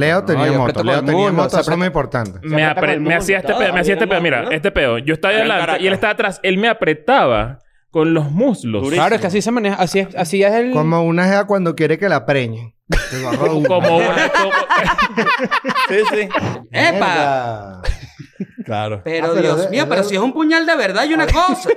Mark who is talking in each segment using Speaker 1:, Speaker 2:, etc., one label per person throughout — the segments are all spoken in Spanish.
Speaker 1: Leo tenía
Speaker 2: yo
Speaker 1: moto.
Speaker 2: aprieto con
Speaker 1: Leo
Speaker 2: el
Speaker 1: tenía
Speaker 2: mundo,
Speaker 1: moto,
Speaker 2: se
Speaker 1: eso es muy importante.
Speaker 3: Me,
Speaker 4: aprieta
Speaker 3: apre-
Speaker 4: con el
Speaker 3: me
Speaker 4: mundo,
Speaker 3: hacía este
Speaker 4: todo,
Speaker 3: pedo, me hacía
Speaker 4: mira
Speaker 3: este
Speaker 4: el
Speaker 3: pedo. Mira,
Speaker 4: mundo, ¿no?
Speaker 3: este pedo. Yo estaba
Speaker 4: Era en
Speaker 3: adelante y él
Speaker 4: Caracas.
Speaker 3: estaba atrás. Él me apretaba con los muslos.
Speaker 4: Durísimo.
Speaker 2: Claro, es que así se maneja. Así es, así es el...
Speaker 1: Como una jeva cuando quiere que la preñen. Te lo robo.
Speaker 3: Como una... como-
Speaker 4: Sí, sí.
Speaker 5: Mierda.
Speaker 6: ¡Epa!
Speaker 4: Claro.
Speaker 6: Pero
Speaker 5: Ah, pero
Speaker 6: Dios
Speaker 5: de-
Speaker 6: mío,
Speaker 5: de-
Speaker 6: pero si es un puñal de verdad y una cosa.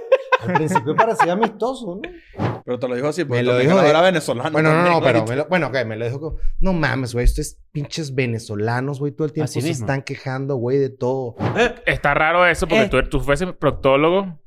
Speaker 5: Al principio parecía amistoso, ¿no?
Speaker 4: Pero te lo dijo así, porque
Speaker 1: Me lo
Speaker 4: lo
Speaker 1: dijo
Speaker 4: dijo
Speaker 1: de-
Speaker 4: era venezolano.
Speaker 1: Bueno, no,
Speaker 4: también,
Speaker 1: no, pero
Speaker 4: ¿viste?
Speaker 1: me lo- bueno, ok, me lo dijo como, no mames, güey, estos pinches venezolanos, güey, todo el tiempo
Speaker 2: Así
Speaker 1: se
Speaker 2: mismo.
Speaker 1: están quejando, güey, de todo.
Speaker 3: Está raro eso porque
Speaker 6: Eh.
Speaker 3: tú, tú fuese proctólogo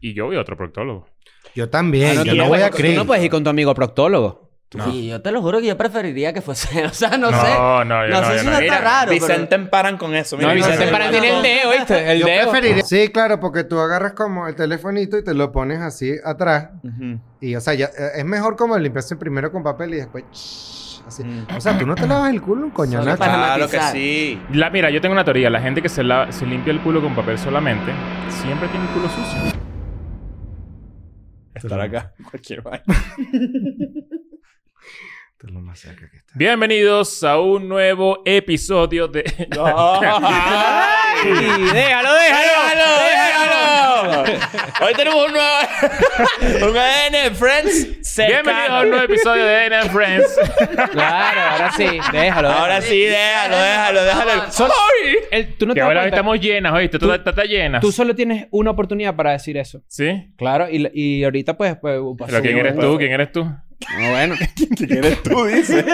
Speaker 3: y yo vi otro proctólogo.
Speaker 1: Yo también,
Speaker 2: Ah,
Speaker 1: yo
Speaker 2: tú
Speaker 1: no voy
Speaker 2: puedes-
Speaker 1: a creer.
Speaker 2: Tú no puedes ir con tu amigo proctólogo.
Speaker 6: Y yo te lo juro que yo preferiría que fuese. O
Speaker 2: Ah,
Speaker 6: sea, no,
Speaker 3: no,
Speaker 6: sé.
Speaker 3: no, yo
Speaker 6: No
Speaker 3: no,
Speaker 6: sé
Speaker 3: yo
Speaker 6: si
Speaker 3: no.
Speaker 6: no está
Speaker 3: Mira,
Speaker 6: raro. pero-
Speaker 4: Vicente Emparan con eso.
Speaker 2: No,
Speaker 4: mira.
Speaker 2: Vicente
Speaker 6: no,
Speaker 2: para
Speaker 6: no,
Speaker 2: tiene
Speaker 6: no.
Speaker 2: el dedo, ¿viste? El
Speaker 1: Yo
Speaker 2: dedo.
Speaker 1: preferiría- Sí, claro, porque tú agarras como el telefonito y te lo pones así atrás.
Speaker 4: Ujú.
Speaker 1: Y, o sea, ya, eh, es mejor como limpiarse primero con papel y después... shh, así.
Speaker 4: Mm.
Speaker 1: O sea, tú no te lavas el culo un coño,
Speaker 6: Solo
Speaker 1: ¿no?
Speaker 6: para-
Speaker 4: Claro que
Speaker 6: matizar.
Speaker 4: sí.
Speaker 3: La, mira, yo tengo una teoría. La gente que se, la- se limpia el culo con papel solamente siempre tiene el culo sucio.
Speaker 4: Estar acá. Cualquier vaina.
Speaker 1: Esto es lo más cerca que está.
Speaker 3: Bienvenidos a un nuevo episodio de...
Speaker 2: ¡Ay! ¡Déjalo, déjalo!
Speaker 4: ¡Déjalo! Hoy tenemos un nuevo. un ADN Friends
Speaker 3: Bienvenidos a un
Speaker 4: cercano.
Speaker 3: nuevo episodio de N Friends.
Speaker 2: Claro, ahora sí. Déjalo.
Speaker 4: Ahora sí, déjalo, déjalo, déjalo. ¡Sorry!
Speaker 2: El- tú no
Speaker 3: que
Speaker 2: te das
Speaker 3: ahora
Speaker 2: cuenta.
Speaker 3: estamos llenas, oíste. Tú,
Speaker 2: Tú-
Speaker 3: estás estás llenas.
Speaker 2: Tú solo tienes una oportunidad para decir eso.
Speaker 3: ¿Sí?
Speaker 2: Claro, y, y ahorita pues... pues pasó
Speaker 3: ¿Pero quién
Speaker 2: un-
Speaker 3: eres tú? ¿Quién eres tú?
Speaker 2: No, bueno.
Speaker 4: ¿Quién eres tú, dices?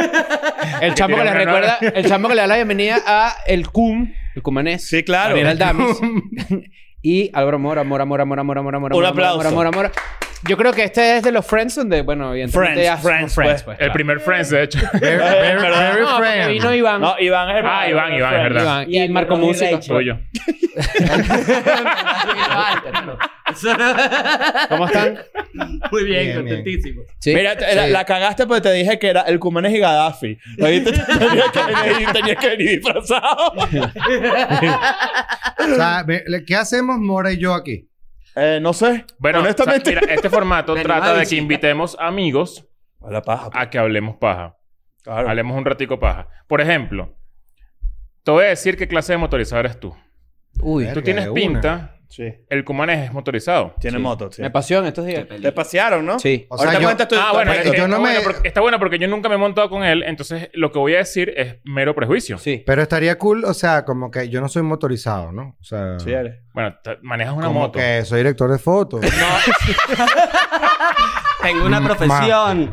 Speaker 2: El chamo que le
Speaker 3: Tiene una
Speaker 2: recuerda... El chamo que le da la bienvenida a el cum. El cumanés.
Speaker 4: Sí, claro.
Speaker 2: Daniel Aldames. y Álvaro Mora, Mora, Mora, Mora, Mora, Mora, Mora.
Speaker 4: Un
Speaker 2: Mora,
Speaker 4: aplauso.
Speaker 2: Mora, Mora, Mora. Yo creo que este es de los Friends donde, bueno, evidentemente
Speaker 4: Friends,
Speaker 2: ya somos
Speaker 4: Friends, pues.
Speaker 2: pues,
Speaker 3: El
Speaker 2: claro.
Speaker 3: primer Friends, de hecho.
Speaker 1: Very, very,
Speaker 4: ¿verdad?
Speaker 1: very
Speaker 2: No, porque
Speaker 1: friend.
Speaker 2: vino Iván.
Speaker 4: No, Iván es el
Speaker 3: Ah, Iván, Iván, es verdad.
Speaker 2: Iván. Y,
Speaker 6: Y
Speaker 2: Marco
Speaker 6: Iván y
Speaker 2: Música.
Speaker 6: Rachel.
Speaker 3: Soy yo.
Speaker 2: ¿Cómo están?
Speaker 6: Muy
Speaker 1: Bien,
Speaker 6: bien,
Speaker 1: bien.
Speaker 6: contentísimo.
Speaker 2: Sí.
Speaker 4: Mira, te- la, la cagaste porque te dije que era el Cumanes y Gaddafi. ¿Oíste? tenías, que venir, tenías que venir disfrazado.
Speaker 1: O sea, ve- le- ¿qué hacemos Mora y yo aquí?
Speaker 4: Eh, no sé.
Speaker 3: Bueno,
Speaker 4: honestamente.
Speaker 3: o sea, mira, este formato
Speaker 6: Venimos
Speaker 3: trata
Speaker 6: a
Speaker 3: de que
Speaker 6: visitar.
Speaker 3: invitemos amigos
Speaker 4: A la paja. pues,
Speaker 3: a que hablemos paja.
Speaker 4: claro.
Speaker 3: Hablemos un ratico paja. Por ejemplo, te voy a decir qué clase de motorizado eres tú.
Speaker 2: Uy,
Speaker 1: Verga,
Speaker 3: Tú tienes
Speaker 1: de
Speaker 3: pinta,
Speaker 4: Sí.
Speaker 3: el Cumanes es motorizado.
Speaker 4: Tiene moto, sí.
Speaker 2: me pasó en estos días.
Speaker 4: Te pasearon, ¿no?
Speaker 2: Sí.
Speaker 1: O sea,
Speaker 4: Ahorita
Speaker 1: yo-
Speaker 4: cuentas tu-
Speaker 3: Ah,
Speaker 4: tu
Speaker 3: bueno,
Speaker 4: anécdota.
Speaker 3: es que
Speaker 1: yo no
Speaker 3: está,
Speaker 1: me-
Speaker 3: bueno porque, está bueno porque yo nunca me he montado con él, entonces lo que voy a decir es mero prejuicio.
Speaker 2: Sí.
Speaker 1: Pero estaría cool, o sea, como que yo no soy motorizado, ¿no? O sea,
Speaker 4: Sí, eres.
Speaker 3: Bueno, te- manejas una
Speaker 1: como
Speaker 3: moto.
Speaker 1: que soy director de fotos.
Speaker 6: Tengo una
Speaker 1: Ma-
Speaker 6: profesión.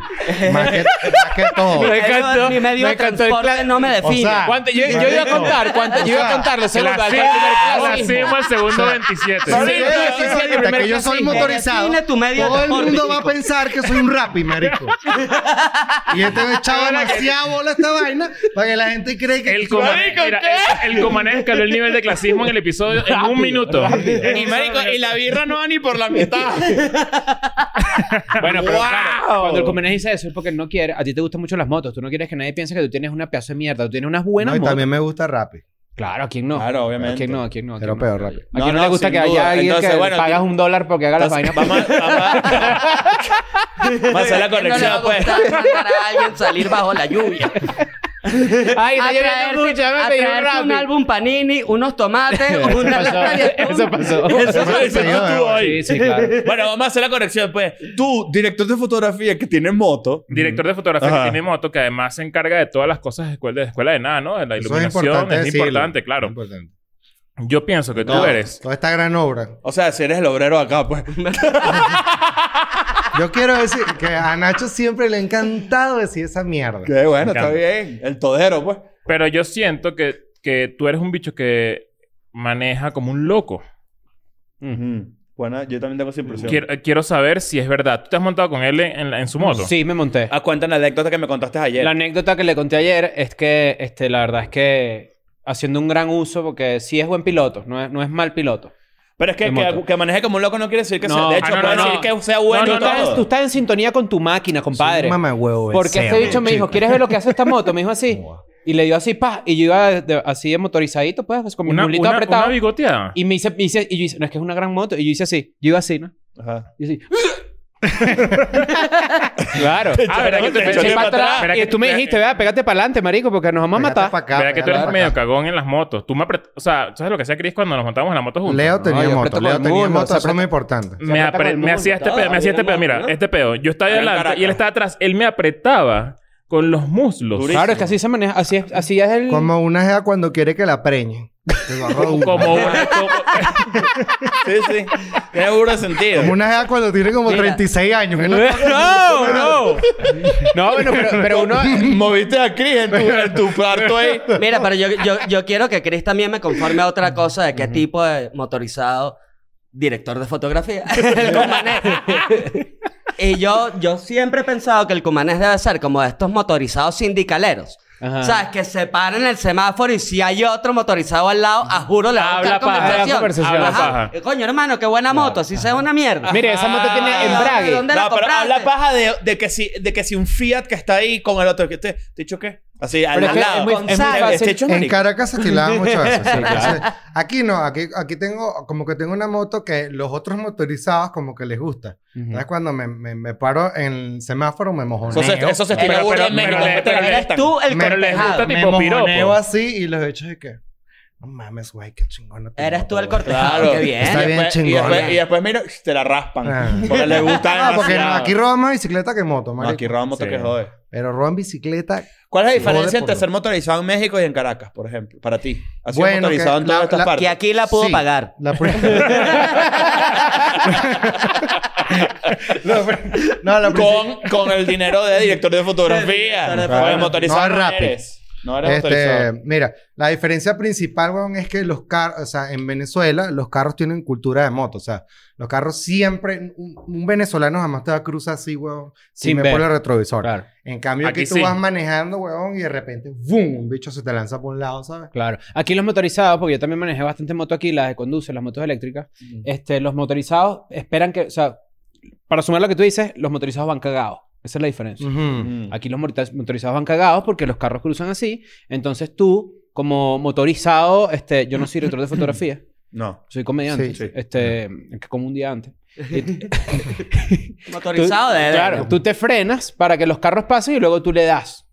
Speaker 1: más, que, más que todo.
Speaker 2: Me
Speaker 6: Eso
Speaker 2: encantó,
Speaker 6: Mi
Speaker 2: me
Speaker 6: medio de
Speaker 2: encantó el
Speaker 6: transporte
Speaker 2: cla-
Speaker 6: no me define.
Speaker 1: sea,
Speaker 2: ¿Cuánto- yo, yo iba a contar, ¿cuánto? yo iba a contar los
Speaker 3: El
Speaker 2: segundos.
Speaker 3: hacemos el segundo 27.
Speaker 1: Si
Speaker 2: Sorry.
Speaker 1: yo te
Speaker 2: Sí,
Speaker 1: digo
Speaker 2: sí,
Speaker 1: ahorita
Speaker 2: primer
Speaker 1: que yo soy
Speaker 2: clasismo.
Speaker 1: motorizado,
Speaker 6: Define tu medio
Speaker 1: todo el
Speaker 6: deporte,
Speaker 1: mundo va a
Speaker 6: chico.
Speaker 1: pensar que soy un rapi, marico. y este echado demasiada bola a esta vaina para que la gente cree que...
Speaker 3: El Cumanés, mira, el, el Cumanés escaló el nivel de clasismo en el episodio en un minuto.
Speaker 2: Y, marico, y la birra no va ni por la mitad.
Speaker 3: Bueno, pero claro.
Speaker 2: Cuando el Comenés dice eso es porque él no quiere. A ti te gustan mucho las motos. Tú no quieres que nadie piense que tú tienes una pedazo de mierda. Tú tienes unas buenas
Speaker 1: No, y
Speaker 2: motos.
Speaker 1: también me gusta rapi.
Speaker 2: Claro, ¿a quién no?
Speaker 4: Claro, obviamente.
Speaker 2: ¿A quién no? ¿A quién no? ¿A quién
Speaker 1: Pero
Speaker 2: no?
Speaker 1: peor, rapi.
Speaker 2: ¿A quién no,
Speaker 4: No,
Speaker 2: le
Speaker 4: no,
Speaker 2: gusta
Speaker 4: sin
Speaker 2: que haya
Speaker 4: duda.
Speaker 2: alguien que
Speaker 4: Entonces, bueno,
Speaker 2: pagas
Speaker 4: ti-
Speaker 2: un dólar porque haga las
Speaker 4: Entonces,
Speaker 2: vainas?
Speaker 4: Vamos a- vamos a- vamos a hacer la
Speaker 6: ¿Por qué no le va
Speaker 4: corrección,
Speaker 6: a
Speaker 4: pues.
Speaker 6: gustar mandar a alguien salir bajo la lluvia.
Speaker 2: Ay, está
Speaker 6: a traerte,
Speaker 2: lloviendo mucho.
Speaker 6: a
Speaker 2: Déjame pedir un
Speaker 6: traerte un
Speaker 2: rapi.
Speaker 6: álbum panini, unos tomates, una lata de atún.
Speaker 2: Eso pasó.
Speaker 6: Eso
Speaker 1: Eso
Speaker 6: pasó.
Speaker 1: pasó.
Speaker 2: Sí, sí, claro.
Speaker 4: Bueno, vamos a hacer la corrección, pues. Tú, director de fotografía que tiene moto.
Speaker 3: Director de fotografía
Speaker 4: Ajá.
Speaker 3: que tiene moto, que además se encarga de todas las cosas de escuela de, escuela de nada, ¿no? De la
Speaker 1: Eso es
Speaker 3: iluminación,
Speaker 1: importante
Speaker 3: es
Speaker 1: decirlo.
Speaker 3: importante, claro.
Speaker 1: Importante.
Speaker 3: Yo pienso que tú
Speaker 1: No,
Speaker 3: eres.
Speaker 1: Toda esta gran obra.
Speaker 4: O sea, si eres el obrero acá, pues.
Speaker 1: Yo quiero decir que a Nacho siempre le ha encantado decir esa mierda.
Speaker 4: Qué bueno,
Speaker 3: Me
Speaker 4: está
Speaker 3: encanta.
Speaker 4: bien. El todero, pues.
Speaker 3: Pero yo siento que, que tú eres un bicho que maneja como un loco.
Speaker 4: Bueno, yo también tengo esa impresión.
Speaker 3: Quiero, eh, quiero saber si es verdad. ¿Tú te has montado con él en, en la- en su moto?
Speaker 2: Sí, me monté.
Speaker 4: Ah, cuenta la anécdota que me contaste ayer.
Speaker 2: La anécdota que le conté ayer es que, este, la verdad es que haciendo un gran uso, porque sí es buen piloto, no es, no es mal piloto.
Speaker 4: Pero es que,
Speaker 2: de
Speaker 4: que,
Speaker 2: moto.
Speaker 4: que maneje como un loco no quiere decir que
Speaker 2: No.
Speaker 4: sea. De
Speaker 2: Ah,
Speaker 4: hecho,
Speaker 3: no, no,
Speaker 4: puede
Speaker 3: no.
Speaker 4: decir que sea
Speaker 2: Tú
Speaker 4: bueno. y
Speaker 2: estás-
Speaker 4: todo.
Speaker 2: tú estás en sintonía con tu máquina, compadre.
Speaker 1: Mamá huevo.
Speaker 2: Porque este bicho me dijo, ¿quieres ver lo que hace esta moto? Me dijo así. Y le dio así, pa. Y yo iba de- así de motorizadito, pues, con mi
Speaker 3: Una,
Speaker 2: mulito
Speaker 3: una-
Speaker 2: apretado.
Speaker 3: una bigoteada.
Speaker 2: y me hice, me hice- y yo hice, no es que es una gran moto. Y yo hice así, yo iba así, ¿no?
Speaker 4: Ajá.
Speaker 2: Y así. Claro.
Speaker 7: echaron-
Speaker 1: Ah,
Speaker 3: ¿verdad que te
Speaker 7: te
Speaker 3: echaron
Speaker 2: Eché
Speaker 7: echaron
Speaker 2: para
Speaker 3: atrás?
Speaker 2: atrás.
Speaker 3: Verá
Speaker 2: Y
Speaker 3: que-
Speaker 2: tú me dijiste, vea, pégate para adelante, marico, porque nos vamos a matar.
Speaker 1: Para acá,
Speaker 3: Verá que tú
Speaker 1: pégate
Speaker 3: eres
Speaker 1: pa'
Speaker 3: medio
Speaker 1: acá.
Speaker 3: cagón en las motos. Tú me apret... O sea, ¿sabes lo que hacía Chris cuando nos montábamos en la moto juntos?
Speaker 1: Leo tenía
Speaker 2: yo
Speaker 1: moto,
Speaker 2: aprieto con
Speaker 1: Leo
Speaker 2: el
Speaker 1: tenía
Speaker 2: mundo,
Speaker 1: moto,
Speaker 2: se
Speaker 1: eso es muy importante.
Speaker 3: me,
Speaker 2: aprieta
Speaker 3: apre-
Speaker 2: con
Speaker 3: me
Speaker 2: el mundo,
Speaker 3: hacía este
Speaker 6: todo,
Speaker 3: pedo, me hacía este
Speaker 6: bien,
Speaker 3: pedo. Mira,
Speaker 6: ¿no?
Speaker 3: este pedo. Yo estaba
Speaker 7: Acá en
Speaker 3: adelante
Speaker 7: Caracas.
Speaker 3: y él estaba atrás. Él me apretaba con los muslos.
Speaker 7: Durísimo.
Speaker 2: Claro, es que así se maneja. Así es, así es el.
Speaker 1: Como una jea cuando quiere que la preñen. Te lo arrojo.
Speaker 3: Como una...
Speaker 7: Sí, sí. Tiene puro sentido.
Speaker 1: Como una jea cuando tiene como
Speaker 6: Mira.
Speaker 1: 36 años. que no-
Speaker 2: No, no. No, bueno, pero, pero uno.
Speaker 7: Moviste a Chris en tu, en tu cuarto ahí.
Speaker 6: Mira, pero yo, yo, yo quiero que Chris también me conforme a otra cosa de qué tipo de motorizado director de fotografía. el cumanés. y yo, yo siempre he pensado que el cumanés debe ser como de estos motorizados sindicaleros.
Speaker 2: Ajá.
Speaker 6: ¿Sabes? Que se paran en el semáforo y si hay otro motorizado al lado, a juro le va a
Speaker 3: Habla
Speaker 6: buscar
Speaker 3: paja,
Speaker 6: conversación.
Speaker 2: habla conversación.
Speaker 6: Ajá.
Speaker 3: Habla paja.
Speaker 6: Eh, Coño, hermano, qué buena moto. Así sea una mierda.
Speaker 2: Mire, esa moto tiene
Speaker 7: Ah.
Speaker 2: embrague.
Speaker 6: ¿Dónde la
Speaker 7: No, pero
Speaker 6: compraste?
Speaker 7: habla paja de, de, que si, de que si un Fiat que está ahí con el otro. que ¿Te, te he dicho qué? Así, al,
Speaker 2: Pero es
Speaker 7: al
Speaker 2: que
Speaker 7: lado.
Speaker 2: es muy-
Speaker 7: Con
Speaker 2: es muy
Speaker 7: sal.
Speaker 2: fácil.
Speaker 7: Este hecho es
Speaker 1: En
Speaker 7: marico.
Speaker 1: Caracas se estilaban muchas veces. sí. Entonces, aquí no, aquí, aquí tengo, como que tengo una moto que los otros motorizados como que les gusta. Entonces, cuando me, me, me paro en el semáforo, me mojoneo.
Speaker 7: Eso se, eso se
Speaker 3: Pero-
Speaker 7: estira
Speaker 3: pero-
Speaker 7: burda en
Speaker 3: pero-
Speaker 7: México,
Speaker 3: pero-
Speaker 7: no te la
Speaker 3: pero-
Speaker 7: prestan.
Speaker 6: Tú, el
Speaker 1: Me-
Speaker 3: Pero les
Speaker 6: cortejado.
Speaker 3: gusta
Speaker 1: me
Speaker 3: tipo
Speaker 1: mojoneo
Speaker 3: piropo.
Speaker 1: así y los hechos de que... No mames, güey, qué chingona. tu
Speaker 6: Eres
Speaker 1: moto,
Speaker 6: tú el
Speaker 1: güey".
Speaker 6: cortejado. Qué bien.
Speaker 1: Está
Speaker 7: Y
Speaker 1: bien
Speaker 7: después-
Speaker 1: chingón,
Speaker 7: Y después,
Speaker 1: eh.
Speaker 7: y después mira, te la raspan.
Speaker 1: Ah.
Speaker 7: Porque le gusta
Speaker 1: Ah,
Speaker 7: demasiado.
Speaker 1: porque no, aquí roban más bicicleta que moto,
Speaker 7: No,
Speaker 1: marico.
Speaker 7: aquí robamos moto
Speaker 3: Sí.
Speaker 7: que jode.
Speaker 1: Pero roban bicicleta.
Speaker 7: ¿Cuál es la
Speaker 1: Sí,
Speaker 7: diferencia
Speaker 1: jode
Speaker 7: entre
Speaker 1: por-
Speaker 7: ser motorizado en México y en Caracas, por ejemplo? Para ti. ¿Has sido
Speaker 1: Bueno,
Speaker 7: motorizado
Speaker 1: que
Speaker 7: en todas
Speaker 1: la-
Speaker 7: estas
Speaker 1: la-
Speaker 6: Que
Speaker 7: partes?
Speaker 6: aquí la pudo
Speaker 1: Sí.
Speaker 6: pagar.
Speaker 1: La pri- La pri- no, la pri-
Speaker 7: Con, con el dinero de director de fotografía.
Speaker 6: Director de
Speaker 7: Con el
Speaker 1: fotografía.
Speaker 7: motorizado
Speaker 1: No,
Speaker 7: no
Speaker 1: rápido.
Speaker 7: eres. No eres
Speaker 1: Este,
Speaker 7: motorizado.
Speaker 1: mira, la diferencia principal, weón, es que los carros, o sea, en Venezuela, los carros tienen cultura de moto. O sea, los carros siempre, un, un venezolano jamás te va a cruzar así, weón,
Speaker 2: Sin
Speaker 1: sin ver
Speaker 2: ver.
Speaker 1: por el retrovisor.
Speaker 2: Claro.
Speaker 1: En cambio,
Speaker 3: Aquí
Speaker 1: aquí tú
Speaker 3: sí.
Speaker 1: vas manejando, weón, y de repente, ¡boom! Un bicho se te lanza por un lado, ¿sabes?
Speaker 2: Claro. Aquí los motorizados, porque yo también manejé bastante moto aquí, las de conduce, las motos eléctricas.
Speaker 1: Mm.
Speaker 2: Este, los motorizados esperan que, o sea, para sumar lo que tú dices, los motorizados van cagados. Esa es la diferencia.
Speaker 1: Ujú.
Speaker 7: Mm.
Speaker 2: Aquí los morita- motorizados van cagados porque los carros cruzan así. Entonces tú, como motorizado, este, yo no soy director de fotografía.
Speaker 7: No.
Speaker 2: Soy comediante.
Speaker 1: Sí, sí.
Speaker 2: Este, que como un día antes. Y- Tú-
Speaker 6: Motorizado de
Speaker 2: Claro, tú te frenas para que los carros pasen y luego tú le das.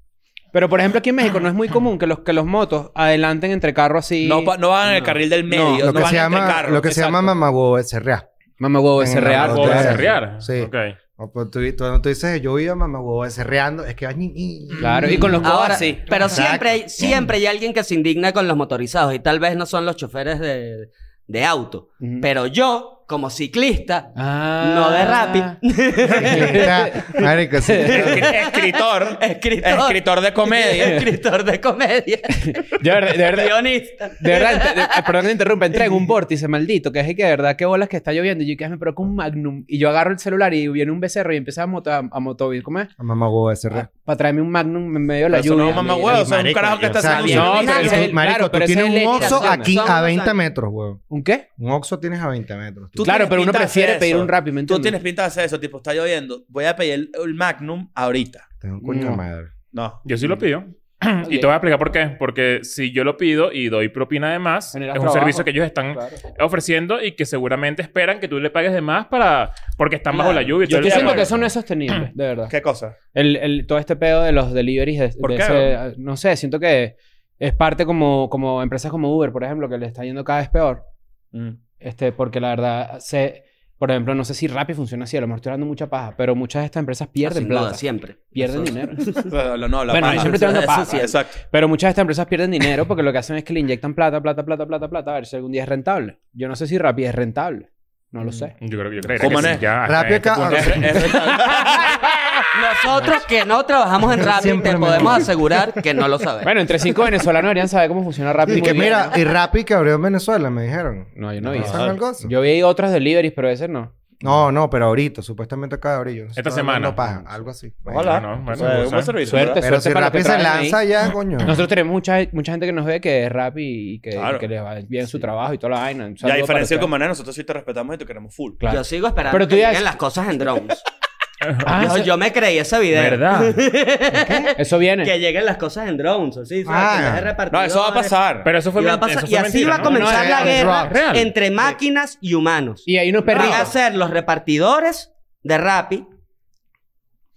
Speaker 2: Pero por ejemplo, aquí en México no es muy común que los, que los motos adelanten entre carros así.
Speaker 7: No, pa- no van en el carril del medio. No,
Speaker 1: lo que,
Speaker 7: van entre
Speaker 1: se llama,
Speaker 7: carros,
Speaker 1: lo que se
Speaker 7: exacto.
Speaker 1: llama mamahuevo es SRA.
Speaker 2: Mamá huevo, ese
Speaker 1: En la
Speaker 2: real.
Speaker 1: road.
Speaker 3: Ah, O
Speaker 1: Claro.
Speaker 3: acerrear.
Speaker 1: Sí.
Speaker 3: Ok.
Speaker 1: O, pues, tú, tú- tú dices, yo iba mamahuevo es serreando, es que va ñi, ñi, ñi.
Speaker 2: Claro, y con los codos
Speaker 6: Ahora,
Speaker 2: así.
Speaker 6: pero siempre hay, siempre hay alguien que se indigna con los motorizados y tal vez no son los choferes de, de auto.
Speaker 2: Ujú.
Speaker 6: Pero yo, como ciclista,
Speaker 2: Ah.
Speaker 6: no de Rappi,
Speaker 1: Está- marico, sí.
Speaker 7: Escri- Escritor.
Speaker 6: Escritor.
Speaker 7: Escritor de comedia.
Speaker 6: escritor de comedia,
Speaker 2: De verdad, de verdad.
Speaker 6: guionista.
Speaker 2: De verdad, te- de- eh, perdón que interrumpa, entré en un vórtice maldito, que es que de verdad, qué bolas que está lloviendo. Y yo que me provoca un magnum. Y yo agarro el celular y viene un becerro y empieza a moto, a, a moto- ¿cómo es?
Speaker 1: Mamahuevo es SRA.
Speaker 2: Para traerme un magnum en medio de la
Speaker 7: Pero eso
Speaker 2: lluvia.
Speaker 7: no es mamá huevo. Eso es un carajo que está
Speaker 1: Exacto.
Speaker 7: haciendo
Speaker 2: No,
Speaker 7: un
Speaker 2: pero
Speaker 7: servicio.
Speaker 2: eso-
Speaker 1: Marico,
Speaker 2: claro,
Speaker 1: tú
Speaker 2: pero esa
Speaker 1: tienes
Speaker 2: es
Speaker 1: un
Speaker 2: la
Speaker 1: oxo
Speaker 6: explicación.
Speaker 1: aquí
Speaker 6: Somos
Speaker 1: a 20
Speaker 6: tan-
Speaker 1: metros, huevón.
Speaker 2: ¿Un qué?
Speaker 1: Un oxo tienes a 20 metros.
Speaker 7: Tú
Speaker 2: Claro,
Speaker 7: tienes
Speaker 2: pero uno
Speaker 7: pinta de
Speaker 2: prefiere
Speaker 7: hacer
Speaker 2: pedir
Speaker 7: eso.
Speaker 2: un Rappi, ¿me
Speaker 7: Tú
Speaker 2: entiendes?
Speaker 7: tienes pinta de hacer eso. Tipo, está lloviendo. Voy a pedir el, el Magnum ahorita.
Speaker 1: Tengo un coño de
Speaker 2: No.
Speaker 1: madre.
Speaker 7: No.
Speaker 3: Yo sí
Speaker 2: Mm.
Speaker 3: lo pido. Y te voy a explicar por qué. Porque si yo lo pido y doy propina de más,
Speaker 2: Generas
Speaker 3: es un
Speaker 2: trabajo.
Speaker 3: servicio que ellos están ofreciendo y que seguramente esperan que tú le pagues de más para... porque están bajo la lluvia. y
Speaker 7: Yo
Speaker 3: todo
Speaker 2: Yo
Speaker 3: el
Speaker 2: siento
Speaker 3: pedo.
Speaker 2: que eso no es sostenible, de verdad.
Speaker 7: ¿Qué cosa?
Speaker 2: El, el- todo este pedo de los deliveries de,
Speaker 7: ¿Por
Speaker 2: de
Speaker 7: qué?
Speaker 2: ese- no sé, siento que es parte como, como empresas como Uber, por ejemplo, que le está yendo cada vez peor. Este, porque la verdad, se, por ejemplo, no sé si Rappi funciona así, a lo mejor estoy dando mucha paja, pero muchas de estas empresas pierden
Speaker 6: Sin duda,
Speaker 2: plata.
Speaker 6: siempre.
Speaker 2: Pierden
Speaker 6: Eso-
Speaker 2: dinero.
Speaker 7: No, no, no, la
Speaker 2: Bueno,
Speaker 7: paja.
Speaker 2: yo siempre te
Speaker 6: eso
Speaker 2: dando paja.
Speaker 6: sí es.
Speaker 7: Exacto.
Speaker 2: Pero muchas de estas empresas pierden dinero porque lo que hacen es que le inyectan plata, plata, plata, plata, plata, a ver si algún día es rentable. Yo no sé si Rappi es rentable. No
Speaker 1: Mm.
Speaker 2: lo sé.
Speaker 3: Yo creo, yo creería
Speaker 7: ¿Cómo
Speaker 3: que sí,
Speaker 7: no?
Speaker 3: ya hasta
Speaker 1: Rápido
Speaker 3: este
Speaker 1: acá-
Speaker 3: punto.
Speaker 1: ahora,
Speaker 6: Nosotros que no trabajamos en Rappi
Speaker 1: Siempre
Speaker 6: te
Speaker 1: me-
Speaker 6: podemos asegurar que no lo sabemos.
Speaker 2: Bueno, entre cinco venezolanos deberían saber cómo funciona Rappi.
Speaker 1: Y
Speaker 2: muy
Speaker 1: que
Speaker 2: bien,
Speaker 1: mira, y Rappi que abrió en Venezuela, me dijeron.
Speaker 2: No, No, yo no vi.
Speaker 1: ¿Pasan
Speaker 2: eso.
Speaker 1: algo eso?
Speaker 2: Yo vi otros deliveries, pero ese no.
Speaker 1: No, no, pero ahorita, supuestamente acaba de abrir. Yo no sé,
Speaker 3: Esta
Speaker 1: estoy hablando
Speaker 3: semana.
Speaker 1: paja, algo así.
Speaker 7: Hola.
Speaker 3: Bueno,
Speaker 7: O
Speaker 3: bueno,
Speaker 7: sea,
Speaker 3: bueno.
Speaker 7: buen servicio.
Speaker 2: Suerte,
Speaker 7: ¿verdad?
Speaker 1: Pero si
Speaker 2: para los
Speaker 1: Rappi
Speaker 2: que
Speaker 1: se
Speaker 2: trabajan ahí.
Speaker 1: lanza ya, coño.
Speaker 2: Nosotros tenemos mucha, mucha gente que nos ve que es rap y, y que,
Speaker 7: Claro.
Speaker 2: que les va bien su trabajo y toda la vaina.
Speaker 7: Ya,
Speaker 2: Un
Speaker 7: a
Speaker 2: saludo
Speaker 7: diferencia de
Speaker 2: para ustedes.
Speaker 7: Comané, nosotros sí te respetamos y te queremos full.
Speaker 2: Claro.
Speaker 6: Yo sigo esperando
Speaker 2: Pero tú
Speaker 6: que
Speaker 2: ya-
Speaker 6: lleguen las cosas en drones.
Speaker 2: Ah,
Speaker 6: yo,
Speaker 2: eso-
Speaker 6: yo me creí ese video.
Speaker 3: ¿Verdad?
Speaker 2: Eso viene.
Speaker 6: Que lleguen las cosas en drones, así, ¿sabes?
Speaker 1: Ah.
Speaker 6: Que las de
Speaker 7: No, eso va a
Speaker 6: repartidores.
Speaker 7: pasar.
Speaker 3: Pero eso fue
Speaker 6: Y, va a
Speaker 3: men-
Speaker 6: pasar-
Speaker 3: eso
Speaker 6: y
Speaker 3: fue
Speaker 6: así
Speaker 3: mentira,
Speaker 6: va a
Speaker 3: ¿no? eh,
Speaker 6: comenzar
Speaker 1: No,
Speaker 6: la
Speaker 1: es
Speaker 6: guerra
Speaker 3: real.
Speaker 6: entre máquinas y humanos.
Speaker 2: Y hay unos
Speaker 6: Van
Speaker 2: perritos.
Speaker 6: a ser los repartidores de Rappi.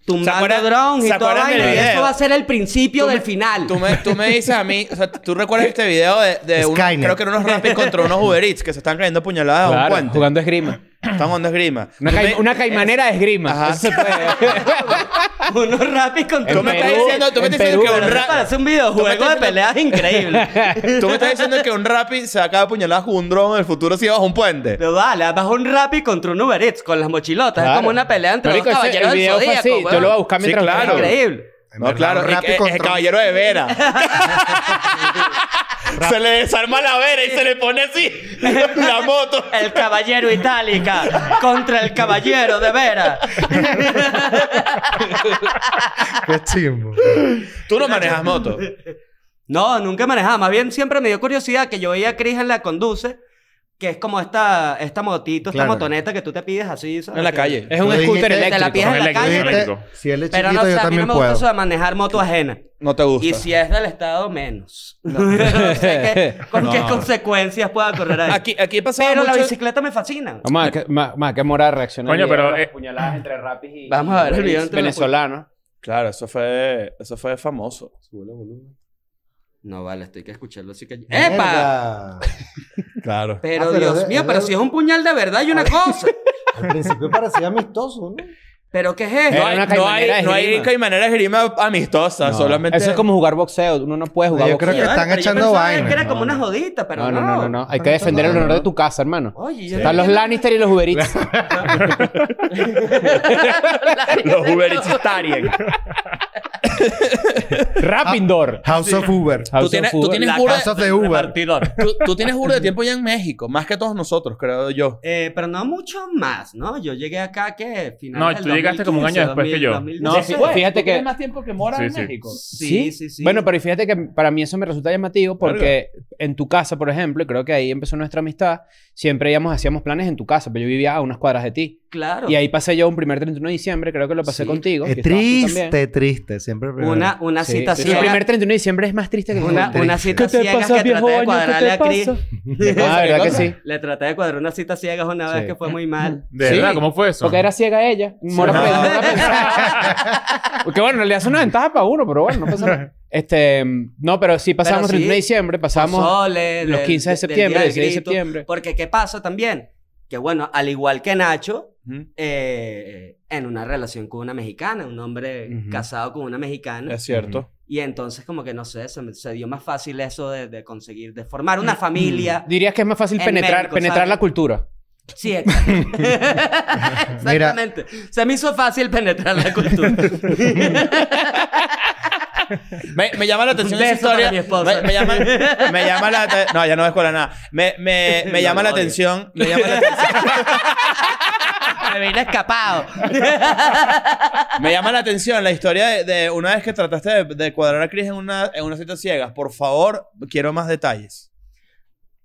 Speaker 6: Tumbando
Speaker 4: acuerdan-
Speaker 6: drones y
Speaker 4: se
Speaker 6: toda
Speaker 4: acuerdan del
Speaker 6: vaina. Y eso
Speaker 4: video?
Speaker 6: va a ser el principio
Speaker 4: Tú
Speaker 6: del
Speaker 4: me-
Speaker 6: final.
Speaker 4: Tú me, tú me dices a mí, o sea, tú recuerdas este video de, de un,
Speaker 1: Skynet.
Speaker 4: creo que eran unos rappers contra unos Uber Eats que se están cayendo puñaladas a un
Speaker 2: Claro,
Speaker 4: puente.
Speaker 2: jugando esgrima.
Speaker 4: Están jugando esgrima.
Speaker 2: Una,
Speaker 4: Tú
Speaker 2: cai-
Speaker 4: me-
Speaker 2: una caimanera de esgrima.
Speaker 4: Ajá.
Speaker 2: Eso se puede.
Speaker 6: Unos Rappi con
Speaker 4: Tú me estás
Speaker 2: Perú,
Speaker 4: diciendo, tú me
Speaker 2: en
Speaker 4: estás diciendo que
Speaker 2: Perú,
Speaker 4: un
Speaker 6: Pero eso
Speaker 4: rap,
Speaker 6: parece un videojuego de
Speaker 4: diciendo-
Speaker 6: peleas increíble.
Speaker 4: tú me estás diciendo que un rapi se acaba puñaladas con un dron en el futuro si bajo un puente.
Speaker 6: Pero vale, además un Rappi contra un Uber Eats con las mochilotas. Es
Speaker 2: Claro.
Speaker 6: como una pelea entre
Speaker 2: Marico,
Speaker 6: dos
Speaker 2: ese- el
Speaker 6: caballeros del
Speaker 2: video fue así.
Speaker 6: zodíaco.
Speaker 2: Yo lo voy a
Speaker 6: weón.
Speaker 2: buscar
Speaker 4: Sí,
Speaker 2: mientras
Speaker 4: claro.
Speaker 2: ustedes hablan.
Speaker 6: Increíble.
Speaker 1: En
Speaker 4: No,
Speaker 1: verdad,
Speaker 4: claro, eh, es-
Speaker 1: Rappi
Speaker 4: es- es el
Speaker 1: contra-
Speaker 4: caballero de Vera. se le desarma la Vera y se le pone así la moto.
Speaker 6: El caballero itálica contra el caballero de Vera.
Speaker 1: Qué chimbo.
Speaker 4: Tú no manejas moto.
Speaker 6: No, nunca manejaba. Más bien siempre me dio curiosidad que yo veía a Chris en la conduce, que es como esta, esta motito,
Speaker 1: Claro.
Speaker 6: esta motoneta que tú te pides así. ¿sabes?
Speaker 4: En la
Speaker 6: Que-
Speaker 4: calle.
Speaker 2: Es un
Speaker 1: Tú dijiste-
Speaker 2: scooter
Speaker 1: te la
Speaker 6: Te la
Speaker 2: eléctrico.
Speaker 6: pides en la
Speaker 3: Eléctrico,
Speaker 6: calle.
Speaker 3: eléctrico.
Speaker 1: Dijiste, si él es
Speaker 6: Pero
Speaker 1: chiquito,
Speaker 6: no sé,
Speaker 1: yo
Speaker 6: a mí no
Speaker 1: también
Speaker 6: me gusta eso
Speaker 1: puedo.
Speaker 6: de manejar moto ajena.
Speaker 4: No te gusta.
Speaker 6: Y si es del Estado, menos. no sé qué, con qué
Speaker 4: No.
Speaker 6: consecuencias pueda correr ahí.
Speaker 4: Aquí, aquí pasaba
Speaker 6: Pero la
Speaker 4: mucho-
Speaker 6: bicicleta me fascina.
Speaker 2: Vamos a que, ma- ma- que Mora reacciona.
Speaker 3: Coño,
Speaker 2: al video
Speaker 3: pero,
Speaker 2: de las
Speaker 3: eh,
Speaker 2: puñaladas entre rapis y.
Speaker 6: Vamos a ver el video entre las
Speaker 2: Venezolano.
Speaker 4: Claro, eso fue, eso fue famoso.
Speaker 6: No, vale, estoy que escucharlo así que... ¡Epa!
Speaker 5: ¡Epa!
Speaker 4: Claro.
Speaker 6: Pero
Speaker 5: Ah, pero
Speaker 6: Dios
Speaker 5: de-
Speaker 6: mío,
Speaker 5: de-
Speaker 6: pero si es un puñal de verdad y una cosa.
Speaker 5: Al principio parecía amistoso, ¿no?
Speaker 6: ¿Pero qué es
Speaker 4: No
Speaker 6: esto?
Speaker 2: Era
Speaker 4: hay,
Speaker 2: una
Speaker 4: no hay,
Speaker 2: caimanera
Speaker 4: no hay
Speaker 2: esgrima.
Speaker 4: caimanera esgrima amistosa, solamente.
Speaker 2: Eso es como jugar boxeo. Uno no puede jugar
Speaker 1: Yo
Speaker 2: boxeo.
Speaker 1: creo que
Speaker 6: Vale,
Speaker 1: están
Speaker 6: pero yo
Speaker 1: echando
Speaker 6: pensaba
Speaker 1: vaina.
Speaker 6: que era
Speaker 1: No,
Speaker 6: como
Speaker 1: no.
Speaker 6: una jodita, pero
Speaker 2: No, no, no, no, no. Hay que
Speaker 5: Están
Speaker 2: defender el
Speaker 5: tomando,
Speaker 2: honor de
Speaker 5: ¿no?
Speaker 2: tu casa, hermano.
Speaker 6: Oye, yo no
Speaker 2: Están los
Speaker 6: entiendo-
Speaker 2: Lannister y los Uber Eats.
Speaker 4: Los Uber Eats Tarien.
Speaker 2: Rapindor.
Speaker 1: House of Uber.
Speaker 4: Tú tienes, tú tienes
Speaker 6: La
Speaker 4: burda-
Speaker 1: House of the Uber.
Speaker 4: tú- tú tienes burda de tiempo ya en México, más que todos nosotros, creo yo.
Speaker 6: Eh, pero no mucho más, ¿no? Yo llegué acá que final
Speaker 3: No, tú llegaste como un año después que yo.
Speaker 2: No, sí, fíjate que.
Speaker 4: pues, más tiempo que Mora
Speaker 3: Sí, sí.
Speaker 6: Sí, sí, sí.
Speaker 2: Bueno, pero fíjate que para mí eso me resulta llamativo porque en tu casa, por ejemplo, y creo que ahí empezó nuestra amistad, siempre íbamos, hacíamos planes en tu casa, pero yo vivía a unas cuadras de ti.
Speaker 6: Claro.
Speaker 2: Y ahí pasé yo un primer 31 de diciembre, creo que lo pasé
Speaker 6: Sí.
Speaker 2: contigo.
Speaker 1: Es
Speaker 2: que estabas tú también.
Speaker 1: triste, triste. Siempre primero.
Speaker 6: Una, una
Speaker 2: Sí.
Speaker 6: cita
Speaker 2: El
Speaker 6: ciega.
Speaker 2: primer 31 de diciembre es más triste que el
Speaker 6: Una,
Speaker 1: Qué
Speaker 6: una
Speaker 1: triste.
Speaker 6: cita ciega que traté de cuadrarle a Chris.
Speaker 4: ¿Qué
Speaker 2: Ah, ¿verdad que
Speaker 4: cosa?
Speaker 2: sí?
Speaker 6: Le traté de cuadrar una cita ciegas una vez
Speaker 2: Sí.
Speaker 6: que fue muy mal.
Speaker 3: ¿De
Speaker 2: Sí.
Speaker 3: verdad? ¿Cómo fue eso?
Speaker 2: Porque era ciega ella. Mora
Speaker 4: Ajá.
Speaker 2: pegó una pensada. Porque bueno, le hace una ventaja para uno, pero bueno, no pasa nada. Este, no, pero sí pasábamos
Speaker 6: sí.
Speaker 2: 31 de diciembre, pasábamos
Speaker 6: Soles,
Speaker 2: los
Speaker 6: del-
Speaker 2: 15 de
Speaker 6: del día
Speaker 2: septiembre,
Speaker 6: del
Speaker 2: 16 de
Speaker 6: grito.
Speaker 2: septiembre.
Speaker 6: Porque ¿qué pasa también? Que bueno, al igual que Nacho,
Speaker 4: Ujú.
Speaker 6: eh, en una relación con una mexicana, un hombre
Speaker 2: Ujú.
Speaker 6: casado con una mexicana.
Speaker 4: Es cierto.
Speaker 6: Y entonces como que no sé, se, me- se dio más fácil eso de, de conseguir, de formar
Speaker 4: Mm.
Speaker 6: una familia.
Speaker 2: Dirías que es más fácil
Speaker 6: En
Speaker 2: penetrar,
Speaker 6: México,
Speaker 2: penetrar
Speaker 6: ¿sabes?
Speaker 2: la cultura.
Speaker 6: Sí, exacto. exactamente. Se me hizo fácil penetrar la cultura.
Speaker 4: Me, me llama la atención
Speaker 6: Un
Speaker 4: esa
Speaker 6: beso
Speaker 4: historia.
Speaker 6: para mi esposa.
Speaker 4: Me, me llama, me llama la atención. No, ya no escuela nada. Me, me, me
Speaker 6: No,
Speaker 4: llama
Speaker 6: lo
Speaker 4: la
Speaker 6: odio.
Speaker 4: atención. Me llama la atención.
Speaker 6: me vine escapado.
Speaker 4: Me llama la atención la historia de, de una vez que trataste de, de cuadrar a Chris en una, en una cita ciegas. Por favor, quiero más detalles.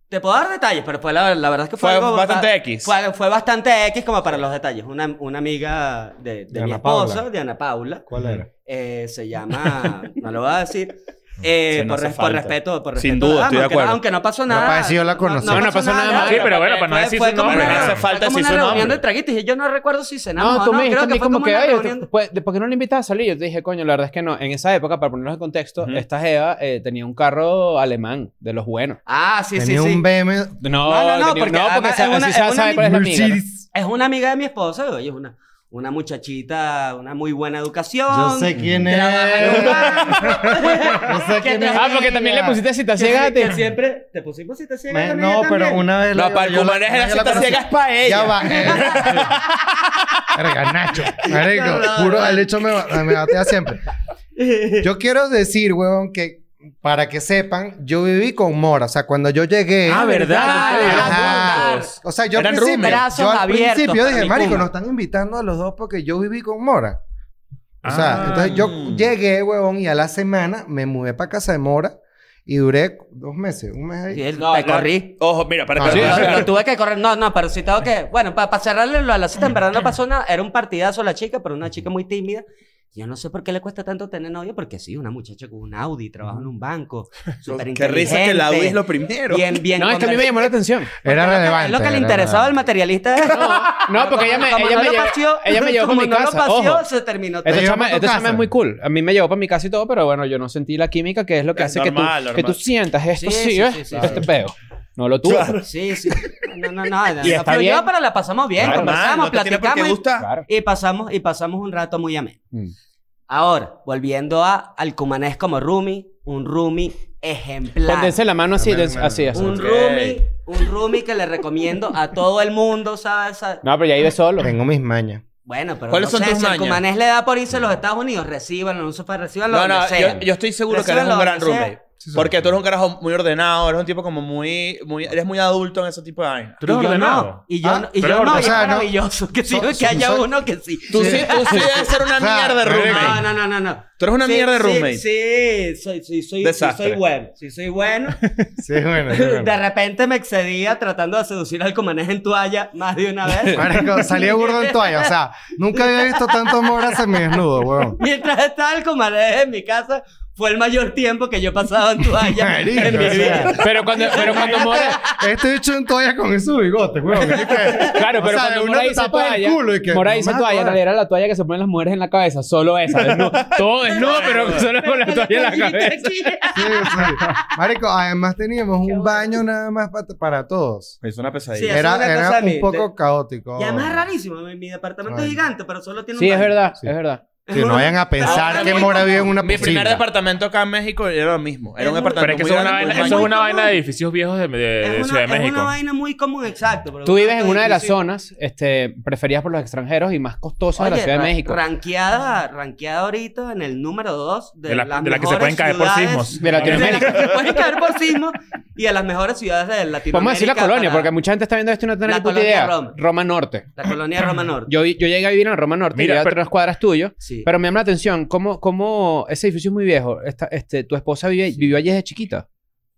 Speaker 6: Te puedo dar detalles, pero fue la, la verdad es que fue,
Speaker 4: Fue
Speaker 6: algo-
Speaker 4: bastante
Speaker 6: ba-
Speaker 4: X.
Speaker 6: Fue, fue bastante X como para los detalles. Una, una amiga de, de mi
Speaker 1: Ana
Speaker 6: esposa,
Speaker 1: Paula.
Speaker 6: de Ana Paula,
Speaker 1: ¿Cuál era?
Speaker 6: eh, se llama, no lo voy a decir, eh,
Speaker 4: Mm. Sí, no
Speaker 6: por,
Speaker 4: hace
Speaker 6: res- por
Speaker 4: falta.
Speaker 6: respeto, por respeto.
Speaker 4: Sin
Speaker 6: a la
Speaker 4: duda,
Speaker 6: dama,
Speaker 4: estoy de
Speaker 6: aunque-
Speaker 4: acuerdo.
Speaker 6: Aunque no pasó
Speaker 1: No
Speaker 6: nada.
Speaker 1: parece, yo la conocí.
Speaker 2: No, no pasó nada más.
Speaker 3: Sí, pero bueno, para no
Speaker 6: fue-
Speaker 3: decir
Speaker 6: fue
Speaker 3: su
Speaker 6: como
Speaker 3: nombre,
Speaker 6: una-
Speaker 3: no hace
Speaker 6: fue
Speaker 4: falta
Speaker 6: como
Speaker 4: decir
Speaker 6: una
Speaker 4: su
Speaker 6: reunión
Speaker 4: nombre.
Speaker 6: de traguitos y yo no recuerdo si cenamos
Speaker 2: No,
Speaker 6: o
Speaker 2: tú
Speaker 6: no.
Speaker 2: me dijiste
Speaker 6: Creo
Speaker 2: a
Speaker 6: que
Speaker 2: mí
Speaker 6: fue
Speaker 2: como que,
Speaker 6: una
Speaker 2: oye,
Speaker 6: reunión
Speaker 2: te- pues, de- ¿por qué no le invitas a salir? Yo te dije, coño, la verdad es que no. En esa época, para ponerlos en contexto,
Speaker 4: Ujú.
Speaker 2: esta Jeva eh, tenía un carro alemán, de los buenos.
Speaker 6: Ah, sí, sí,
Speaker 1: Tenía
Speaker 6: sí.
Speaker 1: un BMW
Speaker 2: No,
Speaker 6: no, no,
Speaker 2: tenía-
Speaker 6: porque
Speaker 2: no, porque
Speaker 6: además
Speaker 2: sa-
Speaker 6: es una-
Speaker 2: así
Speaker 6: es
Speaker 2: se
Speaker 6: una
Speaker 2: sabe cuál es la amiga. ¿no?
Speaker 1: Mercedes.
Speaker 6: Es una amiga de mi esposa, y, oye, es una, una muchachita, una muy buena educación.
Speaker 1: Yo sé quién es.
Speaker 6: trabaja en un banco.
Speaker 1: Yo sé quién es.
Speaker 6: trabaja-
Speaker 2: Ah, porque también le pusiste cita
Speaker 6: Que
Speaker 2: ciega a ti.
Speaker 6: que siempre te pusimos si te ciega.
Speaker 1: Me-
Speaker 6: con
Speaker 1: no,
Speaker 6: ella
Speaker 1: pero
Speaker 6: también.
Speaker 1: una vez
Speaker 4: No, para el
Speaker 1: yo
Speaker 4: cumanés la
Speaker 1: yo
Speaker 4: cita
Speaker 1: conocí.
Speaker 4: ciegas para ella.
Speaker 1: Ya va. eh. Verga, Nacho.
Speaker 6: No,
Speaker 1: Marico,
Speaker 6: no,
Speaker 1: juro,
Speaker 6: no.
Speaker 1: el hecho me, ba- me batea siempre. Yo quiero decir, huevón, que para que sepan, yo viví con Mora. O sea, cuando yo llegué...
Speaker 4: Ah, ¿verdad?
Speaker 6: Ustedes eran
Speaker 1: Ajá.
Speaker 6: juntos.
Speaker 1: O sea, yo al
Speaker 4: Eran
Speaker 1: principio,
Speaker 4: roommates.
Speaker 6: Brazos
Speaker 1: yo al
Speaker 6: abiertos
Speaker 1: principio
Speaker 6: para
Speaker 1: dije,
Speaker 6: mi
Speaker 1: marico,
Speaker 6: cuna".
Speaker 1: nos están invitando a los dos porque yo viví con Mora. O sea,
Speaker 3: Ah.
Speaker 1: entonces yo llegué, huevón, y a la semana me mudé para casa de Mora y duré dos meses, un mes ahí.
Speaker 6: Y él,
Speaker 4: No,
Speaker 6: te
Speaker 4: no.
Speaker 6: corrí.
Speaker 4: Ojo, mira, para,
Speaker 1: Ah,
Speaker 4: para-
Speaker 1: sí,
Speaker 4: para-
Speaker 6: Lo, lo tuve que correr. No, no, pero si tengo que. Bueno, para cerrarle lo a la cita, en verdad no pasó nada. Era un partidazo la chica, pero una chica muy tímida. Yo no sé por qué le cuesta tanto tener novio, porque sí, una muchacha con un Audi, trabaja en un banco, súper
Speaker 4: Qué risa que el Audi es lo primero.
Speaker 6: Bien, bien.
Speaker 2: No, es que a mí me llamó la atención.
Speaker 1: Era
Speaker 6: Porque lo que-
Speaker 1: relevante.
Speaker 6: Lo que
Speaker 1: era
Speaker 6: le interesaba al
Speaker 1: relevante.
Speaker 6: materialista
Speaker 2: No, porque ella me, ella me llevó, ella me llevó para
Speaker 6: como
Speaker 2: mi
Speaker 6: no lo
Speaker 2: casa.
Speaker 6: paseó,
Speaker 2: Ojo,
Speaker 6: se terminó.
Speaker 2: esta
Speaker 1: llevó
Speaker 2: chama,
Speaker 1: para tu
Speaker 2: esta chama
Speaker 1: casa.
Speaker 2: es muy cool. A mí me llevó para mi casa y todo, pero bueno, yo no sentí la química, que es lo que
Speaker 4: Es
Speaker 2: hace
Speaker 4: normal,
Speaker 2: que, tú,
Speaker 4: normal.
Speaker 2: que tú sientas esto,
Speaker 6: Sí,
Speaker 2: sí,
Speaker 6: sí,
Speaker 2: ¿ves?
Speaker 6: sí, sí,
Speaker 2: este peo. No lo tuvo.
Speaker 4: Claro.
Speaker 6: Sí, sí. No, no, no. no
Speaker 2: Y está
Speaker 6: fluyó,
Speaker 2: bien.
Speaker 6: pero la pasamos bien.
Speaker 4: Normal,
Speaker 6: conversamos,
Speaker 4: no te tiene por qué
Speaker 6: platicamos. y-
Speaker 4: gustar.
Speaker 2: Claro.
Speaker 6: Y pasamos, y pasamos un rato muy ameno.
Speaker 2: Mm.
Speaker 6: Ahora, volviendo a al cumanés como Rumi, un Rumi ejemplar.
Speaker 2: Pónganse Pues la mano así,
Speaker 1: Amén,
Speaker 2: des-
Speaker 1: amén.
Speaker 2: así, así.
Speaker 6: Un
Speaker 4: Ok.
Speaker 6: Rumi, un Rumi que le recomiendo a todo el mundo, ¿sabes? Sa-
Speaker 2: No, pero ya iba solo.
Speaker 1: Tengo mis mañas.
Speaker 6: Bueno, pero
Speaker 4: ¿Cuáles
Speaker 6: no
Speaker 4: son
Speaker 6: sé,
Speaker 4: tus
Speaker 6: si el
Speaker 4: mañas?
Speaker 6: cumanés le da por irse a los Estados Unidos, recíbanlo, no se fue, recíbanlo
Speaker 4: No,
Speaker 6: donde
Speaker 4: no,
Speaker 6: sea.
Speaker 4: yo, yo estoy seguro que
Speaker 6: Recibe
Speaker 4: eres un
Speaker 6: lo
Speaker 4: gran
Speaker 6: que sea.
Speaker 4: roommate.
Speaker 1: Sí, sí.
Speaker 4: Porque tú eres un carajo muy ordenado, eres un tipo como muy, muy eres muy adulto en ese tipo de vainas.
Speaker 3: ¿Tú eres
Speaker 6: Y yo
Speaker 3: ordenado?
Speaker 6: no, y yo
Speaker 1: Ah,
Speaker 6: no, y
Speaker 3: pero
Speaker 6: yo no, y
Speaker 1: o
Speaker 6: es
Speaker 1: sea, no.
Speaker 6: maravilloso que, sí,
Speaker 1: So-
Speaker 6: que
Speaker 1: so-
Speaker 6: haya
Speaker 1: so-
Speaker 6: uno que sí.
Speaker 4: Tú sí, tú sí debes ser una
Speaker 1: O sea,
Speaker 4: mierda de
Speaker 1: no,
Speaker 6: No,
Speaker 4: roommate.
Speaker 6: no, no, no, no.
Speaker 4: Tú eres una
Speaker 6: Sí,
Speaker 4: mierda de
Speaker 6: sí,
Speaker 4: roommate.
Speaker 6: Sí, soy, soy, soy, sí soy
Speaker 4: Desastre.
Speaker 6: bueno, sí soy bueno.
Speaker 1: Sí, bueno. sí, bueno.
Speaker 6: De repente me excedía tratando de seducir al comanés en toalla más de una vez.
Speaker 1: Marico, salí burdo en toalla. O sea, nunca había visto tanto amor a semidesnudo, weón.
Speaker 6: Mientras estaba el comanés en mi casa, fue el mayor tiempo que yo pasaba en toalla
Speaker 1: Marico,
Speaker 6: en mi
Speaker 1: o sea,
Speaker 6: vida.
Speaker 2: Pero cuando, pero cuando Mora...
Speaker 1: Este hecho en toalla con esos bigotes, weón.
Speaker 2: Claro, pero cuando Mora dice toalla... Mora dice toalla, en realidad era la toalla que se ponen las mujeres en la cabeza. Solo esa, desnudo. Todo desnudo, pero solo con la toalla en la cabeza.
Speaker 1: Sí, sí. Marico, además teníamos un baño nada más pa- para todos.
Speaker 4: Me hizo una
Speaker 6: Sí,
Speaker 4: pesadilla.
Speaker 6: eso es
Speaker 1: Era,
Speaker 6: una
Speaker 1: era
Speaker 6: cosa a mí.
Speaker 1: un poco caótico.
Speaker 6: Y además es rarísimo, mi, mi departamento es
Speaker 1: Ay.
Speaker 6: gigante, pero solo tiene un
Speaker 2: Sí, es
Speaker 6: baño.
Speaker 2: verdad,
Speaker 1: Sí.
Speaker 2: es verdad.
Speaker 1: Que no vayan a pensar
Speaker 6: Ahora
Speaker 1: que
Speaker 6: muy
Speaker 1: Mora vive en una
Speaker 4: Mi primer
Speaker 1: piscina.
Speaker 4: departamento acá en México era lo mismo. Era un
Speaker 6: Es muy-
Speaker 4: departamento
Speaker 3: Pero es que
Speaker 4: muy
Speaker 3: eso es una
Speaker 4: grande, muy
Speaker 3: vaina, eso es
Speaker 6: común.
Speaker 4: baño.
Speaker 3: una vaina de edificios viejos de, de- de
Speaker 6: Es
Speaker 3: Eh, Ciudad
Speaker 6: una,
Speaker 3: de
Speaker 6: es una
Speaker 3: México.
Speaker 6: vaina muy común, exacto. pero
Speaker 2: Tú vives en una de las
Speaker 6: edificio-
Speaker 2: zonas este, preferidas por los extranjeros y más costosas de la
Speaker 6: Oye,
Speaker 2: Ciudad de
Speaker 6: ra-
Speaker 2: México.
Speaker 6: Ranqueada, ranqueada ahorita en el número 2 de,
Speaker 3: De la-
Speaker 6: las
Speaker 3: de la que se
Speaker 6: mejores
Speaker 3: pueden caer por
Speaker 6: ciudades-
Speaker 3: sismos.
Speaker 2: De
Speaker 6: De las
Speaker 2: Latinoamérica.
Speaker 6: que se pueden caer por sismos y a las mejores ciudades de Latinoamérica.
Speaker 2: Vamos a Pues decir la colonia,
Speaker 6: para-
Speaker 2: porque mucha gente está viendo esto y no tiene
Speaker 6: La
Speaker 2: ni puta
Speaker 6: colonia
Speaker 2: idea.
Speaker 6: Roma.
Speaker 2: Roma. Norte.
Speaker 6: La colonia Roma Norte.
Speaker 2: Yo, vi- yo llegué a vivir en Roma Norte,
Speaker 3: Mira,
Speaker 2: llegué a
Speaker 3: pero-
Speaker 2: otras cuadras tuyas.
Speaker 6: Sí.
Speaker 2: Pero me llama la atención, ¿cómo, cómo ese edificio es muy viejo? Esta, este, ¿Tu esposa vive- vivió allí desde chiquita?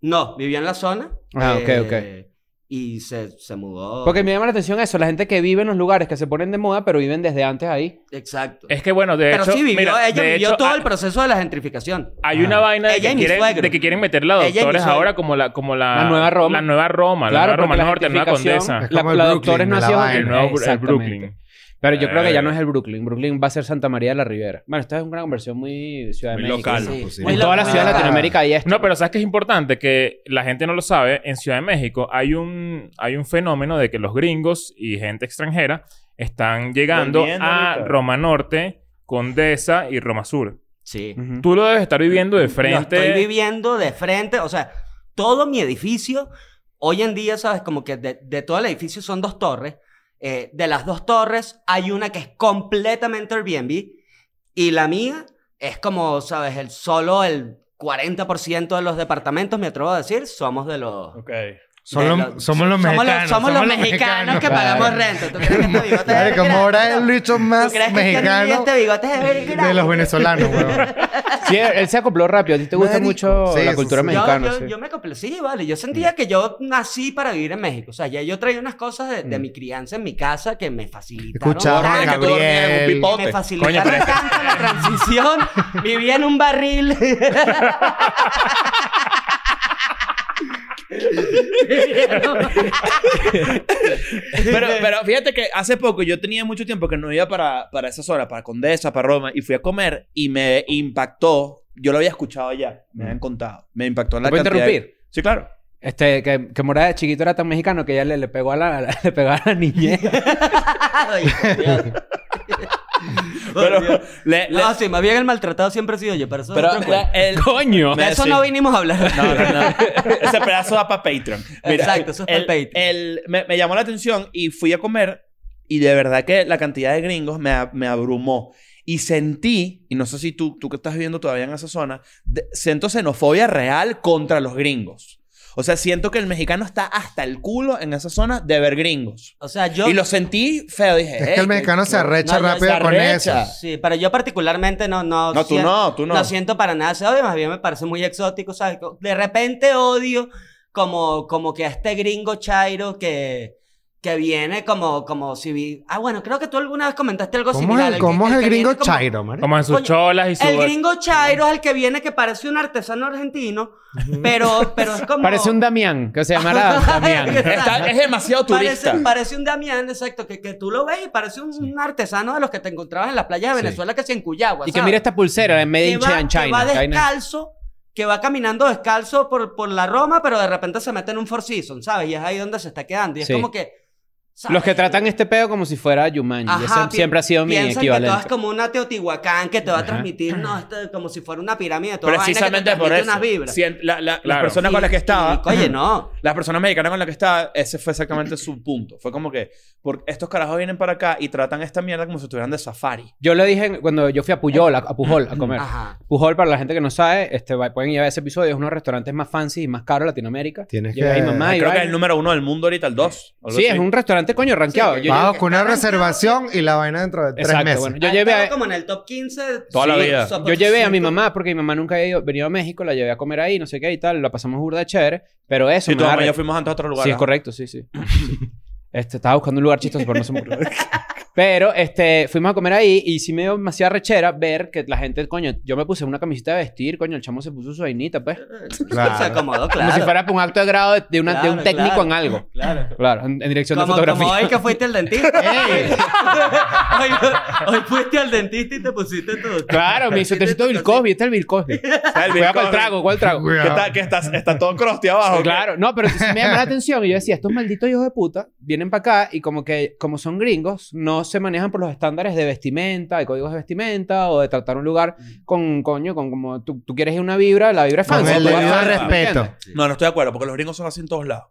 Speaker 6: No, vivía en la zona.
Speaker 2: Ah,
Speaker 6: eh,
Speaker 2: ok,
Speaker 6: Y se, se mudó.
Speaker 2: Porque me llama la atención eso, la gente que vive en los lugares que se ponen de moda, pero viven desde antes ahí.
Speaker 6: Exacto.
Speaker 3: Es que bueno, de
Speaker 6: Pero
Speaker 3: hecho,
Speaker 6: sí vivió,
Speaker 3: mira,
Speaker 6: ella
Speaker 3: de
Speaker 6: vivió
Speaker 3: hecho,
Speaker 6: todo
Speaker 3: hay-
Speaker 6: el proceso de la gentrificación.
Speaker 3: hay
Speaker 2: Ah.
Speaker 3: una vaina de
Speaker 6: Ella y
Speaker 3: que,
Speaker 6: mi
Speaker 3: quieren,
Speaker 6: suegro.
Speaker 3: de que quieren meterla a
Speaker 6: Ella y mi
Speaker 3: doctores
Speaker 6: suegro.
Speaker 3: ahora como la, como la,
Speaker 2: La nueva Roma.
Speaker 3: La nueva Roma,
Speaker 2: Claro,
Speaker 3: la nueva
Speaker 2: porque
Speaker 3: Roma
Speaker 2: la
Speaker 3: Norte, la nueva
Speaker 2: gentrificación-
Speaker 3: condesa.
Speaker 1: Es como
Speaker 2: La-
Speaker 1: el
Speaker 2: la
Speaker 1: Brooklyn
Speaker 2: doctores no
Speaker 1: de la
Speaker 2: hacían-
Speaker 1: vaina.
Speaker 3: El nuevo Bru- el
Speaker 2: Exactamente.
Speaker 3: Brooklyn.
Speaker 2: Pero yo creo que ya no
Speaker 3: Eh.
Speaker 2: es el Brooklyn. Brooklyn va a ser Santa María de la Ribera. Bueno, esta es una conversión muy Ciudad de
Speaker 4: Muy
Speaker 2: México.
Speaker 4: local.
Speaker 2: Sí.
Speaker 1: pues sí.
Speaker 6: Muy
Speaker 2: En toda la ciudad de
Speaker 6: local.
Speaker 2: Latinoamérica hay esto.
Speaker 3: No, pero ¿sabes qué es importante? Que la gente no lo sabe. En Ciudad de México hay un, hay un fenómeno de que los gringos y gente extranjera están llegando
Speaker 4: Volviendo
Speaker 3: a
Speaker 4: ahorita.
Speaker 3: Roma Norte, Condesa y Roma Sur.
Speaker 6: Sí.
Speaker 2: Ujú.
Speaker 3: Tú lo debes estar viviendo de frente.
Speaker 6: Lo estoy viviendo de frente. O sea, todo mi edificio, hoy en día, ¿sabes? Como que de, de todo el edificio son dos torres. Eh, de las dos torres, hay una que es completamente Airbnb. Y la mía es como, ¿sabes? El, solo el 40% de los departamentos, me atrevo a decir, somos de los...
Speaker 4: Ok.
Speaker 1: Son
Speaker 6: de
Speaker 1: los- somos los mexicanos.
Speaker 6: Somos los, somos los mexicanos que
Speaker 2: claro.
Speaker 6: pagamos renta. ¿Tú crees que este bigote es
Speaker 1: Marico, Mora es el
Speaker 6: grande?
Speaker 1: bicho
Speaker 6: ¿Tú
Speaker 1: más
Speaker 6: crees que este-
Speaker 1: mexicano
Speaker 6: este bigote es el
Speaker 1: de los venezolanos, weón.
Speaker 2: Sí, él él se acopló rápido. A ti te gusta
Speaker 1: Marico.
Speaker 2: mucho
Speaker 1: Sí,
Speaker 2: la
Speaker 1: sí,
Speaker 2: cultura
Speaker 1: sí. Mm.
Speaker 6: Yo-
Speaker 2: mexicana.
Speaker 6: Yo,
Speaker 2: sí.
Speaker 6: yo me complací, vale. Yo sentía que yo nací para vivir en México. O sea, ya yo traía unas cosas de, de mi crianza en mi casa que me facilitaron.
Speaker 1: Mm. Escuchaba
Speaker 6: tanto,
Speaker 1: a
Speaker 4: que tú dormías en un
Speaker 1: Gabriel.
Speaker 4: pipote.
Speaker 6: Me facilitaron tanto la transición. Vivía en un barril.
Speaker 4: Pero, pero fíjate que hace poco yo tenía mucho tiempo que no iba para, para esa zona, para Condesa, para Roma, y fui a comer y me impactó. Yo lo había escuchado allá, me habían contado. Me impactó la
Speaker 2: ¿Te puedo
Speaker 4: cantidad de-
Speaker 2: interrumpir?
Speaker 4: Sí, claro.
Speaker 2: Este, que, que Morada de chiquito era tan mexicano que ya le, le pegó a la, a la- le pegó a la niñez.
Speaker 6: Ay, por Dios.
Speaker 4: Pero, le- le-
Speaker 6: no, sí, más bien el maltratado siempre ha sido yo, pero eso es
Speaker 4: pero
Speaker 6: otro cuento.
Speaker 4: la- el-
Speaker 2: ¡Coño!
Speaker 6: De eso
Speaker 4: sí.
Speaker 6: no vinimos a hablar.
Speaker 4: No, no, no. Ese pedazo va para Patreon.
Speaker 6: Exacto, eso es pa'
Speaker 4: el-
Speaker 6: Patreon.
Speaker 4: el- me, me llamó la atención y fui a comer y de verdad que la cantidad de gringos me, a- me abrumó. Y sentí, y no sé si tú, tú que estás viviendo todavía en esa zona, de- siento xenofobia real contra los gringos. O sea, siento que el mexicano está hasta el culo en esa zona de ver gringos.
Speaker 6: O sea, yo...
Speaker 4: Y lo sentí feo, dije.
Speaker 1: Es que
Speaker 4: "Ey,
Speaker 1: el mexicano se arrecha
Speaker 4: no, no,
Speaker 1: rápido
Speaker 4: se
Speaker 1: con
Speaker 4: arrecha".
Speaker 1: eso.
Speaker 6: Sí, pero yo particularmente no... No,
Speaker 4: No, tú
Speaker 6: sien-
Speaker 4: no, tú no.
Speaker 6: No siento para nada ese odio, más bien me parece muy exótico, ¿sabes? Co- De repente odio como, como que a este gringo chairo que, que viene como, como si... vi- Ah, bueno, creo que tú alguna vez comentaste algo
Speaker 1: ¿Cómo
Speaker 6: similar.
Speaker 1: es el, cómo es el
Speaker 6: que
Speaker 1: gringo
Speaker 6: viene como-
Speaker 1: chairo, marico?
Speaker 3: Como en sus
Speaker 6: Coño,
Speaker 3: cholas y su...
Speaker 6: El gringo chairo es el que viene que parece un artesano argentino, pero, pero es como...
Speaker 2: Parece un Damián, que se llamará Damián.
Speaker 4: Está- es demasiado turista.
Speaker 6: Parece, parece un Damián, exacto, que, que tú lo ves y parece un, un artesano de los que te encontrabas en las playas de Venezuela que se en Cuyagua.
Speaker 2: Y que
Speaker 6: ¿sabes?
Speaker 2: mira esta pulsera de Made
Speaker 6: que
Speaker 2: in
Speaker 6: va,
Speaker 2: China.
Speaker 6: que va
Speaker 2: China, vaina.
Speaker 6: descalzo, que va caminando descalzo por, por la Roma, pero de repente se mete en un Four Seasons, ¿sabes? Y es ahí donde se está quedando. Y es
Speaker 2: Sí.
Speaker 6: como que... ¿sabes?
Speaker 2: Los que tratan este pedo como si fuera Yumanji.
Speaker 6: Ajá,
Speaker 2: Ese siempre ha sido mi
Speaker 6: piensan que todo es
Speaker 2: equivalente.
Speaker 6: como una Teotihuacán que te va a transmitir, no, esto es como si fuera una pirámide. Toda vaina que te
Speaker 4: Precisamente por
Speaker 6: transmite
Speaker 4: eso.
Speaker 6: Unas vibras.
Speaker 4: Si en- la- la- Las
Speaker 3: Claro.
Speaker 4: personas
Speaker 6: Y-
Speaker 4: con las que estaba.
Speaker 6: y, oye, no.
Speaker 4: Las personas mexicanas con las que estaba, ese fue exactamente su punto. Fue como que por, estos carajos vienen para acá y tratan esta mierda como si estuvieran de safari.
Speaker 2: Yo le dije cuando yo fui a Puyol, a, a Pujol, a comer.
Speaker 6: Ajá.
Speaker 2: Pujol, para la gente que no sabe, este, va- pueden ir a ver ese episodio. Es uno de los restaurantes más fancy y más caros de Latinoamérica.
Speaker 1: Tienes
Speaker 2: Llega
Speaker 1: que-
Speaker 2: ahí, mamá, y
Speaker 4: Creo que
Speaker 2: vaina.
Speaker 4: es el número uno del mundo ahorita, el dos. algo
Speaker 2: Ah, Sí,
Speaker 4: así.
Speaker 2: es un restaurante, coño, rankeado.
Speaker 6: Sí,
Speaker 2: Yo-
Speaker 1: Vamos
Speaker 6: que
Speaker 1: con una
Speaker 6: está
Speaker 1: reservación y la vaina dentro de tres
Speaker 2: Exacto,
Speaker 1: meses.
Speaker 2: bueno. Yo
Speaker 6: Ha
Speaker 2: llevé a-
Speaker 6: estado como en el top 15.
Speaker 4: Toda la vida.
Speaker 6: so-
Speaker 2: Yo llevé a mi
Speaker 6: so-
Speaker 2: mamá porque mi mamá nunca había ido- venido a México, la llevé a comer ahí, no sé qué y tal, la pasamos burda de chévere, pero eso
Speaker 4: Sí,
Speaker 2: me
Speaker 4: tú
Speaker 2: da
Speaker 4: mamá y
Speaker 2: re-
Speaker 4: yo fuimos antes a otro lugar.
Speaker 2: Sí, es
Speaker 4: ¿no?
Speaker 2: correcto, sí, sí. Sí. Este, estaba buscando un lugar chistoso, pero no se me ocurrió. Pero este, fuimos a comer ahí y sí me dio demasiada rechera ver que la gente, coño, yo me puse una camiseta de vestir, coño, el chamo se puso su vainita, pues.
Speaker 1: Claro.
Speaker 6: Se acomodó, claro.
Speaker 2: Como si fuera un acto de grado de, de una- de un
Speaker 6: Claro,
Speaker 2: técnico
Speaker 6: claro,
Speaker 2: en algo. Claro. Claro, en, en dirección de
Speaker 6: Como,
Speaker 2: fotografía.
Speaker 6: como hoy que fuiste al dentista. hoy, hoy fuiste al dentista y te pusiste todo.
Speaker 2: Claro, me hizo tecito Bill Cosby, este es el Bill Cosby.
Speaker 4: Está el
Speaker 2: Cuidado con el
Speaker 4: Bitcoin.
Speaker 2: trago, ¿cuál trago?
Speaker 4: Que está, que está, está todo crosti
Speaker 6: Ah,
Speaker 4: abajo. ¿ok?
Speaker 2: Claro, no, pero sí me llamó la atención y yo decía, estos malditos hijos de puta vienen para acá y como que, como son gringos, no se manejan por los estándares de vestimenta, de códigos de vestimenta o de tratar un lugar con, coño, con como tú, tú quieres ir a una vibra, la vibra es
Speaker 1: Con
Speaker 2: fancy,
Speaker 1: el
Speaker 2: tú vas
Speaker 1: debido
Speaker 2: fancy,
Speaker 1: respeto.
Speaker 2: ¿entiendes?
Speaker 4: No, no estoy de acuerdo, porque los gringos son así en todos lados.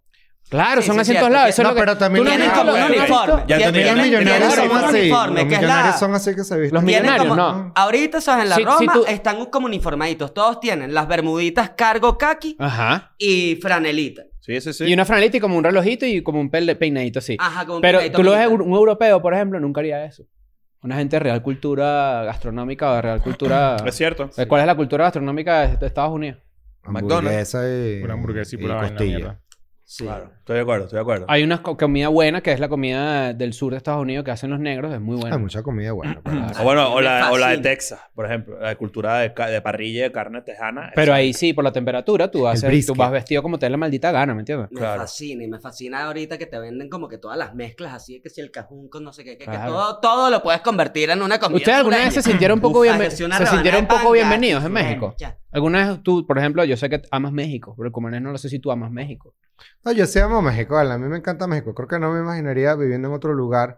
Speaker 2: Claro,
Speaker 6: Sí,
Speaker 2: son
Speaker 6: sí,
Speaker 2: así en
Speaker 6: cierto,
Speaker 2: todos lados. Eso es
Speaker 6: que-
Speaker 1: No,
Speaker 2: lo que-
Speaker 1: pero también
Speaker 2: tú no
Speaker 1: los
Speaker 2: has
Speaker 6: Tienen
Speaker 2: visto
Speaker 6: como
Speaker 2: los- ¿no
Speaker 6: un
Speaker 2: has visto?
Speaker 6: uniforme.
Speaker 4: Ya
Speaker 6: Tienen-
Speaker 4: entendí.
Speaker 1: Los
Speaker 6: tienen-
Speaker 1: millonarios
Speaker 6: tienen
Speaker 1: son
Speaker 6: como un
Speaker 1: así. Los
Speaker 6: uniforme, que es
Speaker 1: millonarios
Speaker 6: la...
Speaker 1: son así que se visten.
Speaker 2: Los
Speaker 6: Tienen
Speaker 2: millonarios,
Speaker 6: como-
Speaker 2: no.
Speaker 6: Ahorita esos en la
Speaker 2: Sí, sí,
Speaker 6: Roma
Speaker 2: tú-
Speaker 6: están como uniformaditos. Todos tienen las bermuditas cargo kaki
Speaker 2: Ajá.
Speaker 6: y franelita.
Speaker 4: Sí, sí, sí.
Speaker 2: Y una franelita y como un relojito y como un pel- peinadito así.
Speaker 6: Ajá, como Ah, un
Speaker 2: Pero
Speaker 6: peinadito
Speaker 2: tú lo ves,
Speaker 6: militar.
Speaker 2: un un europeo, por ejemplo, nunca haría eso. Una gente de real cultura gastronómica o de real cultura...
Speaker 4: Es cierto.
Speaker 2: ¿Cuál es la cultura gastronómica de- de Estados Unidos?
Speaker 4: McDonald's.
Speaker 1: Hamburguesa y.
Speaker 3: Pura hamburguesa y
Speaker 1: y
Speaker 3: pura vaina,
Speaker 1: costilla.
Speaker 3: mierda.
Speaker 6: Sí.
Speaker 4: Claro, estoy de acuerdo, estoy de acuerdo.
Speaker 2: Hay una co- comida buena que es la comida del sur de Estados Unidos que hacen los negros, es muy buena.
Speaker 1: Hay mucha comida buena. pero-
Speaker 4: O bueno,
Speaker 6: me
Speaker 4: o la, o la de
Speaker 6: fascina.
Speaker 4: Texas, por ejemplo. La cultura de, ca- de parrilla, de carne tejana.
Speaker 2: Pero
Speaker 4: es-
Speaker 2: ahí sí, por la temperatura, tú, haces, tú
Speaker 1: brisket.
Speaker 2: vas vestido como te dé la maldita gana, ¿me entiendes?
Speaker 6: Me
Speaker 4: Claro.
Speaker 6: fascina y me fascina ahorita que te venden como que todas las mezclas así, que si el cajún con no sé qué, que, que
Speaker 2: Claro.
Speaker 6: todo, todo lo puedes convertir en una comida.
Speaker 2: ¿Ustedes alguna vez se sintieron un poco, bienven- se sintieron un poco bienvenidos en México? ¿Alguna vez tú, por ejemplo, yo sé que amas México, pero como no lo sé si tú amas México.
Speaker 1: No, yo sí amo México, Ale, a mí me encanta México. Creo que no me imaginaría viviendo en otro lugar.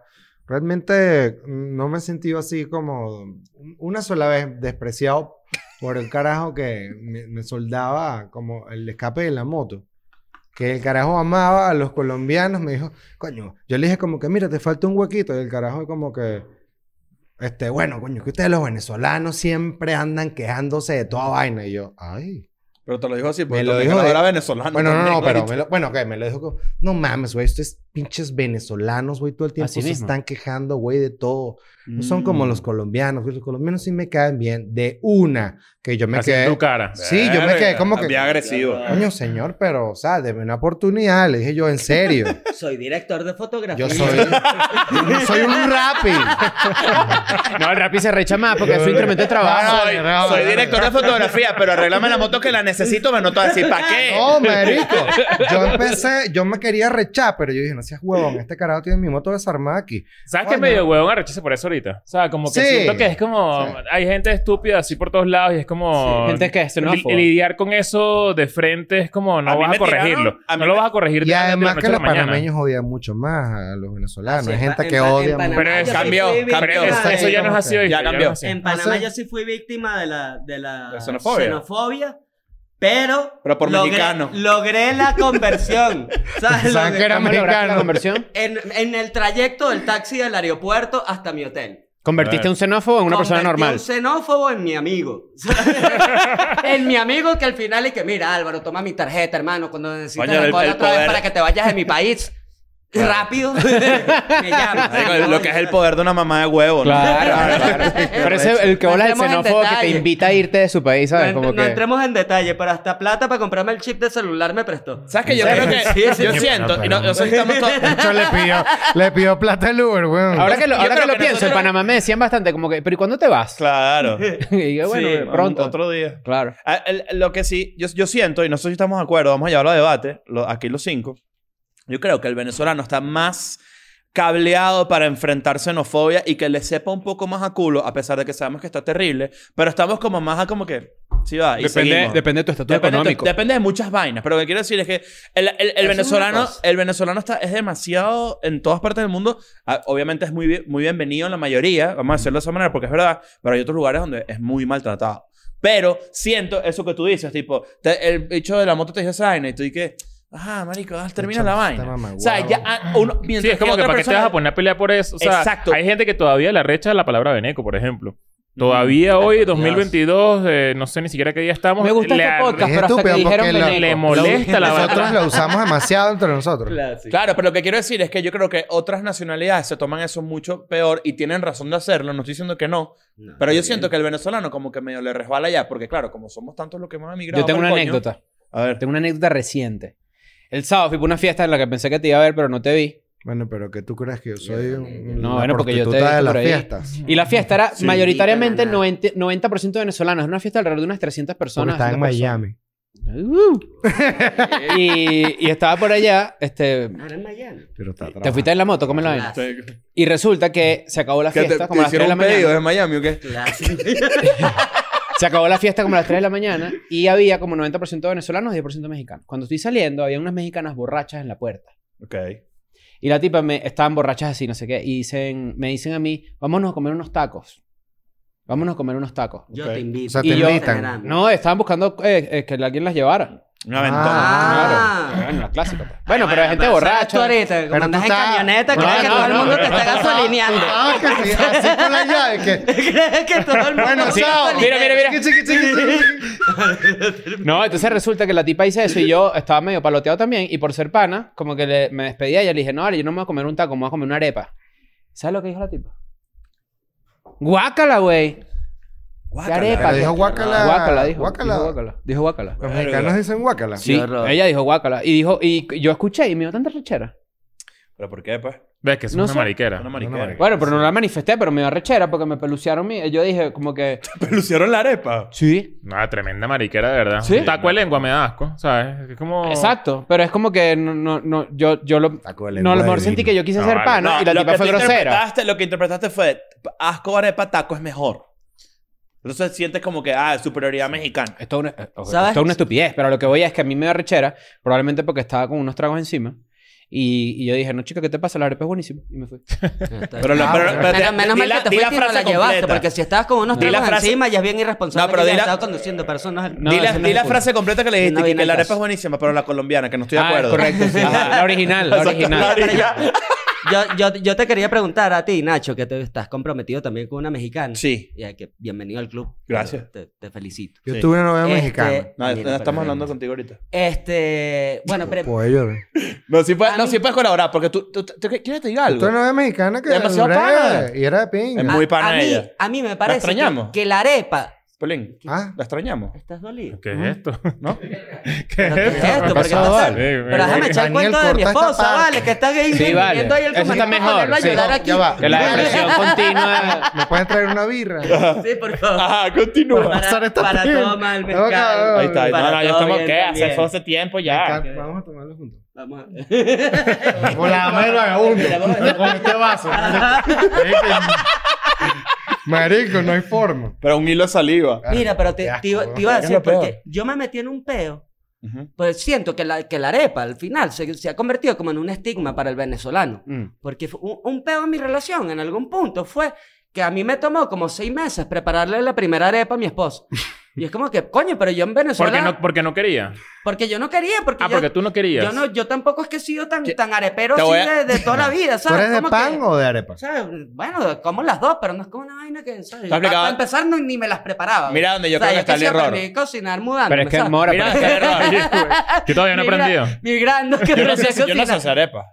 Speaker 1: Realmente mm, no me he sentido así como una sola vez despreciado por el carajo que me, me soldaba como el escape de la moto. Que el carajo amaba a los colombianos, me dijo, coño, yo le dije como que, mira, te falta un huequito. Y el carajo como que, este, bueno, coño, que ustedes los venezolanos siempre andan quejándose de toda vaina. Y yo, ay.
Speaker 4: Pero te lo dijo así, porque
Speaker 1: Me lo
Speaker 4: lo
Speaker 1: dijo
Speaker 4: dijo
Speaker 1: de-
Speaker 4: era venezolano.
Speaker 1: Bueno, no,
Speaker 4: también,
Speaker 1: no, pero
Speaker 4: ¿no?
Speaker 1: me lo- bueno, ok, me lo dijo como, no mames, güey, estos pinches venezolanos, güey, todo el tiempo
Speaker 2: Así
Speaker 1: se
Speaker 2: mismo.
Speaker 1: están quejando, güey, de todo. No son
Speaker 4: Mm.
Speaker 1: como los colombianos, güey, los colombianos sí me caen bien, de una, que yo me
Speaker 3: Así en
Speaker 1: quedé.
Speaker 3: tu cara.
Speaker 1: Sí, yo me quedé como que.
Speaker 4: Bien agresivo.
Speaker 1: Coño, señor, pero, o sea, deme una oportunidad, le dije yo, en serio.
Speaker 6: Soy director de fotografía.
Speaker 1: Yo soy. yo no soy un rapi.
Speaker 2: No, el rapi se recha más porque es su instrumento de trabajo.
Speaker 4: Soy, soy director de fotografía, pero arreglame la moto que la necesito, me noto así, ¿para qué?
Speaker 1: No, marico. Yo empecé, yo me quería rechar, pero yo dije, no seas huevón, este carajo tiene mi moto desarmada aquí.
Speaker 3: ¿Sabes qué
Speaker 1: Coño.
Speaker 3: medio huevón arrechece por eso ahorita? O sea, como que
Speaker 1: Sí.
Speaker 3: siento que es como...
Speaker 1: Sí.
Speaker 3: Hay gente estúpida así por todos lados y es como...
Speaker 2: Gente que es
Speaker 3: li-
Speaker 2: xenófoba.
Speaker 3: lidiar con eso de frente es como no
Speaker 4: A mí
Speaker 3: vas
Speaker 4: me
Speaker 3: a corregirlo.
Speaker 4: tiraron- a mí
Speaker 3: no lo
Speaker 4: me-
Speaker 3: vas a corregir
Speaker 1: Y
Speaker 3: de- de la
Speaker 1: además
Speaker 3: noche
Speaker 1: que
Speaker 3: a la
Speaker 1: los
Speaker 3: mañana.
Speaker 1: panameños odian mucho más a los venezolanos.
Speaker 6: Sí,
Speaker 1: Hay
Speaker 6: en
Speaker 1: gente
Speaker 6: Pa-
Speaker 1: que
Speaker 6: en Pa-
Speaker 1: odia
Speaker 6: en
Speaker 1: mucho.
Speaker 6: Panamá
Speaker 3: Pero es-
Speaker 6: yo sí
Speaker 4: cambió,
Speaker 6: fui
Speaker 4: cambió.
Speaker 3: Pero
Speaker 6: víctima
Speaker 3: eso,
Speaker 6: de-
Speaker 3: eso ya no es así
Speaker 1: Ya
Speaker 3: hoy.
Speaker 4: cambió.
Speaker 6: En Panamá
Speaker 1: Hace-
Speaker 6: yo sí fui víctima de la, de la,
Speaker 4: ¿De xenofobia?
Speaker 6: xenofobia, pero...
Speaker 4: Pero por
Speaker 6: logré,
Speaker 4: mexicano.
Speaker 6: Logré la conversión. ¿Sabes?
Speaker 1: Pensaban
Speaker 6: Logré-
Speaker 1: que era
Speaker 2: ¿Cómo lograste la
Speaker 1: americano.
Speaker 2: conversión?
Speaker 6: en, en el trayecto del taxi del aeropuerto hasta mi hotel.
Speaker 2: Convertiste un xenófobo en una persona
Speaker 6: Convertí
Speaker 2: normal.
Speaker 6: un xenófobo en mi amigo. en mi amigo que al final y que, mira, Álvaro, toma mi tarjeta, hermano, cuando necesites
Speaker 4: Coño,
Speaker 6: la
Speaker 4: el-
Speaker 6: cola
Speaker 4: el
Speaker 6: otra vez
Speaker 4: poder-
Speaker 6: para que te vayas de mi país. Rápido. me llama.
Speaker 4: Marico, Lo que es el poder de una mamá de huevo, ¿no?
Speaker 2: Claro, claro. Pero ese el que
Speaker 6: No
Speaker 2: bola es el
Speaker 6: entremos en
Speaker 2: xenófobo que te
Speaker 6: detalle.
Speaker 2: invita a irte de su país,
Speaker 6: No,
Speaker 2: ¿sabes?
Speaker 6: ent-
Speaker 2: Como
Speaker 6: no
Speaker 2: que...
Speaker 6: entremos en detalle, pero hasta plata para comprarme el chip de celular me prestó.
Speaker 4: ¿Sabes que yo
Speaker 6: Sí.
Speaker 4: creo que...
Speaker 6: Sí, sí,
Speaker 4: yo
Speaker 6: sí.
Speaker 4: siento... y no- no sé si estamos todos-
Speaker 1: De hecho, le pidió, le pidió plata al Uber, weón.
Speaker 2: Ahora que lo,
Speaker 4: Yo
Speaker 2: ahora que
Speaker 4: creo
Speaker 2: lo
Speaker 4: que
Speaker 2: pienso, en
Speaker 4: nosotros-
Speaker 2: Panamá me decían bastante como que, pero ¿y cuándo te vas?
Speaker 4: Claro.
Speaker 2: y yo, bueno,
Speaker 4: Sí,
Speaker 2: pronto.
Speaker 4: Otro día.
Speaker 2: Claro.
Speaker 4: Ah, el- Lo que sí, yo, yo siento, y no sé si estamos de acuerdo, vamos a llevarlo a debate, lo- aquí los cinco. Yo creo que el venezolano está más cableado para enfrentar xenofobia y que le sepa un poco más a culo, a pesar de que sabemos que está terrible, pero estamos como más a como que, sí va, y
Speaker 2: Depende,
Speaker 4: seguimos.
Speaker 2: depende de tu estatus
Speaker 4: Depende, de-
Speaker 2: económico.
Speaker 4: depende de muchas vainas, pero lo que quiero decir es que el, el- el
Speaker 6: es una
Speaker 4: venezolano,
Speaker 6: cosa.
Speaker 4: el venezolano está, es demasiado en todas partes del mundo. Ah, Obviamente es muy, bien- muy bienvenido en la mayoría, vamos a decirlo de esa manera porque es verdad, pero hay otros lugares donde es muy maltratado. Pero siento eso que tú dices, tipo, te- el bicho de la moto te dice esa vaina y tú dices, ah, marico, ah, termina
Speaker 1: Chamo,
Speaker 4: la
Speaker 1: está
Speaker 4: vaina.
Speaker 1: mamagüevo.
Speaker 4: O sea, ya ah, uno, mientras
Speaker 3: Sí, es como que
Speaker 4: otra
Speaker 3: para qué te
Speaker 4: persona-
Speaker 3: vas a poner a pelear por eso. O sea,
Speaker 4: Exacto.
Speaker 3: hay gente que todavía le recha la palabra veneco, por ejemplo. Todavía hoy, 2022, eh, no sé ni siquiera qué día estamos.
Speaker 2: Me gusta
Speaker 3: le
Speaker 2: este
Speaker 3: ar-
Speaker 2: podcast,
Speaker 1: es
Speaker 2: pero hasta que
Speaker 1: estúpido
Speaker 2: dijeron
Speaker 1: porque lo-
Speaker 2: veneco.
Speaker 3: Le molesta la
Speaker 1: Nosotros
Speaker 3: palabra.
Speaker 1: lo usamos demasiado entre nosotros.
Speaker 4: Claro, pero lo que quiero decir es que yo creo que otras nacionalidades se toman eso mucho peor y tienen razón de hacerlo. No estoy diciendo que no, pero yo siento que el venezolano como que medio le resbala ya, porque claro, como somos tantos los que hemos emigrado.
Speaker 2: Yo tengo
Speaker 4: pa'l
Speaker 2: una
Speaker 4: coño-
Speaker 2: anécdota.
Speaker 4: A ver.
Speaker 2: Tengo una anécdota reciente. El sábado fui para una fiesta en la que pensé que te iba a ver, pero no te vi.
Speaker 1: Bueno, pero que tú crees que yo soy un,
Speaker 2: No,
Speaker 1: una
Speaker 2: bueno, porque yo te he
Speaker 1: prostituta
Speaker 2: visto
Speaker 1: de las
Speaker 2: por ahí.
Speaker 1: fiestas.
Speaker 2: Y la fiesta era
Speaker 6: Sí.
Speaker 2: mayoritariamente
Speaker 6: Ni tan
Speaker 2: 90, 90% venezolanos. Era una fiesta alrededor de unas 300
Speaker 1: Porque
Speaker 2: personas.
Speaker 1: estaba en
Speaker 2: 200 personas.
Speaker 1: Miami.
Speaker 2: Uh. y, y estaba por allá, este,
Speaker 6: Ahora en Miami.
Speaker 1: Pero está
Speaker 2: te fuiste en la moto, ¿cómo es la vaina? Y resulta que se acabó la
Speaker 4: ¿Qué te,
Speaker 2: fiesta como
Speaker 4: te
Speaker 2: a las 3 de
Speaker 4: hicieron
Speaker 2: la
Speaker 4: un pedido
Speaker 2: mañana.
Speaker 4: de Miami o qué?
Speaker 6: Clase.
Speaker 2: Se acabó la fiesta como a las 3 de la mañana y había como 90% venezolanos y 10% mexicanos. Cuando estoy saliendo, había unas mexicanas borrachas en la puerta.
Speaker 4: Ok.
Speaker 2: Y la tipa me estaban borrachas así, no sé qué, y dicen, me dicen a mí, "Vámonos a comer unos tacos." Vámonos a comer unos tacos.
Speaker 6: Yo
Speaker 4: Ok.
Speaker 6: te
Speaker 1: O
Speaker 6: invito.
Speaker 1: sea,
Speaker 2: te
Speaker 6: Y yo-
Speaker 1: invitan.
Speaker 2: No, estaban buscando eh, eh, que alguien las llevara.
Speaker 4: Un aventón.
Speaker 6: Ah.
Speaker 2: Claro. Bueno, la clásica. pues. Bueno, pero hay gente
Speaker 6: Pero sabes
Speaker 2: borracha.
Speaker 6: Tú ahorita,
Speaker 1: Pero
Speaker 6: como andas
Speaker 1: tú
Speaker 6: en
Speaker 1: estás-
Speaker 6: camioneta,
Speaker 2: No,
Speaker 6: crees que
Speaker 2: no,
Speaker 6: todo el
Speaker 2: no,
Speaker 6: mundo te
Speaker 2: pero-
Speaker 6: está gasolineando.
Speaker 1: Ah, que sí, así con la llave. Que...
Speaker 6: Crees que todo el mundo
Speaker 1: Bueno,
Speaker 6: te
Speaker 1: chao.
Speaker 6: gasolinea.
Speaker 2: Mira, mira,
Speaker 1: Chiqui, chiqui, chiqui, chiqui.
Speaker 2: No, entonces resulta que la tipa hizo eso y yo estaba medio paloteado también. Y por ser pana, como que le- me despedía y ella le dije, no, vale, yo no me voy a comer un taco, me voy a comer una arepa. ¿Sabes lo que dijo la tipa? Guácala, güey. ¿Qué arepa?
Speaker 1: Pero dijo guácala.
Speaker 2: Guácala, dijo.
Speaker 1: Guácala.
Speaker 2: Dijo guácala. Dijo guácala.
Speaker 1: Los mexicanos dicen guácala.
Speaker 2: Sí,
Speaker 6: horror.
Speaker 2: ella dijo guácala. Y dijo, y yo escuché y me dio tanta rechera.
Speaker 4: ¿Pero por qué, pues?
Speaker 3: Ves que es
Speaker 2: No
Speaker 3: una
Speaker 2: sé.
Speaker 3: mariquera.
Speaker 4: Una
Speaker 1: Una
Speaker 4: mariquera.
Speaker 1: mariquera.
Speaker 2: Bueno, pero no la manifesté, pero me dio rechera porque me peluciaron mi. Yo dije, como que.
Speaker 4: ¿Pelucieron la arepa?
Speaker 2: Sí.
Speaker 3: No, tremenda mariquera, de verdad.
Speaker 2: Sí.
Speaker 3: Taco de lengua me da asco, ¿sabes? Es como...
Speaker 2: Exacto. Pero es como que no, no, no, yo, yo lo.
Speaker 1: Taco de
Speaker 2: No,
Speaker 1: lengua
Speaker 2: a lo
Speaker 1: de
Speaker 2: mejor
Speaker 1: vino.
Speaker 2: sentí que yo quise
Speaker 3: No,
Speaker 2: ser
Speaker 3: vale.
Speaker 2: pana Ah, y la
Speaker 4: lo
Speaker 2: tipa
Speaker 4: que
Speaker 2: fue
Speaker 4: tú
Speaker 2: grosera.
Speaker 4: interpretaste- Lo que interpretaste fue, asco arepa, taco es mejor. Entonces sientes como que, ah, superioridad mexicana.
Speaker 2: Esto es una, eh, ojo,
Speaker 6: ¿Sabes?
Speaker 2: esto es una estupidez, pero lo que voy es que a mí me da rechera, probablemente porque estaba con unos tragos encima. Y, y yo dije, no, chica, ¿qué te pasa? La arepa es buenísima. Y me fui.
Speaker 4: Pero, lo- pero- pero-
Speaker 6: Menos, menos
Speaker 4: di
Speaker 6: mal
Speaker 4: la-
Speaker 6: que te
Speaker 4: di la
Speaker 6: fuiste y no la
Speaker 4: frase
Speaker 6: llevaste,
Speaker 4: completa.
Speaker 6: porque si estabas con unos
Speaker 4: Di la
Speaker 6: tragos
Speaker 4: frase-
Speaker 6: encima ya es bien
Speaker 4: No,
Speaker 6: irresponsable
Speaker 4: pero
Speaker 6: que
Speaker 4: di
Speaker 6: hayas
Speaker 4: la-
Speaker 6: estado conduciendo personas. al-
Speaker 2: No,
Speaker 4: di la,
Speaker 2: ese no
Speaker 4: di
Speaker 2: es
Speaker 4: la
Speaker 2: el punto.
Speaker 4: frase completa que le dijiste,
Speaker 6: No
Speaker 4: que
Speaker 6: viene
Speaker 4: la
Speaker 6: al
Speaker 4: arepa
Speaker 6: caso.
Speaker 4: es buenísima, pero la colombiana, que no estoy de
Speaker 2: Ah,
Speaker 4: acuerdo.
Speaker 2: correcto, sí.
Speaker 4: Ajá.
Speaker 2: La original, la
Speaker 4: Exacto, la
Speaker 2: original.
Speaker 4: original.
Speaker 6: Yo, yo, yo te quería preguntar a ti, Nacho, que te estás comprometido también con una mexicana.
Speaker 4: Sí.
Speaker 6: Y hay que, bienvenido al club.
Speaker 4: Gracias.
Speaker 6: Te, te felicito.
Speaker 1: Yo
Speaker 4: Sí.
Speaker 1: tuve una novia
Speaker 6: Este-
Speaker 1: mexicana.
Speaker 4: No,
Speaker 6: Mira,
Speaker 4: no
Speaker 6: perdón.
Speaker 4: estamos hablando contigo ahorita.
Speaker 6: Este, bueno, pero
Speaker 1: Puedo llorar.
Speaker 4: No, sí puedes,
Speaker 6: A
Speaker 4: no,
Speaker 6: mí-
Speaker 4: sí puedes colaborar, porque tú, tú, tú- ¿qué- ¿quieres que te diga
Speaker 1: Tuve una
Speaker 4: algo?
Speaker 1: novia mexicana que
Speaker 4: Demasiado
Speaker 1: era
Speaker 4: pana.
Speaker 1: y era de pinga.
Speaker 2: Em-
Speaker 4: Es muy pana
Speaker 6: a, mí,
Speaker 4: ella.
Speaker 6: a mí me parece que,
Speaker 4: extrañamos?
Speaker 6: que la arepa...
Speaker 4: Pelín,
Speaker 1: Ah,
Speaker 4: la extrañamos.
Speaker 6: ¿Estás dolido?
Speaker 3: ¿Qué es esto?
Speaker 4: ¿No?
Speaker 3: ¿Qué es
Speaker 6: ¿Pero qué es esto?
Speaker 3: esto?
Speaker 6: ¿Por qué
Speaker 1: pasó,
Speaker 6: pasa?
Speaker 1: vale.
Speaker 3: Eh,
Speaker 6: Pero
Speaker 3: eh,
Speaker 6: déjame echar el
Speaker 1: Daniel,
Speaker 6: cuento de mi
Speaker 1: corta esta
Speaker 6: esposa,
Speaker 1: parte.
Speaker 6: vale, que está ahí
Speaker 2: Sí,
Speaker 6: viendo
Speaker 2: vale.
Speaker 6: ahí el
Speaker 2: Eso está
Speaker 6: comentario,
Speaker 2: mejor,
Speaker 6: ponerlo a
Speaker 2: sí.
Speaker 6: ayudar
Speaker 1: No,
Speaker 6: aquí.
Speaker 1: ya va.
Speaker 2: Que la depresión continua.
Speaker 1: ¿me puedes traer una birra?
Speaker 6: Sí, por favor.
Speaker 4: Ajá, continúa.
Speaker 1: pasar
Speaker 6: Para,
Speaker 1: esta
Speaker 6: para
Speaker 1: peli.
Speaker 6: todo mal
Speaker 1: Tengo que-
Speaker 6: mercado.
Speaker 4: Ahí está. ahí-
Speaker 6: Para
Speaker 4: No, no, yo
Speaker 6: todo
Speaker 4: estamos,
Speaker 6: bien
Speaker 4: ¿qué? Hace,
Speaker 6: también.
Speaker 4: fue hace tiempo ya.
Speaker 1: Acá, Vamos a tomarlo juntos.
Speaker 6: Vamos a-
Speaker 1: Por la mano del vagabundo. Con este vaso. Marico, no hay forma.
Speaker 4: Pero un hilo de saliva.
Speaker 6: Mira, pero te,
Speaker 1: Ah, Qué asco,
Speaker 6: te iba-
Speaker 1: ¿no?
Speaker 6: te iba a
Speaker 4: Es
Speaker 6: decir,
Speaker 4: lo peor.
Speaker 6: porque yo me metí en un peo.
Speaker 4: Ujú.
Speaker 6: Pues siento que la, que la arepa al final se, se ha convertido como en un estigma para el venezolano.
Speaker 2: Mm.
Speaker 6: Porque fue un, un peo en mi relación en algún punto fue que a mí me tomó como seis meses prepararle la primera arepa a mi esposo. Y es como que, coño, pero yo en
Speaker 3: ¿Por
Speaker 6: Venezuela...
Speaker 3: qué no, porque no quería?
Speaker 6: Porque yo no quería, porque
Speaker 3: Ah,
Speaker 6: yo...
Speaker 3: porque tú no querías.
Speaker 6: Yo, no, yo tampoco es que he sido tan,
Speaker 4: Yo-
Speaker 6: tan arepero
Speaker 4: te
Speaker 6: así
Speaker 4: voy a-
Speaker 6: de, de toda la vida,
Speaker 1: ¿Tú
Speaker 6: ¿sabes?
Speaker 1: eres de
Speaker 6: Como
Speaker 1: pan
Speaker 6: que-
Speaker 1: o de arepa?
Speaker 6: ¿sabes? Bueno, como las dos, pero no es como una vaina que... ¿sabes?
Speaker 4: Está
Speaker 6: Para,
Speaker 4: aplicado.
Speaker 6: para empezar, no- ni me las preparaba.
Speaker 4: Mira donde yo
Speaker 6: O sea,
Speaker 4: creo que está el
Speaker 6: sí
Speaker 4: error.
Speaker 6: aprendí a cocinar mudando.
Speaker 2: Pero es que, Mora,
Speaker 4: Mira,
Speaker 2: pero-
Speaker 4: qué error.
Speaker 3: Yo todavía no he aprendido.
Speaker 6: Migrando. que
Speaker 4: Yo no sé,
Speaker 6: aprendí a
Speaker 4: yo no sé
Speaker 6: cocinar.
Speaker 4: hacer arepa.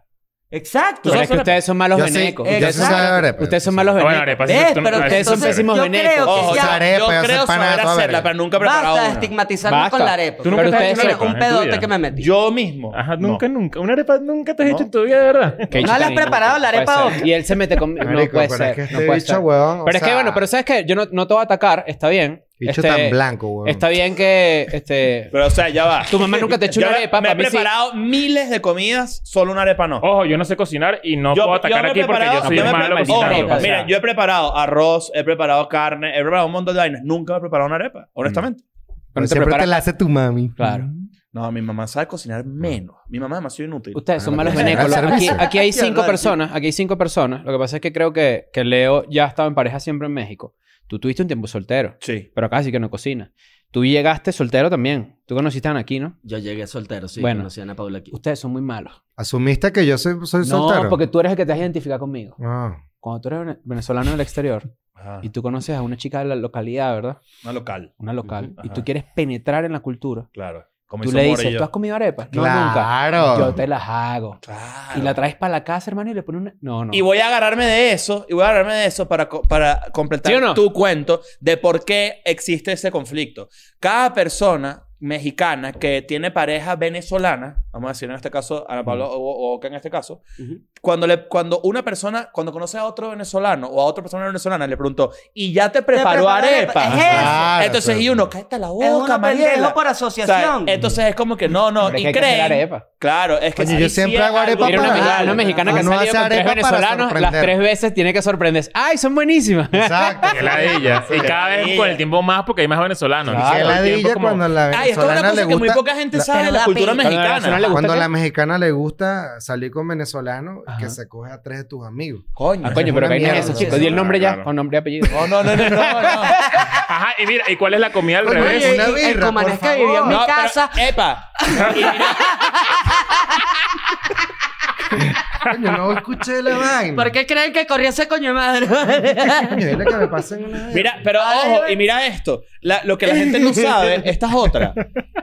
Speaker 6: Exacto.
Speaker 2: Pero es que ustedes son malos
Speaker 1: Yo sí,
Speaker 2: venecos.
Speaker 1: yo
Speaker 2: Ustedes
Speaker 1: sí
Speaker 2: son-
Speaker 6: Exacto.
Speaker 1: sabe arepa.
Speaker 2: Ustedes son malos
Speaker 3: Ah, bueno,
Speaker 2: venecos.
Speaker 3: arepa, sí,
Speaker 6: ¿Ves?
Speaker 3: tú-
Speaker 6: Pero
Speaker 3: ah,
Speaker 2: ustedes
Speaker 3: eso
Speaker 2: son
Speaker 3: sí,
Speaker 6: entonces
Speaker 2: pésimos
Speaker 6: yo
Speaker 2: venecos.
Speaker 6: creo que
Speaker 4: Ojo,
Speaker 6: ya
Speaker 1: esa arepa,
Speaker 4: yo
Speaker 1: yo
Speaker 4: creo
Speaker 1: soy pana de
Speaker 4: saber
Speaker 1: toda
Speaker 4: hacerla,
Speaker 1: verga.
Speaker 4: pero nunca preparado
Speaker 6: Basta de
Speaker 4: una.
Speaker 6: estigmatizarme
Speaker 2: Basta.
Speaker 6: con la arepa.
Speaker 3: Tú nunca
Speaker 6: Pero
Speaker 3: te has hecho
Speaker 6: fue
Speaker 3: una arepa
Speaker 6: un
Speaker 3: en tu
Speaker 6: pedote
Speaker 3: vida.
Speaker 6: que me metí.
Speaker 4: Yo mismo.
Speaker 3: Ajá,
Speaker 4: No.
Speaker 3: nunca, nunca. Una arepa nunca te has hecho
Speaker 4: No.
Speaker 3: en tu vida, de verdad.
Speaker 2: Que
Speaker 6: No
Speaker 2: chiste
Speaker 6: le has
Speaker 2: ni-
Speaker 6: preparado la
Speaker 2: puede
Speaker 6: arepa
Speaker 2: ser.
Speaker 6: otra.
Speaker 2: Y él se mete conmigo. No
Speaker 1: Marico,
Speaker 2: puede
Speaker 1: pero
Speaker 2: ser.
Speaker 1: es que este
Speaker 2: no puede
Speaker 1: bicho,
Speaker 2: ser.
Speaker 1: huevón, o
Speaker 2: Pero es que
Speaker 1: sea,
Speaker 2: bueno, pero sabes que yo no, no te voy a atacar, está bien.
Speaker 1: Bicho
Speaker 2: Este,
Speaker 1: tan blanco, huevón.
Speaker 2: Está bien que este
Speaker 4: Pero, o sea, ya va.
Speaker 2: tu mamá nunca te echó
Speaker 4: Yo
Speaker 2: una arepa,
Speaker 4: me he
Speaker 2: para mí sí.
Speaker 4: preparado miles de comidas, solo una arepa no.
Speaker 3: Ojo, yo no sé cocinar y no
Speaker 4: Yo- yo
Speaker 3: puedo atacar
Speaker 4: me he
Speaker 3: aquí porque yo
Speaker 4: preparado-
Speaker 3: soy
Speaker 4: yo me he
Speaker 3: malo
Speaker 4: preparado- pues,
Speaker 3: cocinando.
Speaker 2: Ojo,
Speaker 3: o sea.
Speaker 4: Mira, yo he preparado arroz, he preparado carne, he preparado un montón de vainas. Nunca me he preparado una arepa, honestamente.
Speaker 2: Pero no te
Speaker 1: siempre
Speaker 2: preparas-
Speaker 1: te la hace tu mami.
Speaker 2: Claro.
Speaker 4: No, mi mamá sabe
Speaker 2: Ah.
Speaker 4: cocinar menos. Mi mamá es demasiado inútil.
Speaker 2: Ustedes son
Speaker 1: Ah,
Speaker 2: malos
Speaker 1: pero
Speaker 2: venecos.
Speaker 1: al
Speaker 2: Aquí,
Speaker 1: servicio.
Speaker 2: aquí hay cinco
Speaker 6: Qué
Speaker 2: personas. Aquí hay cinco personas. Lo que pasa es que creo que, que Leo ya estaba en pareja siempre en México. Tú tuviste un tiempo soltero,
Speaker 4: Sí.
Speaker 2: pero acá sí que no cocina. Tú llegaste soltero también. Tú conociste a Ana aquí, ¿no?
Speaker 6: Yo llegué soltero, sí.
Speaker 2: Bueno.
Speaker 6: Conocí a Ana Paula aquí.
Speaker 2: Ustedes son muy malos.
Speaker 1: Asumiste que yo soy, soy soltero.
Speaker 2: No, porque tú eres el que te has identificado conmigo.
Speaker 1: Ah.
Speaker 2: Cuando tú eres vene- venezolano en el exterior
Speaker 4: Ajá.
Speaker 2: y tú conoces a una chica de la localidad, ¿verdad?
Speaker 4: Una local,
Speaker 2: Una local.
Speaker 4: Ujú,
Speaker 2: Y tú
Speaker 4: ajá.
Speaker 2: quieres penetrar en la cultura.
Speaker 4: claro. Como
Speaker 2: Tú
Speaker 4: hizo Mora
Speaker 2: le
Speaker 4: y
Speaker 2: dices,
Speaker 4: yo.
Speaker 2: ¿tú has comido arepas? No, nunca.
Speaker 1: claro.
Speaker 2: Yo te las hago.
Speaker 4: Claro.
Speaker 2: Y la traes para la casa, hermano, y le pones una... No, no.
Speaker 4: Y voy a agarrarme de eso, y voy a agarrarme de eso para, co- para completar
Speaker 2: ¿Sí o no?
Speaker 4: tu cuento de por qué existe ese conflicto. Cada persona mexicana que tiene pareja venezolana, vamos a decir en este caso, Ana Paula o- o Oca en este caso,
Speaker 6: Ujú.
Speaker 4: cuando, le, cuando una persona, cuando conoce a otro venezolano o a otra persona venezolana, le preguntó, ¿y ya te preparó
Speaker 6: preparó
Speaker 4: arepa?
Speaker 6: arepa? Es eso.
Speaker 1: Claro,
Speaker 4: Entonces,
Speaker 1: claro.
Speaker 4: y uno, cállate la
Speaker 6: Es
Speaker 4: boca,
Speaker 6: un pendejo
Speaker 4: Mariela.
Speaker 6: por
Speaker 4: O sea,
Speaker 6: asociación.
Speaker 4: entonces es como que no, no,
Speaker 2: Pero es
Speaker 4: y
Speaker 2: que hay que hacer
Speaker 4: creen.
Speaker 2: arepa.
Speaker 4: Claro, es que
Speaker 1: Coño, yo
Speaker 4: ahí sí
Speaker 1: siempre
Speaker 4: es
Speaker 1: hago arepa
Speaker 4: algo
Speaker 2: Mira, una,
Speaker 1: para-
Speaker 2: mexicana,
Speaker 4: natural.
Speaker 2: una mexicana que
Speaker 1: Uno
Speaker 2: ha salido
Speaker 1: hace
Speaker 2: con tres
Speaker 1: arepa para
Speaker 2: venezolanos, las
Speaker 1: sorprender. Ah,
Speaker 2: tres veces tiene que sorprenderse. ¡Ay, son buenísimas!
Speaker 1: Exacto.
Speaker 3: Qué ladilla. Y cada vez con el tiempo más porque hay más venezolanos.
Speaker 1: Qué
Speaker 3: Ah, Todo el tiempo
Speaker 1: ladilla
Speaker 3: como-
Speaker 1: cuando a la
Speaker 4: Ay, esto es una
Speaker 1: venezolana
Speaker 4: cosa
Speaker 1: le
Speaker 4: que muy
Speaker 1: gusta...
Speaker 4: poca gente sabe de
Speaker 6: Pero
Speaker 4: la
Speaker 6: da
Speaker 4: cultura
Speaker 6: pena.
Speaker 2: Pero a la
Speaker 4: mexicana.
Speaker 2: nacional le gusta
Speaker 1: Cuando a
Speaker 2: qué?
Speaker 1: la mexicana le gusta salir con venezolanos
Speaker 2: Ajá.
Speaker 1: que se coge a tres de tus amigos.
Speaker 4: Coño.
Speaker 2: Ah, coño, pero
Speaker 1: una
Speaker 2: que hay
Speaker 1: mierda,
Speaker 2: eso,
Speaker 1: sí,
Speaker 2: chicos.
Speaker 1: sí,
Speaker 2: Di el
Speaker 3: claro,
Speaker 2: nombre ya,
Speaker 3: claro.
Speaker 2: con nombre y apellido.
Speaker 4: No, no, no, no, no. no.
Speaker 3: Ajá, y mira, ¿y cuál es la comida al
Speaker 1: Coño,
Speaker 3: revés?
Speaker 1: oye,
Speaker 6: Y-
Speaker 1: una
Speaker 6: y el
Speaker 1: birra,
Speaker 6: comanés
Speaker 1: por
Speaker 6: que vivió en
Speaker 1: favor.
Speaker 6: mi
Speaker 4: No, pero-
Speaker 6: casa.
Speaker 4: epa.
Speaker 1: Coño, no escuché la vaina.
Speaker 6: ¿Por qué creen que corrí ese coño de madre?
Speaker 1: Coño, dile que me pasen una vaina.
Speaker 4: Mira, pero ojo, y mira esto. La- lo que la gente no sabe, esta es otra.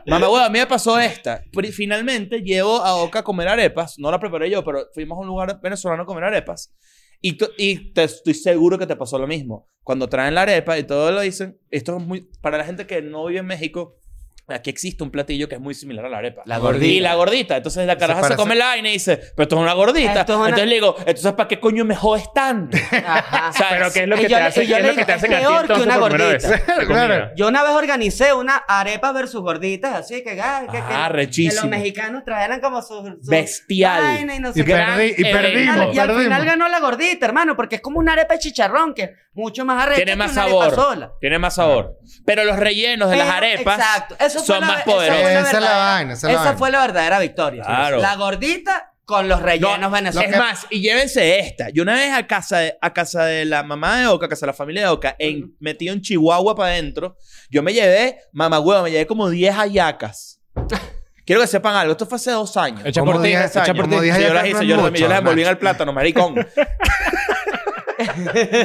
Speaker 4: Mamá, huevo, a mí me pasó esta. Pri- Finalmente llevo a Oca a comer arepas. No la preparé yo, pero fuimos a un lugar venezolano a comer arepas. Y, to- y te estoy seguro que te pasó lo mismo. Cuando traen la arepa y todo lo dicen, esto es muy. Para la gente que no vive en México, aquí existe un platillo que es muy similar a la arepa.
Speaker 6: La gordita.
Speaker 4: Y la gordita. Entonces la caraja se
Speaker 1: parece-
Speaker 4: come la vaina y dice, pero esto es una gordita.
Speaker 6: Esto es una-
Speaker 4: Entonces le digo, entonces ¿para qué coño me jodes tanto?
Speaker 6: Ajá.
Speaker 4: O sea,
Speaker 3: Pero ¿qué es lo
Speaker 6: Y
Speaker 3: que
Speaker 6: yo
Speaker 3: te
Speaker 6: le-
Speaker 3: hace?
Speaker 6: y yo
Speaker 3: ¿Qué es
Speaker 6: le
Speaker 3: lo que
Speaker 6: digo,
Speaker 3: te hace
Speaker 6: es
Speaker 3: a ti
Speaker 6: peor que
Speaker 3: entonces
Speaker 6: una
Speaker 3: por primera
Speaker 6: gordita.
Speaker 3: vez? De comida.
Speaker 1: Claro.
Speaker 6: Yo una vez organicé una arepa versus gorditas, así que, ah, que, que-
Speaker 4: Ah,
Speaker 6: que los
Speaker 4: rechísimo.
Speaker 6: mexicanos trajeran como sus... sus
Speaker 4: Bestial.
Speaker 6: vaina Y, no sé
Speaker 1: Y,
Speaker 6: qué.
Speaker 1: perdí- y
Speaker 4: gran
Speaker 6: eh, Y
Speaker 1: perdimos,
Speaker 6: al- y al final
Speaker 1: perdimos.
Speaker 6: ganó la gordita, hermano, porque es como una arepa de chicharrón, que es mucho más arrecha
Speaker 4: Tiene
Speaker 6: que
Speaker 4: más
Speaker 6: una arepa
Speaker 4: sabor.
Speaker 6: sola.
Speaker 4: Tiene más sabor. Pero los rellenos de las
Speaker 6: Pero-
Speaker 4: arepas
Speaker 6: exacto. Eso fue
Speaker 4: son
Speaker 6: la-
Speaker 4: más
Speaker 6: esa fue la
Speaker 4: poderosos.
Speaker 1: Esa es la
Speaker 6: verdadera-
Speaker 1: vaina, esa es la vaina.
Speaker 6: fue la verdadera victoria.
Speaker 4: Claro.
Speaker 6: La gordita con los rellenos venezolanos.
Speaker 4: es más, y llévense esta. Yo una vez a casa de, a casa de la mamá de Oca, a casa de la familia de Oca, en, metí un chihuahua para adentro. Yo me llevé, mamá huevo, me llevé como 10 hallacas. Quiero que sepan algo. Esto fue hace dos años.
Speaker 2: Echa
Speaker 1: Como
Speaker 2: por ti,
Speaker 1: dije-
Speaker 2: echa
Speaker 1: echa
Speaker 2: por
Speaker 1: como
Speaker 2: ti.
Speaker 1: dije-
Speaker 4: Sí, yo
Speaker 1: hallacas
Speaker 4: las hice,
Speaker 1: no es
Speaker 4: yo, las-
Speaker 1: mucho,
Speaker 4: yo las envolví en
Speaker 1: Nacho.
Speaker 4: el plátano, maricón.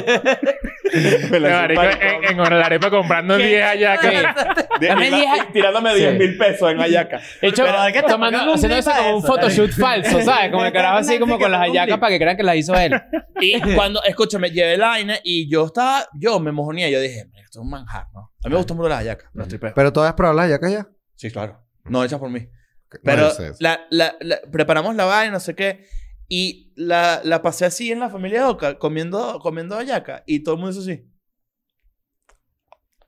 Speaker 4: Me
Speaker 3: Pero,
Speaker 4: las hice
Speaker 3: marico,
Speaker 4: maricón.
Speaker 3: en, en la arepa comprando 10 allá. que-
Speaker 4: De-
Speaker 2: Dame
Speaker 4: y la-
Speaker 2: 10
Speaker 4: Tirándome 10 mil pesos en hallaca.
Speaker 2: Hecho,
Speaker 6: Pero, ¿de qué te
Speaker 2: tomando,
Speaker 6: pongas un
Speaker 2: haciéndose
Speaker 6: clip a
Speaker 2: como un
Speaker 6: eso?
Speaker 2: photoshoot falso, ¿sabes? Como el carajo así, como con las
Speaker 6: Un clip.
Speaker 2: hallacas para que crean que las hizo él.
Speaker 4: Y cuando, escúchame, llevé la vaina y yo estaba, yo me mojonía. Yo dije, "Mira, esto es un manjar, ¿no? A mí me gustan mucho las hallacas, las tripeas.
Speaker 1: Pero todas probadas ya que ya.
Speaker 4: Sí, claro. No hechas por mí.
Speaker 1: No,
Speaker 4: Pero
Speaker 1: yo sé eso.
Speaker 4: la, la, la- preparamos la vaina, no sé qué. Y la, la pasé así en la familia de Oca, comiendo, comiendo hallaca. Y todo el mundo hizo así.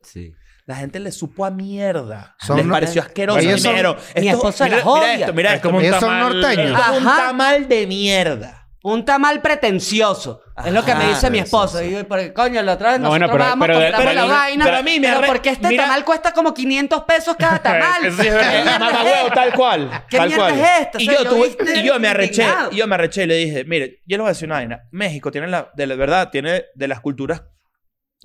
Speaker 6: Sí.
Speaker 4: La gente le supo a mierda.
Speaker 1: Son
Speaker 4: Les
Speaker 1: unos-
Speaker 4: pareció asqueroso.
Speaker 1: Ellos son-
Speaker 4: Primero,
Speaker 6: Mi
Speaker 4: esto-
Speaker 6: esposa
Speaker 4: mira,
Speaker 6: las
Speaker 4: mira
Speaker 6: odia.
Speaker 4: esto, mira
Speaker 3: Es
Speaker 4: esto.
Speaker 3: como un
Speaker 1: Ellos son
Speaker 3: tamal.
Speaker 1: norteños.
Speaker 4: Esto es un
Speaker 6: Ajá.
Speaker 4: tamal de mierda.
Speaker 6: Un tamal pretencioso. es lo que me
Speaker 4: Ajá,
Speaker 6: dice mi esposo. Y yo, porque, coño, la otra vez
Speaker 2: No,
Speaker 6: nosotros
Speaker 2: bueno, pero-
Speaker 6: vamos,
Speaker 2: pero de-
Speaker 6: compramos
Speaker 4: pero-
Speaker 6: la vaina.
Speaker 4: pero a mí me arre-
Speaker 6: ¿por qué este
Speaker 4: mira-
Speaker 6: tamal cuesta como 500 pesos cada tamal?
Speaker 3: Eso sí es
Speaker 6: ¿Qué mierda
Speaker 3: verdad.
Speaker 4: Mamá huevo, tal cual.
Speaker 6: ¿Qué
Speaker 4: tal
Speaker 6: mierda
Speaker 4: cual.
Speaker 6: es esta? O
Speaker 4: Y
Speaker 6: sea,
Speaker 4: yo,
Speaker 6: yo
Speaker 4: tuve-
Speaker 6: viste
Speaker 4: y yo me arreché,
Speaker 6: indignado.
Speaker 4: y yo me arreché y le dije, mire, yo les voy a decir una vaina. México tiene la, de la verdad, tiene de las culturas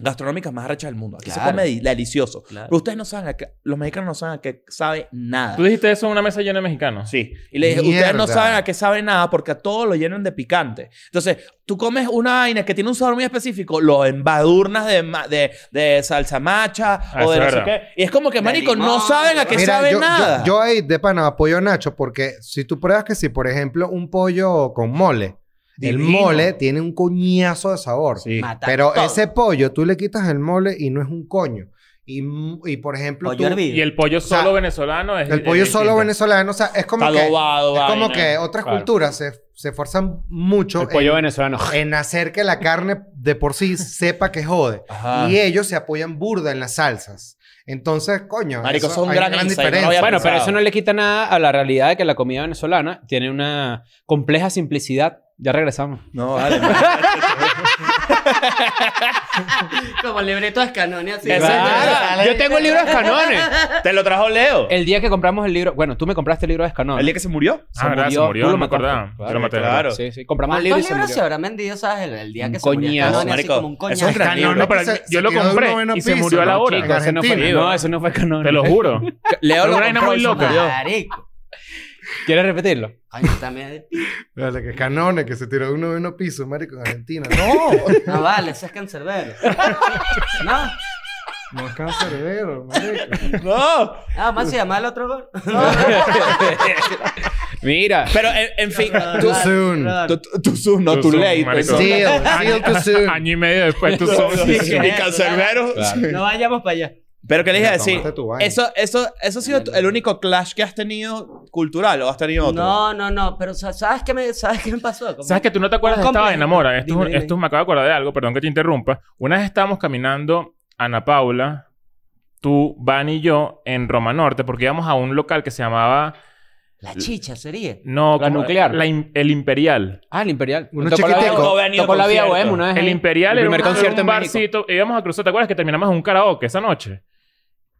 Speaker 4: gastronómicas más arrechas del mundo. Aquí se
Speaker 6: Claro.
Speaker 4: come di- delicioso.
Speaker 6: Claro.
Speaker 4: Pero ustedes no saben, a qué- los mexicanos no saben a qué sabe nada.
Speaker 3: Tú dijiste eso en una mesa llena de mexicanos.
Speaker 4: Sí. Y le dije, ustedes no
Speaker 1: Mierda.
Speaker 4: saben a qué sabe nada porque a todos lo llenan de picante. Entonces, tú comes una vaina que tiene un sabor muy específico, lo embadurnas de, ma- de, de salsa macha
Speaker 3: Ah,
Speaker 4: o de no
Speaker 3: eso es
Speaker 4: sé
Speaker 3: verdad.
Speaker 4: qué. Y es como que,
Speaker 6: De
Speaker 4: marico, no
Speaker 6: limón,
Speaker 4: saben a qué
Speaker 1: Mira,
Speaker 4: sabe
Speaker 1: yo, yo-
Speaker 4: nada.
Speaker 1: Yo, ahí de pana apoyo a Nacho porque si tú pruebas que si, por ejemplo, un pollo con mole, el
Speaker 4: Divino.
Speaker 1: mole tiene un coñazo de sabor.
Speaker 4: Sí.
Speaker 6: Mata
Speaker 1: Pero
Speaker 6: todo.
Speaker 1: ese pollo, tú le quitas el mole y no es un coño. Y, mm, y, por ejemplo,
Speaker 6: Pollo
Speaker 1: tú-
Speaker 6: hervido.
Speaker 3: Y el pollo
Speaker 1: sea,
Speaker 3: solo venezolano es.
Speaker 1: el pollo
Speaker 3: es
Speaker 1: solo
Speaker 3: distinto.
Speaker 1: venezolano, o sea, es como
Speaker 4: Está
Speaker 1: que,
Speaker 4: adobado,
Speaker 1: es como
Speaker 4: vaina.
Speaker 1: que otras
Speaker 3: Claro.
Speaker 1: culturas se, se esfuerzan mucho
Speaker 2: El pollo
Speaker 1: en,
Speaker 2: venezolano.
Speaker 1: en hacer que la carne de por sí sepa que jode.
Speaker 4: Ajá.
Speaker 1: Y ellos se apoyan burda en las salsas. Entonces, coño,
Speaker 4: Marico,
Speaker 1: eso
Speaker 4: son
Speaker 1: hay una
Speaker 4: gran insight, no lo había
Speaker 2: Bueno, pero
Speaker 4: pensado.
Speaker 2: eso no le quita nada a la realidad de que la comida venezolana tiene una compleja simplicidad. Ya regresamos.
Speaker 4: No, vale.
Speaker 6: Como el libreto de Scanonia, así.
Speaker 4: Eso es verdad.
Speaker 2: Yo tengo el libro de Escanones.
Speaker 4: Te lo trajo Leo. El,
Speaker 2: El día que compramos el libro, bueno, tú me compraste el libro de Escanones.
Speaker 4: día que se murió.
Speaker 3: Ah, verdad, se murió,
Speaker 2: tú
Speaker 3: no me
Speaker 2: mataste.
Speaker 3: acordaba. Yo lo maté.
Speaker 4: Claro.
Speaker 2: Sí, sí. Compramos el
Speaker 6: ¿Cuántos
Speaker 2: libro y se
Speaker 6: libros Ah, se
Speaker 2: murió.
Speaker 6: habrán vendido, sabes? El, el día que
Speaker 2: Un
Speaker 6: se murió
Speaker 2: coñazo.
Speaker 6: Scanonia, así
Speaker 4: Marico,
Speaker 6: como un
Speaker 4: eso es
Speaker 6: coñazo.
Speaker 4: gran
Speaker 3: Ah, no,
Speaker 4: libro.
Speaker 3: no, pero
Speaker 1: Se- se
Speaker 3: yo lo
Speaker 1: tiró de un
Speaker 3: compré
Speaker 1: noveno
Speaker 3: y se
Speaker 1: piso,
Speaker 3: murió a la
Speaker 1: no,
Speaker 3: hora.
Speaker 1: chico.
Speaker 2: Ese no fue-
Speaker 1: Argentina.
Speaker 2: No, eso no fue Escanones.
Speaker 3: Te lo juro.
Speaker 4: Leo
Speaker 3: Una
Speaker 4: lo
Speaker 3: vaina
Speaker 4: compró
Speaker 3: muy
Speaker 4: y se
Speaker 3: loca.
Speaker 4: murió.
Speaker 6: Marico.
Speaker 2: ¿Quieres repetirlo?
Speaker 6: Coño, también.
Speaker 1: Vale, que Canone, que se tiró de un noveno piso, marico, en Argentina. ¡No!
Speaker 6: No vale, ese es cancerbero. No,
Speaker 1: no es cancerbero, marico.
Speaker 4: No.
Speaker 6: nada más se llama el otro gol.
Speaker 2: Mira.
Speaker 4: Pero, en, en fin.
Speaker 1: Too soon.
Speaker 4: Tú, tú, tú, soon, no,
Speaker 3: Too
Speaker 4: tú
Speaker 3: soon,
Speaker 4: late.
Speaker 3: marico.
Speaker 4: Sí.
Speaker 1: Seal, seal too soon.
Speaker 3: Año y medio después tú
Speaker 4: Sí,
Speaker 3: sos.
Speaker 4: sí,
Speaker 6: Eso,
Speaker 4: y Cancerbero.
Speaker 2: Claro.
Speaker 6: No vayamos para allá.
Speaker 4: Pero ¿qué les iba a decir?
Speaker 1: Tomaste tu vaina.
Speaker 4: Eso, eso, eso ha sido tu- el único clash que has tenido cultural o has tenido otro.
Speaker 6: No, no, no. Pero sa- ¿sabes qué me, sabes qué me pasó? Como-
Speaker 3: ¿Sabes que tú no te acuerdas de
Speaker 6: Compre-
Speaker 3: esta vaina, Mora? Esto, es un-
Speaker 6: Dime, dime.
Speaker 3: esto me acabo de acordar de algo, perdón que te interrumpa. Una vez estábamos caminando, Ana Paula, tú, Van y yo, en Roma Norte, porque íbamos a un local que se llamaba.
Speaker 6: La chicha sería.
Speaker 3: No,
Speaker 2: La nuclear.
Speaker 3: la im- el Imperial.
Speaker 2: Ah, el Imperial.
Speaker 1: Uno
Speaker 2: Tocó la vía-
Speaker 1: chiquitico.
Speaker 2: Tocó la vía bohem una vez.
Speaker 3: El
Speaker 2: ahí.
Speaker 3: Imperial
Speaker 2: El
Speaker 3: era
Speaker 2: primer
Speaker 3: un,
Speaker 2: concierto
Speaker 3: un
Speaker 2: en México.
Speaker 3: barcito. Íbamos a cruzar, ¿te acuerdas que terminamos en un karaoke esa noche?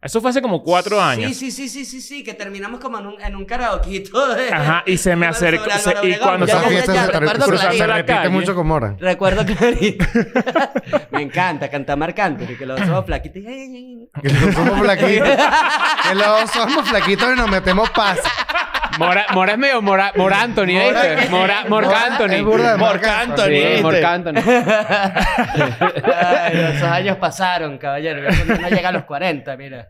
Speaker 3: Eso fue hace como cuatro años.
Speaker 6: Sí, sí, sí, sí, sí, sí, que terminamos como en un, en un karaoquito de...
Speaker 3: Ajá, y se me
Speaker 6: Sobre
Speaker 3: acercó.
Speaker 6: Álvaro
Speaker 3: se- y
Speaker 6: Obregón.
Speaker 3: cuando
Speaker 6: Ya,
Speaker 1: Esa
Speaker 6: ya,
Speaker 3: estábamos-
Speaker 1: fiesta
Speaker 6: ya,
Speaker 1: se,
Speaker 6: recuerdo
Speaker 1: se- se
Speaker 6: clarito.
Speaker 1: repite mucho con Mora.
Speaker 6: Recuerdo clarito. me encanta cantar marcante, que- que los ojos flaquitos. y-
Speaker 1: Que los somos flaquitos. Que los somos flaquitos y nos metemos paz.
Speaker 2: Mora, Mora es medio Mora, Mora Anthony,
Speaker 1: Mora-
Speaker 2: ¿viste? Mora, Morca
Speaker 1: Mora
Speaker 2: Anthony.
Speaker 1: es burda de
Speaker 4: Morc
Speaker 1: Morca
Speaker 4: Anthony.
Speaker 2: Sí,
Speaker 4: ¿viste?
Speaker 2: Morca Anthony.
Speaker 6: Ay, esos años pasaron, caballero. Cuando uno llega a los 40, mira.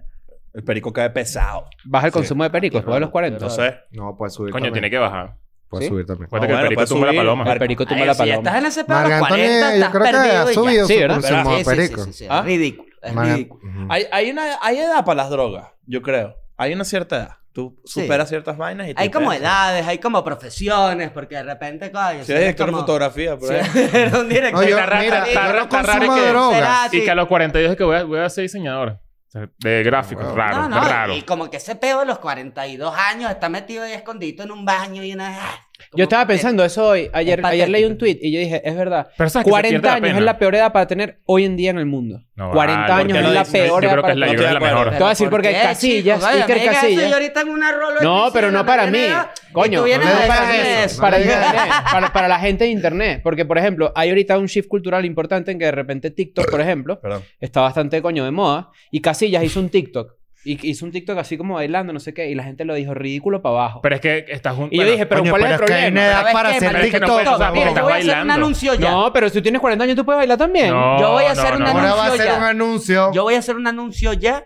Speaker 4: El perico cae pesado.
Speaker 2: Baja el consumo de pericos después de los 40.
Speaker 4: No sé.
Speaker 1: No, puede subir
Speaker 3: Coño,
Speaker 1: también.
Speaker 3: tiene que
Speaker 2: Ah,
Speaker 3: bajar.
Speaker 1: Puede
Speaker 2: ¿Sí?
Speaker 1: subir también.
Speaker 3: Acuérdate
Speaker 4: bueno,
Speaker 3: que el perico
Speaker 4: puede
Speaker 3: tumba la
Speaker 4: subir.
Speaker 3: paloma.
Speaker 2: El perico tumba
Speaker 6: Ay,
Speaker 2: la
Speaker 6: si ya
Speaker 2: paloma.
Speaker 6: estás en ese pedo de
Speaker 1: Marga
Speaker 6: los
Speaker 1: Antonia,
Speaker 6: 40,
Speaker 1: yo
Speaker 6: estás
Speaker 1: creo que
Speaker 6: perdido
Speaker 1: ha
Speaker 6: y ya.
Speaker 1: subido
Speaker 2: Sí,
Speaker 1: su
Speaker 2: ¿verdad?
Speaker 1: consumo
Speaker 6: Sí,
Speaker 1: de
Speaker 6: sí,
Speaker 1: perico.
Speaker 6: sí, sí, sí,
Speaker 4: ¿Ah?
Speaker 6: Es ridículo, es
Speaker 1: Marga-
Speaker 6: ridículo.
Speaker 1: Ujú.
Speaker 4: Hay, hay, una, hay edad para las drogas, yo creo. Hay una cierta edad. Tú
Speaker 6: Sí.
Speaker 4: superas ciertas vainas y te
Speaker 6: Hay como
Speaker 4: pesas.
Speaker 6: edades, hay como profesiones, porque de repente, coño,
Speaker 4: Si eres director
Speaker 6: como-
Speaker 4: de fotografía, por
Speaker 6: si
Speaker 4: ahí.
Speaker 6: eres un director
Speaker 1: No, yo,
Speaker 6: de rara-
Speaker 1: mira,
Speaker 6: de-
Speaker 1: yo
Speaker 3: raro-
Speaker 1: no
Speaker 3: está raro
Speaker 1: consumo
Speaker 3: que-
Speaker 1: drogas.
Speaker 6: Cerati.
Speaker 3: Y que a los 42 es que voy a, voy a ser diseñador. O sea, De gráficos,
Speaker 1: Wow.
Speaker 3: raro,
Speaker 6: No, no,
Speaker 3: raro.
Speaker 6: Y como que ese peo de los 42 años está metido ahí escondido en un baño y una. ah, como
Speaker 2: Yo estaba
Speaker 6: que-
Speaker 2: pensando eso hoy. Ayer,
Speaker 6: Es
Speaker 2: ayer leí un
Speaker 6: patético.
Speaker 2: tweet y yo dije, es verdad.
Speaker 3: Pero sabes que se
Speaker 2: 40
Speaker 3: pierde la
Speaker 2: años
Speaker 3: pena.
Speaker 2: es la peor edad para tener hoy en día en el mundo.
Speaker 3: No,
Speaker 2: 40
Speaker 3: vale,
Speaker 2: años
Speaker 4: ¿por qué
Speaker 2: es
Speaker 4: lo
Speaker 2: la
Speaker 4: dices?
Speaker 2: peor
Speaker 4: Yo
Speaker 2: edad
Speaker 3: creo que
Speaker 2: para
Speaker 3: es la, yo
Speaker 2: tener.
Speaker 3: creo que es la
Speaker 4: Estoy de
Speaker 3: mejor.
Speaker 2: acuerdo. Te voy a decir
Speaker 6: ¿por
Speaker 2: porque
Speaker 6: qué,
Speaker 2: Casillas,
Speaker 6: chicos? Vaya,
Speaker 2: Iker
Speaker 6: me diga eso
Speaker 2: Casillas.
Speaker 6: y ahorita en una rola
Speaker 2: No,
Speaker 6: de
Speaker 2: pero no
Speaker 6: piscina,
Speaker 2: para
Speaker 6: viene
Speaker 2: mí.
Speaker 6: nada, y
Speaker 2: Coño,
Speaker 6: tú vienes
Speaker 1: no
Speaker 6: a
Speaker 1: me
Speaker 6: dejar
Speaker 1: digas
Speaker 6: de
Speaker 1: eso.
Speaker 6: eso.
Speaker 2: Para,
Speaker 1: No digas
Speaker 2: internet, para, para la gente de internet. Porque, por ejemplo, hay ahorita un shift cultural importante en que de repente TikTok, por ejemplo,
Speaker 4: Perdón.
Speaker 2: está bastante coño de moda. Y Casillas hizo un TikTok. Y hizo un TikTok así como bailando, no sé qué. Y la gente lo dijo ridículo para abajo.
Speaker 3: Pero es que estás junto.
Speaker 2: y yo dije, pero
Speaker 1: Coño,
Speaker 2: ¿cuál es el
Speaker 1: pero es que hay una
Speaker 2: problema?
Speaker 1: edad
Speaker 6: ¿Sabes
Speaker 1: para
Speaker 6: qué,
Speaker 1: hacer
Speaker 6: marico?
Speaker 3: Es que no
Speaker 1: TikTok.
Speaker 3: puedes usar
Speaker 1: cabrón.
Speaker 6: Mira, yo
Speaker 3: estás
Speaker 6: voy a hacer un
Speaker 3: bailando.
Speaker 6: anuncio ya.
Speaker 2: No, pero si tú tienes 40 años, tú puedes bailar también.
Speaker 6: Yo voy a hacer una-
Speaker 1: Ahora va a
Speaker 6: anuncio
Speaker 1: ser
Speaker 6: ya.
Speaker 1: un anuncio.
Speaker 6: Yo voy a hacer un anuncio ya.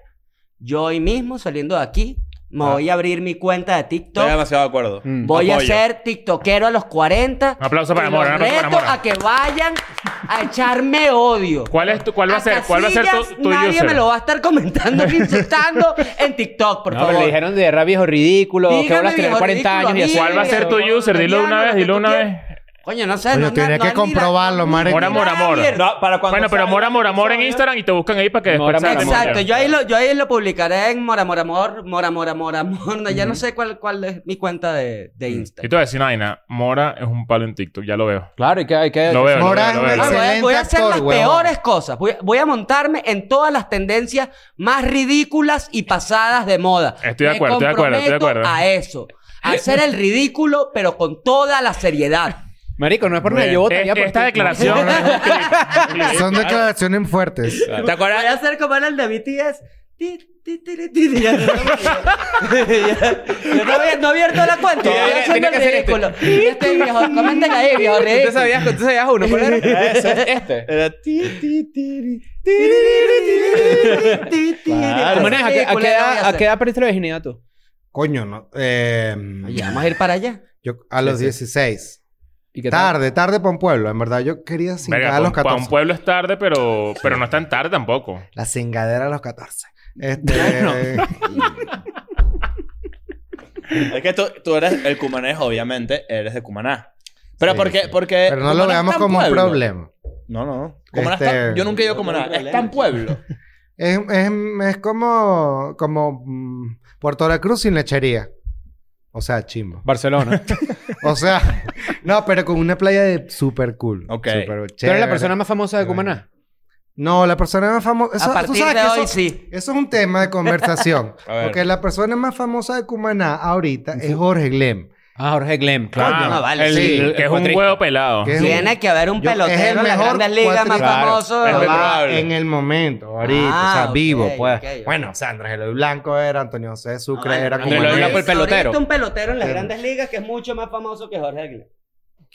Speaker 6: Yo hoy mismo, saliendo de aquí, me
Speaker 2: Ah.
Speaker 6: voy a abrir mi cuenta de
Speaker 4: Estoy
Speaker 6: TikTok.
Speaker 4: demasiado de acuerdo.
Speaker 2: Mm.
Speaker 6: Voy a
Speaker 4: Apoyo.
Speaker 6: ser tiktokero a los 40.
Speaker 3: Un aplauso para
Speaker 6: Y
Speaker 3: Mora,
Speaker 6: los
Speaker 3: un aplauso para
Speaker 6: reto
Speaker 3: Mora.
Speaker 6: a que vayan a echarme odio.
Speaker 3: ¿Cuál es tu, cuál va a ser, cuál va a ser
Speaker 6: Casillas,
Speaker 3: tu, tu
Speaker 6: Nadie
Speaker 3: user?
Speaker 6: me lo va a estar comentando ni insultando en TikTok, por
Speaker 2: no,
Speaker 6: favor.
Speaker 2: pero le dijeron de rabia viejo ridículo, que
Speaker 6: Dígame,
Speaker 2: hablas tener
Speaker 6: viejo
Speaker 2: 40
Speaker 6: ridículo,
Speaker 2: años y así.
Speaker 3: ¿Cuál va a ser tu
Speaker 6: Mira,
Speaker 3: user? Dilo una
Speaker 6: Mariano,
Speaker 3: vez,
Speaker 6: lo
Speaker 3: dilo
Speaker 6: que tú
Speaker 3: una vez.
Speaker 6: Coño, no sé.
Speaker 1: Coño,
Speaker 6: no,
Speaker 1: tienes
Speaker 6: no
Speaker 1: que
Speaker 6: admira-
Speaker 1: comprobarlo,
Speaker 6: no
Speaker 1: marico.
Speaker 6: admira
Speaker 3: Mora, mora, mora.
Speaker 6: nadie.
Speaker 4: No, para cuando
Speaker 3: Bueno, pero
Speaker 4: salga
Speaker 3: Mora
Speaker 4: el
Speaker 3: Mora Mora en
Speaker 4: episodio-
Speaker 3: Instagram y te buscan ahí para que
Speaker 2: Mora,
Speaker 3: después
Speaker 2: Mora,
Speaker 3: salgan.
Speaker 6: Exacto, yo ahí, lo, yo ahí lo publicaré en Mora Mora Mor, Mora Mora Mora Mor. No, ya no sé cuál, cuál es mi cuenta de, de
Speaker 3: Y
Speaker 6: Instagram.
Speaker 3: te voy a decir, Naina, Mora es un palo en TikTok, ya lo veo.
Speaker 2: Claro, y que hay que...
Speaker 3: Lo veo, lo
Speaker 1: Mora
Speaker 3: veo, lo
Speaker 1: es un
Speaker 3: veo.
Speaker 6: Ah, voy, a-
Speaker 1: Excelente
Speaker 6: voy a hacer
Speaker 1: actor,
Speaker 6: las
Speaker 1: huevón.
Speaker 6: peores cosas. Voy, voy a montarme en todas las tendencias más ridículas y pasadas de moda.
Speaker 3: Estoy de
Speaker 6: Me
Speaker 3: acuerdo, estoy de acuerdo, estoy de
Speaker 6: comprometo
Speaker 3: acuerdo.
Speaker 6: A eso. A hacer el ridículo, pero con toda la seriedad.
Speaker 2: Marico, no es por nada. Yo votaría
Speaker 3: Es-
Speaker 2: por este
Speaker 3: esta
Speaker 2: ti.
Speaker 3: declaración.
Speaker 1: Son declaraciones fuertes.
Speaker 4: ¿Te acuerdas?
Speaker 6: Voy a hacer como era el de BTS. Ti, ti, ti, ti, ti, ya, ya, ya. Yo no había- no he abierto la cuenta.
Speaker 2: Tiene-
Speaker 6: Estoy haciendo
Speaker 2: tiene que
Speaker 6: el
Speaker 2: ser
Speaker 6: ridículo. Este viejo, comenten ahí, viejo
Speaker 2: ¿Tú te,
Speaker 6: ridículo.
Speaker 2: sabías, tú te sabías uno, ¿cuál era? este.
Speaker 4: Era ti, ti, ti, ti.
Speaker 6: Claro.
Speaker 2: Maneja, ¿a qué- ¿a qué edad- a qué edad perdiste la virginidad tú?
Speaker 1: Coño, no. eh,
Speaker 6: Ya, vamos a ir para allá.
Speaker 1: yo a los 16.
Speaker 2: ¿Y qué tal?
Speaker 1: Tarde, tarde para un pueblo. En verdad, yo quería cingar
Speaker 3: Verga,
Speaker 1: a los
Speaker 3: pa- pa' un
Speaker 1: 14.
Speaker 3: pueblo es tarde, pero, pero no es tan tarde tampoco.
Speaker 1: La cingadera a los 14. Este,
Speaker 4: Es que tú, tú eres el cumanés, obviamente, eres de Cumaná. Pero
Speaker 1: Sí,
Speaker 4: porque,
Speaker 1: sí.
Speaker 4: porque.
Speaker 1: pero no lo
Speaker 4: Cumaná
Speaker 1: veamos
Speaker 4: es tan
Speaker 1: como un
Speaker 4: Eh, pueblo.
Speaker 1: problema.
Speaker 4: No, no. Cumaná es
Speaker 1: Este-
Speaker 4: tan- yo nunca he ido a Cumaná. Es tan pueblo.
Speaker 1: Es, es, es como, como mm, Puerto de la Cruz sin lechería. O sea, chimbo.
Speaker 2: Barcelona.
Speaker 1: O sea, no, pero con una playa de super cool.
Speaker 4: Ok.
Speaker 1: Super
Speaker 2: ¿Tú eres
Speaker 1: chévere.
Speaker 2: la persona más famosa de
Speaker 1: Qué bueno.
Speaker 2: Cumaná?
Speaker 1: No, la persona más famosa...
Speaker 6: A partir de hoy, sí.
Speaker 1: Eso es un tema de conversación.
Speaker 4: A ver.
Speaker 1: porque la persona más famosa de Cumaná ahorita es Jorge Glem.
Speaker 2: Ah, Jorge Glem, claro.
Speaker 3: Ah,
Speaker 6: no, vale,
Speaker 3: el-
Speaker 6: sí.
Speaker 3: el- que es un
Speaker 2: cuatrista.
Speaker 3: huevo pelado.
Speaker 1: que es un-
Speaker 6: Tiene que haber un
Speaker 1: Yo- es el
Speaker 6: pelotero en la
Speaker 1: mejor
Speaker 6: Grandes Ligas más
Speaker 1: cuatro- Claro.
Speaker 6: famoso.
Speaker 1: Pero
Speaker 4: Es
Speaker 1: va
Speaker 4: probable.
Speaker 1: en el momento, ahorita,
Speaker 6: Ah,
Speaker 1: o sea,
Speaker 6: ok,
Speaker 1: vivo, pues.
Speaker 6: ok, Ah, ok.
Speaker 1: Bueno, o sea, Andrés Eloy Blanco era, Antonio José de Sucre era
Speaker 2: Andrés
Speaker 1: Cumaná.
Speaker 2: Eloy Blanco, el pelotero.
Speaker 6: Ahorita un pelotero en las
Speaker 1: Sí.
Speaker 6: Grandes Ligas que es mucho más famoso que Jorge Aguilar.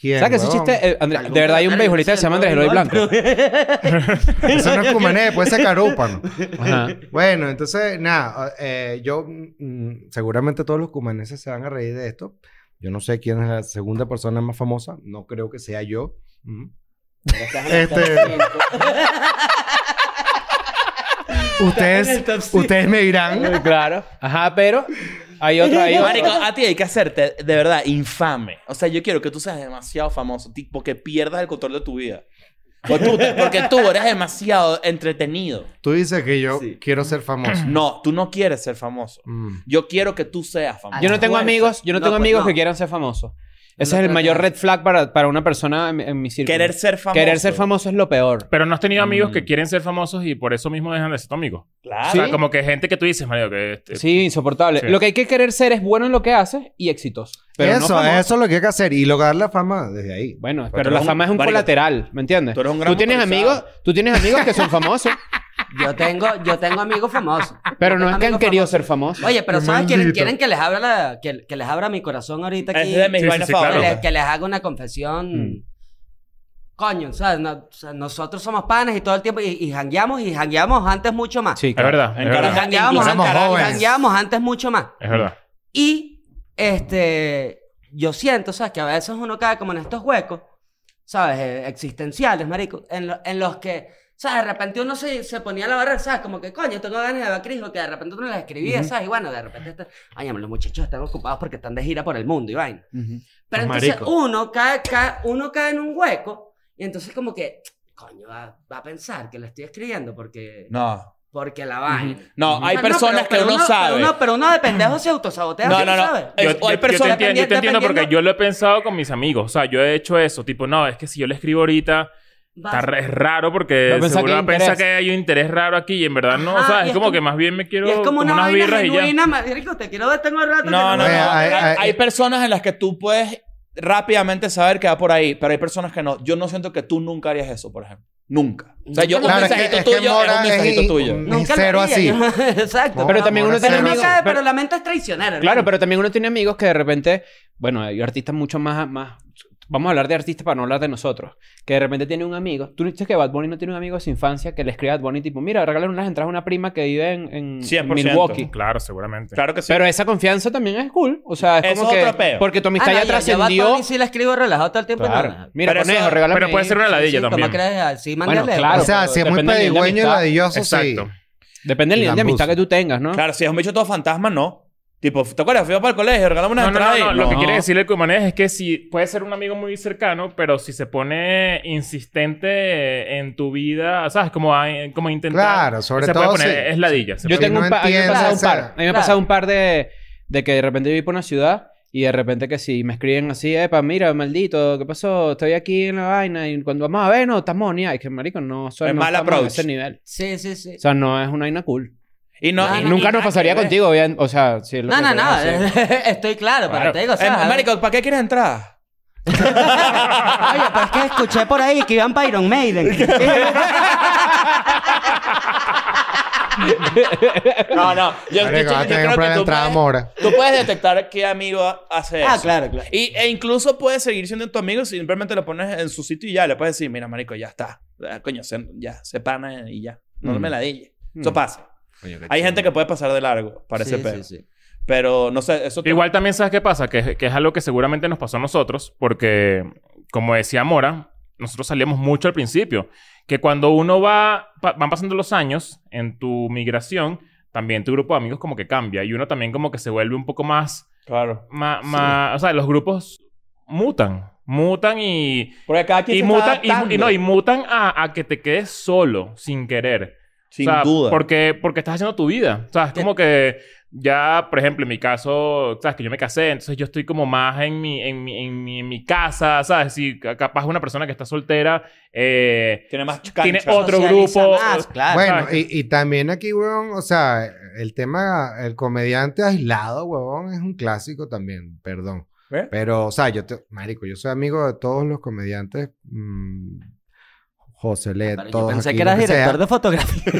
Speaker 1: ¿Quién,
Speaker 2: ¿Sabes que ese
Speaker 1: huevón?
Speaker 2: chiste? eh, André- de verdad hay un beisbolista que se llama Andrés Eloy Blanco.
Speaker 1: Eso no es Cumané, puede ser Carúpano.
Speaker 2: Ajá.
Speaker 1: Bueno, entonces, nada, eh, yo mm, seguramente todos los cumaneses se van a reír de esto. Yo no sé quién es la segunda persona más famosa, no creo que sea yo. Mm. Este, ustedes, ustedes me dirán.
Speaker 2: Claro. Ajá, pero hay otro ahí.
Speaker 4: Marico, a ti hay que hacerte de verdad infame. O sea, yo quiero que tú seas demasiado famoso, tipo que pierdas el control de tu vida. O tú te- porque tú eres demasiado entretenido.
Speaker 1: Tú dices que yo
Speaker 6: Sí.
Speaker 1: quiero ser famoso.
Speaker 4: No, tú no quieres ser famoso.
Speaker 1: Mm.
Speaker 4: Yo quiero que tú seas famoso.
Speaker 2: Yo no tengo
Speaker 6: Fuerza.
Speaker 2: amigos, yo no,
Speaker 6: No,
Speaker 2: tengo
Speaker 6: pues,
Speaker 2: amigos
Speaker 6: no.
Speaker 2: que quieran ser famosos. Ese
Speaker 6: No,
Speaker 2: es el
Speaker 6: no,
Speaker 2: mayor
Speaker 6: no.
Speaker 2: red flag para, para una persona en, en mi círculo.
Speaker 4: Querer ser famoso.
Speaker 2: Querer ser famoso es lo peor.
Speaker 3: Pero no has tenido amigos
Speaker 4: Mm.
Speaker 3: que quieren ser famosos y por eso mismo dejan de ser tu amigo.
Speaker 4: Claro.
Speaker 3: O sea, como que gente que tú dices, Mario, que este,
Speaker 2: Ah, Sí, insoportable.
Speaker 3: Sí.
Speaker 2: Lo que hay que querer ser es bueno en lo que hace y exitoso. Pero no
Speaker 1: eso,
Speaker 2: famoso.
Speaker 1: eso es lo que hay que hacer y lograr la fama desde ahí.
Speaker 2: Bueno, pero,
Speaker 4: tú eres
Speaker 2: la
Speaker 4: un-
Speaker 2: fama es un
Speaker 4: marico,
Speaker 2: colateral, ¿me entiendes?
Speaker 4: tú eres un gran
Speaker 2: tienes
Speaker 4: motorizado.
Speaker 2: amigos, tú tienes amigos que son famosos,
Speaker 6: Yo tengo, yo tengo amigos famosos.
Speaker 2: pero
Speaker 6: Yo
Speaker 2: no
Speaker 6: tengo
Speaker 2: es que han
Speaker 6: amigos
Speaker 2: querido
Speaker 6: famosos.
Speaker 2: ser famosos.
Speaker 6: Oye, pero
Speaker 1: Qué
Speaker 6: ¿sabes? Quieren,
Speaker 1: maldito.
Speaker 6: quieren que les abra la, que, que les abra mi corazón ahorita aquí.
Speaker 4: Es de mis
Speaker 3: Sí, sí,
Speaker 4: vainas
Speaker 3: sí,
Speaker 6: que,
Speaker 3: claro.
Speaker 4: favoritas.
Speaker 6: les, que les haga una confesión.
Speaker 1: Mm.
Speaker 6: Coño, ¿sabes? No- o sea, nosotros somos panes y todo el tiempo y, y jangueamos y jangueamos antes mucho más.
Speaker 2: Sí,
Speaker 3: Es
Speaker 2: claro.
Speaker 3: verdad, es
Speaker 4: En
Speaker 6: Y
Speaker 4: Caracas.
Speaker 3: verdad.
Speaker 6: jangueábamos
Speaker 1: Somos
Speaker 6: antes,
Speaker 1: jóvenes.
Speaker 6: jangueábamos antes mucho más.
Speaker 3: Es verdad.
Speaker 6: Y este, yo siento, ¿sabes? Que a veces uno cae como en estos huecos, ¿sabes? Eh, existenciales, marico, en, lo- en los que, ¿sabes? De repente uno se, se ponía a la barra, ¿sabes? Como que, coño, tengo ganas de ver a Cris", o que de repente uno las escribía, ¿sabes? Y bueno, de repente, está- ay, los muchachos están ocupados porque están de gira por el mundo, y vaina.
Speaker 2: Ujú.
Speaker 6: Pero
Speaker 1: Los
Speaker 6: entonces
Speaker 1: maricos.
Speaker 6: uno cae, cae- uno cae en un hueco, y entonces como que, coño, va, va a pensar que lo estoy escribiendo porque,
Speaker 4: No.
Speaker 6: porque la vaina.
Speaker 4: No, hay
Speaker 6: Ah,
Speaker 4: personas
Speaker 6: pero- pero
Speaker 4: que uno
Speaker 6: Pero
Speaker 4: sabe.
Speaker 6: uno, pero uno de pendejo se autosabotea.
Speaker 4: No,
Speaker 6: ¿sí?
Speaker 4: no, no.
Speaker 6: ¿sabes?
Speaker 4: Es-
Speaker 3: Yo,
Speaker 4: o hay
Speaker 3: yo- yo te
Speaker 4: personas-
Speaker 3: entiendo, yo te entiendo porque
Speaker 6: dependiendo-
Speaker 3: yo lo he pensado con mis amigos. O sea, yo he hecho eso. Tipo, no, es que si yo le escribo ahorita,
Speaker 6: Vas-
Speaker 3: está, ra- es raro porque
Speaker 2: Va a pensar
Speaker 3: seguro
Speaker 2: que hay
Speaker 3: va a pensar
Speaker 2: interés.
Speaker 3: que hay un interés raro aquí y en verdad no.
Speaker 6: Ajá,
Speaker 3: o sea,
Speaker 6: y
Speaker 3: es
Speaker 6: es
Speaker 3: como
Speaker 6: como-
Speaker 3: que más bien me quiero
Speaker 6: y es como una
Speaker 3: unas
Speaker 6: vaina
Speaker 3: birras y ya.
Speaker 6: genuina, marico, te quiero ver, tengo rato. que
Speaker 4: No, no, no.
Speaker 1: Oye,
Speaker 4: Hay,
Speaker 1: hay- hay-
Speaker 4: hay personas en las que tú puedes rápidamente saber que va por ahí, pero hay personas que no. Yo no siento que tú nunca harías eso, por ejemplo. Nunca. O sea, yo un
Speaker 1: Claro, es que-
Speaker 4: mensajito
Speaker 1: es que
Speaker 4: tuyo es
Speaker 1: Mora es
Speaker 4: un
Speaker 1: Mm.
Speaker 4: mensajito
Speaker 1: in-
Speaker 4: tuyo.
Speaker 1: un-
Speaker 6: Nunca lo
Speaker 1: Cero
Speaker 6: haría,
Speaker 1: así.
Speaker 6: yo- Exacto.
Speaker 2: Pero también uno
Speaker 1: Ahora
Speaker 2: tiene
Speaker 1: cero.
Speaker 6: Pero,
Speaker 2: amigos.
Speaker 6: sabe,
Speaker 2: pero-
Speaker 6: pero la mente es traicionera.
Speaker 2: Claro,
Speaker 6: hermano.
Speaker 2: pero también uno tiene amigos que de repente, bueno, hay artistas mucho más, más. Vamos a hablar de artistas para no hablar de nosotros. Que de repente tiene un amigo. Tú dices que Bad Bunny no tiene un amigo de su infancia que le escribe a Bad Bunny tipo, mira, regálale unas entradas a una prima que vive en, en- en
Speaker 4: 100%.
Speaker 2: Milwaukee.
Speaker 3: Claro, seguramente.
Speaker 4: Claro que sí.
Speaker 2: Pero esa confianza también es cool. O sea, es
Speaker 4: Eso
Speaker 2: como
Speaker 4: es
Speaker 2: que...
Speaker 4: otro peo.
Speaker 2: Porque tu
Speaker 6: Ah,
Speaker 2: amistad
Speaker 6: no,
Speaker 2: ya
Speaker 6: yo- yo a Bad
Speaker 2: trascendió...
Speaker 6: Bunny sí la escribo relajado todo el tiempo.
Speaker 2: Claro.
Speaker 6: no, no.
Speaker 2: Mira,
Speaker 4: Pero eso-
Speaker 2: conejo, regálame
Speaker 3: Pero puede
Speaker 2: ahí.
Speaker 3: ser una ladilla
Speaker 6: Sí,
Speaker 3: también.
Speaker 6: ¿Cómo crees? Sí,
Speaker 2: Bueno,
Speaker 6: mándale.
Speaker 2: claro.
Speaker 1: o sea, si es muy
Speaker 2: depende del nivel de
Speaker 1: pedigüeño y
Speaker 2: amistad.
Speaker 1: ladilloso, sí.
Speaker 3: Exacto.
Speaker 2: Depende del nivel de amistad
Speaker 1: Lambuza.
Speaker 2: que tú tengas, ¿no?
Speaker 4: Claro, si es un bicho todo fantasma, no. Tipo, ¿te acuerdas? Fuimos para el colegio, regalamos una
Speaker 3: No, no,
Speaker 4: entrada
Speaker 3: no, no.
Speaker 4: y-
Speaker 3: Lo que
Speaker 2: No.
Speaker 3: quiere decir el cumanés es que si puede ser un amigo muy cercano, pero si se pone insistente en tu vida, ¿sabes? Como, a- como a intentar.
Speaker 1: Claro, sobre
Speaker 3: se puede
Speaker 1: todo
Speaker 3: poner-
Speaker 1: si-
Speaker 3: Es ladilla. se
Speaker 2: Yo
Speaker 1: Si
Speaker 3: puede-
Speaker 2: tengo
Speaker 1: no
Speaker 2: un, par, a mí me ha
Speaker 1: entiendes,
Speaker 2: pasado un
Speaker 1: o sea,
Speaker 2: par. A mí me ha
Speaker 6: claro.
Speaker 2: pasado un par de, de que de repente viví por una ciudad y de repente que si me escriben así, epa, mira, maldito, ¿qué pasó? Estoy aquí en la vaina y cuando vamos a ver, no, estás monia. Es que, marico, no soy
Speaker 4: Es
Speaker 2: no
Speaker 4: mal
Speaker 2: estamos
Speaker 4: approach.
Speaker 2: a ese nivel.
Speaker 6: Sí, sí, sí.
Speaker 2: O sea, no es una vaina cool.
Speaker 4: Y no,
Speaker 6: Ah,
Speaker 4: y-
Speaker 6: no,
Speaker 2: Nunca
Speaker 4: y-
Speaker 2: nos pasaría
Speaker 4: y-
Speaker 2: contigo, bien. O sea, sí. es lo
Speaker 6: No,
Speaker 2: que
Speaker 6: no, no.
Speaker 2: queremos decir.
Speaker 6: Estoy claro, pero te digo,
Speaker 4: Eh,
Speaker 6: ¿sabes?
Speaker 4: marico, ¿para qué quieres entrar?
Speaker 6: Oye, pero es que escuché por ahí que iban para Iron Maiden.
Speaker 4: No, no. Yo, yo-
Speaker 1: Marico,
Speaker 4: yo
Speaker 1: vas a tener
Speaker 4: creo
Speaker 1: que
Speaker 4: que
Speaker 1: comprar la
Speaker 4: tú
Speaker 1: entrada
Speaker 4: puedes-
Speaker 1: mora.
Speaker 4: Tú puedes detectar qué amigo hace eso.
Speaker 6: ah, claro, claro.
Speaker 4: Y, e incluso puedes seguir siendo tu amigo si simplemente lo pones en su sitio y ya. Le puedes decir, mira, marico, ya está. Ah, Coño, se- ya, se pana y ya. No
Speaker 1: Mm.
Speaker 4: me la dille. Eso pasa. Hay gente que puede pasar de largo para ese
Speaker 6: Sí,
Speaker 4: pedo.
Speaker 6: sí, sí.
Speaker 4: Pero no sé, eso... te-
Speaker 3: Igual también sabes qué pasa, que, que es algo que seguramente nos pasó a nosotros, porque como decía Mora, nosotros salíamos mucho al principio, que cuando uno va, pa- van pasando los años en tu migración, también tu grupo de amigos como que cambia y uno también como que se vuelve un poco más,
Speaker 4: Claro.
Speaker 3: más, más- o sea, los grupos mutan, mutan y,
Speaker 4: Porque cada quien
Speaker 3: y
Speaker 4: se está
Speaker 3: mutan, y, mu- y no,
Speaker 4: adaptando.
Speaker 3: y mutan a, a que te quedes solo, sin querer.
Speaker 4: Sin
Speaker 3: O sea,
Speaker 4: duda.
Speaker 3: Porque, porque estás haciendo tu vida. O sea, es como que ya, por ejemplo, en mi caso, sabes que yo me casé, entonces yo estoy como más en mi, en mi, en mi, en mi casa, ¿sabes? Si ca- capaz una persona que está soltera eh,
Speaker 4: Tiene más
Speaker 3: tiene
Speaker 4: cancha.
Speaker 3: otro
Speaker 6: Socializa
Speaker 3: grupo.
Speaker 6: más, claro.
Speaker 1: Bueno,
Speaker 3: ¿sabes?
Speaker 1: y, y también aquí, huevón, o sea, el tema, el comediante aislado, huevón, es un clásico también, perdón.
Speaker 4: ¿Eh?
Speaker 1: Pero, o sea, yo te, marico, yo soy amigo de todos los comediantes, mm, José Led,
Speaker 6: Pero yo
Speaker 1: todos
Speaker 6: pensé
Speaker 1: aquí,
Speaker 6: que
Speaker 1: lo
Speaker 6: eras
Speaker 1: sea,
Speaker 6: director de fotografía.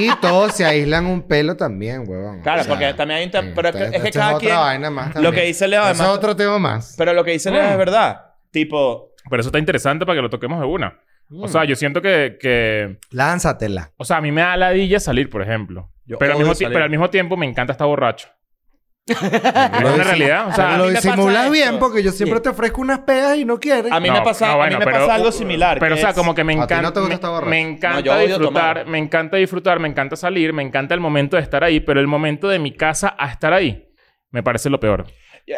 Speaker 1: Y todos se aislan un pelo también, huevón.
Speaker 4: Claro, porque también hay... inter-
Speaker 1: eh,
Speaker 4: Pero es que,
Speaker 1: entonces,
Speaker 4: es que
Speaker 1: esto
Speaker 4: cada
Speaker 1: otra
Speaker 4: quien...
Speaker 1: vaina más
Speaker 4: Lo
Speaker 1: también.
Speaker 4: que dice Leo,
Speaker 1: Ese es
Speaker 4: además...
Speaker 1: otro tema más.
Speaker 4: Pero lo que dice Leo
Speaker 3: Mm.
Speaker 4: es verdad. Tipo...
Speaker 3: Pero eso está interesante para que lo toquemos de una. O
Speaker 4: Mm.
Speaker 3: sea, yo siento que, que...
Speaker 1: Mm. Lánzatela.
Speaker 3: O sea, a mí me da ladilla salir, por ejemplo.
Speaker 4: Yo
Speaker 3: Pero al,
Speaker 4: odio
Speaker 3: mismo ti-
Speaker 4: salir.
Speaker 3: pero al mismo tiempo me encanta estar borracho. es una realidad. O sea,
Speaker 1: lo
Speaker 4: mí me pasa
Speaker 1: disimulas
Speaker 4: esto.
Speaker 1: bien porque yo siempre te ofrezco unas pegas y no quieres.
Speaker 4: A mí
Speaker 3: No,
Speaker 4: me pasa,
Speaker 3: no,
Speaker 4: a mí
Speaker 3: bueno,
Speaker 4: me
Speaker 3: pero-
Speaker 4: pasa algo similar.
Speaker 3: Pero, o
Speaker 4: que
Speaker 3: sea,
Speaker 4: es-
Speaker 3: como que me
Speaker 1: A ti no te
Speaker 3: encanta.
Speaker 1: gusta
Speaker 3: me-
Speaker 1: estar borracho.
Speaker 3: me
Speaker 4: No, yo
Speaker 3: encanta
Speaker 4: odio
Speaker 3: disfrutar,
Speaker 4: tomar.
Speaker 3: me encanta disfrutar, me encanta salir, me encanta el momento de estar ahí, pero el momento de mi casa a estar ahí me parece lo peor.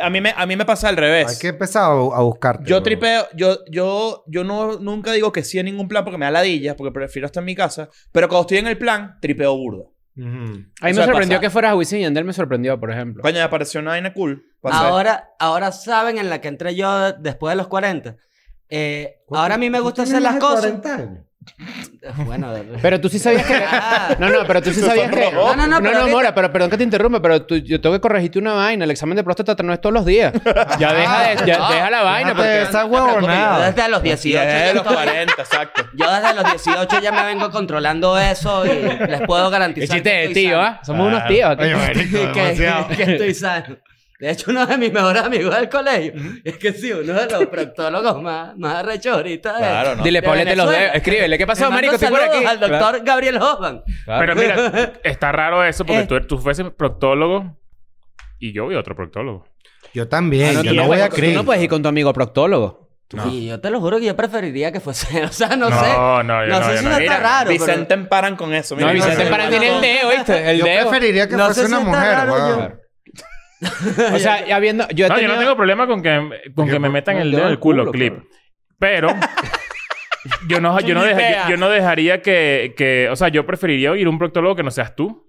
Speaker 4: A mí me, a mí me pasa al revés.
Speaker 1: Hay que empezar a, a buscarte.
Speaker 4: Yo
Speaker 1: huevón.
Speaker 4: tripeo, yo, yo, yo no, nunca digo que sí a ningún plan porque me da ladillas, porque prefiero estar en mi casa. Pero cuando estoy en el plan, tripeo burda.
Speaker 1: Ujú.
Speaker 2: A mí
Speaker 4: Eso
Speaker 2: me
Speaker 4: me
Speaker 2: sorprendió
Speaker 4: pasa.
Speaker 2: que fueras a Wisin y Yandel me sorprendió, por ejemplo.
Speaker 4: Coño, me pareció una vaina cool. Pasé.
Speaker 6: ahora, ahora saben en la que entré yo después de los 40. Eh, ahora a mí me gusta hacer las cosas. Bueno, de-
Speaker 2: Pero tú sí sabías que...
Speaker 6: Ah.
Speaker 2: No, no, pero tú sí sabías que...
Speaker 6: No, no, no,
Speaker 2: No,
Speaker 6: pero
Speaker 2: no,
Speaker 6: ahorita-
Speaker 2: Mora, pero perdón que te interrumpa, pero tú- yo tengo que corregirte una vaina. El examen de próstata no es todos los días. Ya deja, de- ya
Speaker 6: Ah, No.
Speaker 2: deja la vaina. Porque...
Speaker 1: Ah, esa
Speaker 6: Yo
Speaker 1: huevonada.
Speaker 6: desde los 18
Speaker 4: Desde
Speaker 6: ya
Speaker 4: los
Speaker 6: estoy-
Speaker 4: 40, exacto.
Speaker 6: Yo desde los 18 ya me vengo controlando eso y les puedo
Speaker 2: El
Speaker 6: garantizar.
Speaker 2: chiste
Speaker 6: que
Speaker 2: de
Speaker 6: estoy
Speaker 2: tío,
Speaker 6: sano.
Speaker 2: ¿ah? Somos unos tíos. aquí.
Speaker 1: Oye, marico,
Speaker 6: que,
Speaker 1: demasiado.
Speaker 6: que estoy sano. De hecho, uno de mis mejores amigos del colegio es que sí, uno de los proctólogos más, más arrechos ahorita. de-
Speaker 4: Claro, ¿no?
Speaker 2: Dile,
Speaker 6: de
Speaker 2: Paulete, los
Speaker 6: Venezuela.
Speaker 2: dedos. Escríbele. ¿Qué pasó,
Speaker 6: Le mando
Speaker 2: marico? Estoy por
Speaker 6: saludos
Speaker 2: aquí.
Speaker 6: al doctor Gabriel Hoffman.
Speaker 4: Ah.
Speaker 3: Pero mira, está raro eso porque
Speaker 6: Eh.
Speaker 3: tú, tú fuese proctólogo y yo vi otro proctólogo.
Speaker 1: Yo
Speaker 4: Ah,
Speaker 1: también.
Speaker 2: Claro,
Speaker 1: yo
Speaker 2: tú
Speaker 1: no
Speaker 2: no
Speaker 1: voy
Speaker 2: puedes-
Speaker 1: a
Speaker 2: Tú
Speaker 1: creer.
Speaker 2: no
Speaker 4: pues,
Speaker 2: puedes ir con tu amigo proctólogo.
Speaker 6: Y yo te lo juro que yo preferiría que fuese. O sea,
Speaker 3: No,
Speaker 6: no, sé.
Speaker 3: no, yo no,
Speaker 6: sé
Speaker 3: yo
Speaker 6: si
Speaker 3: no.
Speaker 6: no está
Speaker 3: Mira,
Speaker 6: raro. pero-
Speaker 4: Vicente emparan con eso.
Speaker 2: No,
Speaker 4: Mira,
Speaker 2: Vicente
Speaker 6: no,
Speaker 2: para
Speaker 6: no,
Speaker 2: tiene
Speaker 6: no.
Speaker 2: el dedo, ¿viste? El
Speaker 1: Yo
Speaker 2: dedo.
Speaker 1: preferiría que
Speaker 6: No
Speaker 1: fuese
Speaker 6: sé si
Speaker 1: una
Speaker 6: está
Speaker 1: mujer,
Speaker 6: raro
Speaker 1: huevón.
Speaker 6: yo.
Speaker 2: O sea, ya viendo... Yo
Speaker 3: No, yo
Speaker 2: he
Speaker 3: no
Speaker 2: tenido-
Speaker 3: tengo problema con que, con que me metan el dedo en el culo, clip. Pero yo no, yo no,
Speaker 4: Ni
Speaker 3: deja-
Speaker 4: idea.
Speaker 3: yo, yo no dejaría que, que... O sea, yo preferiría ir a un proctólogo que no seas tú.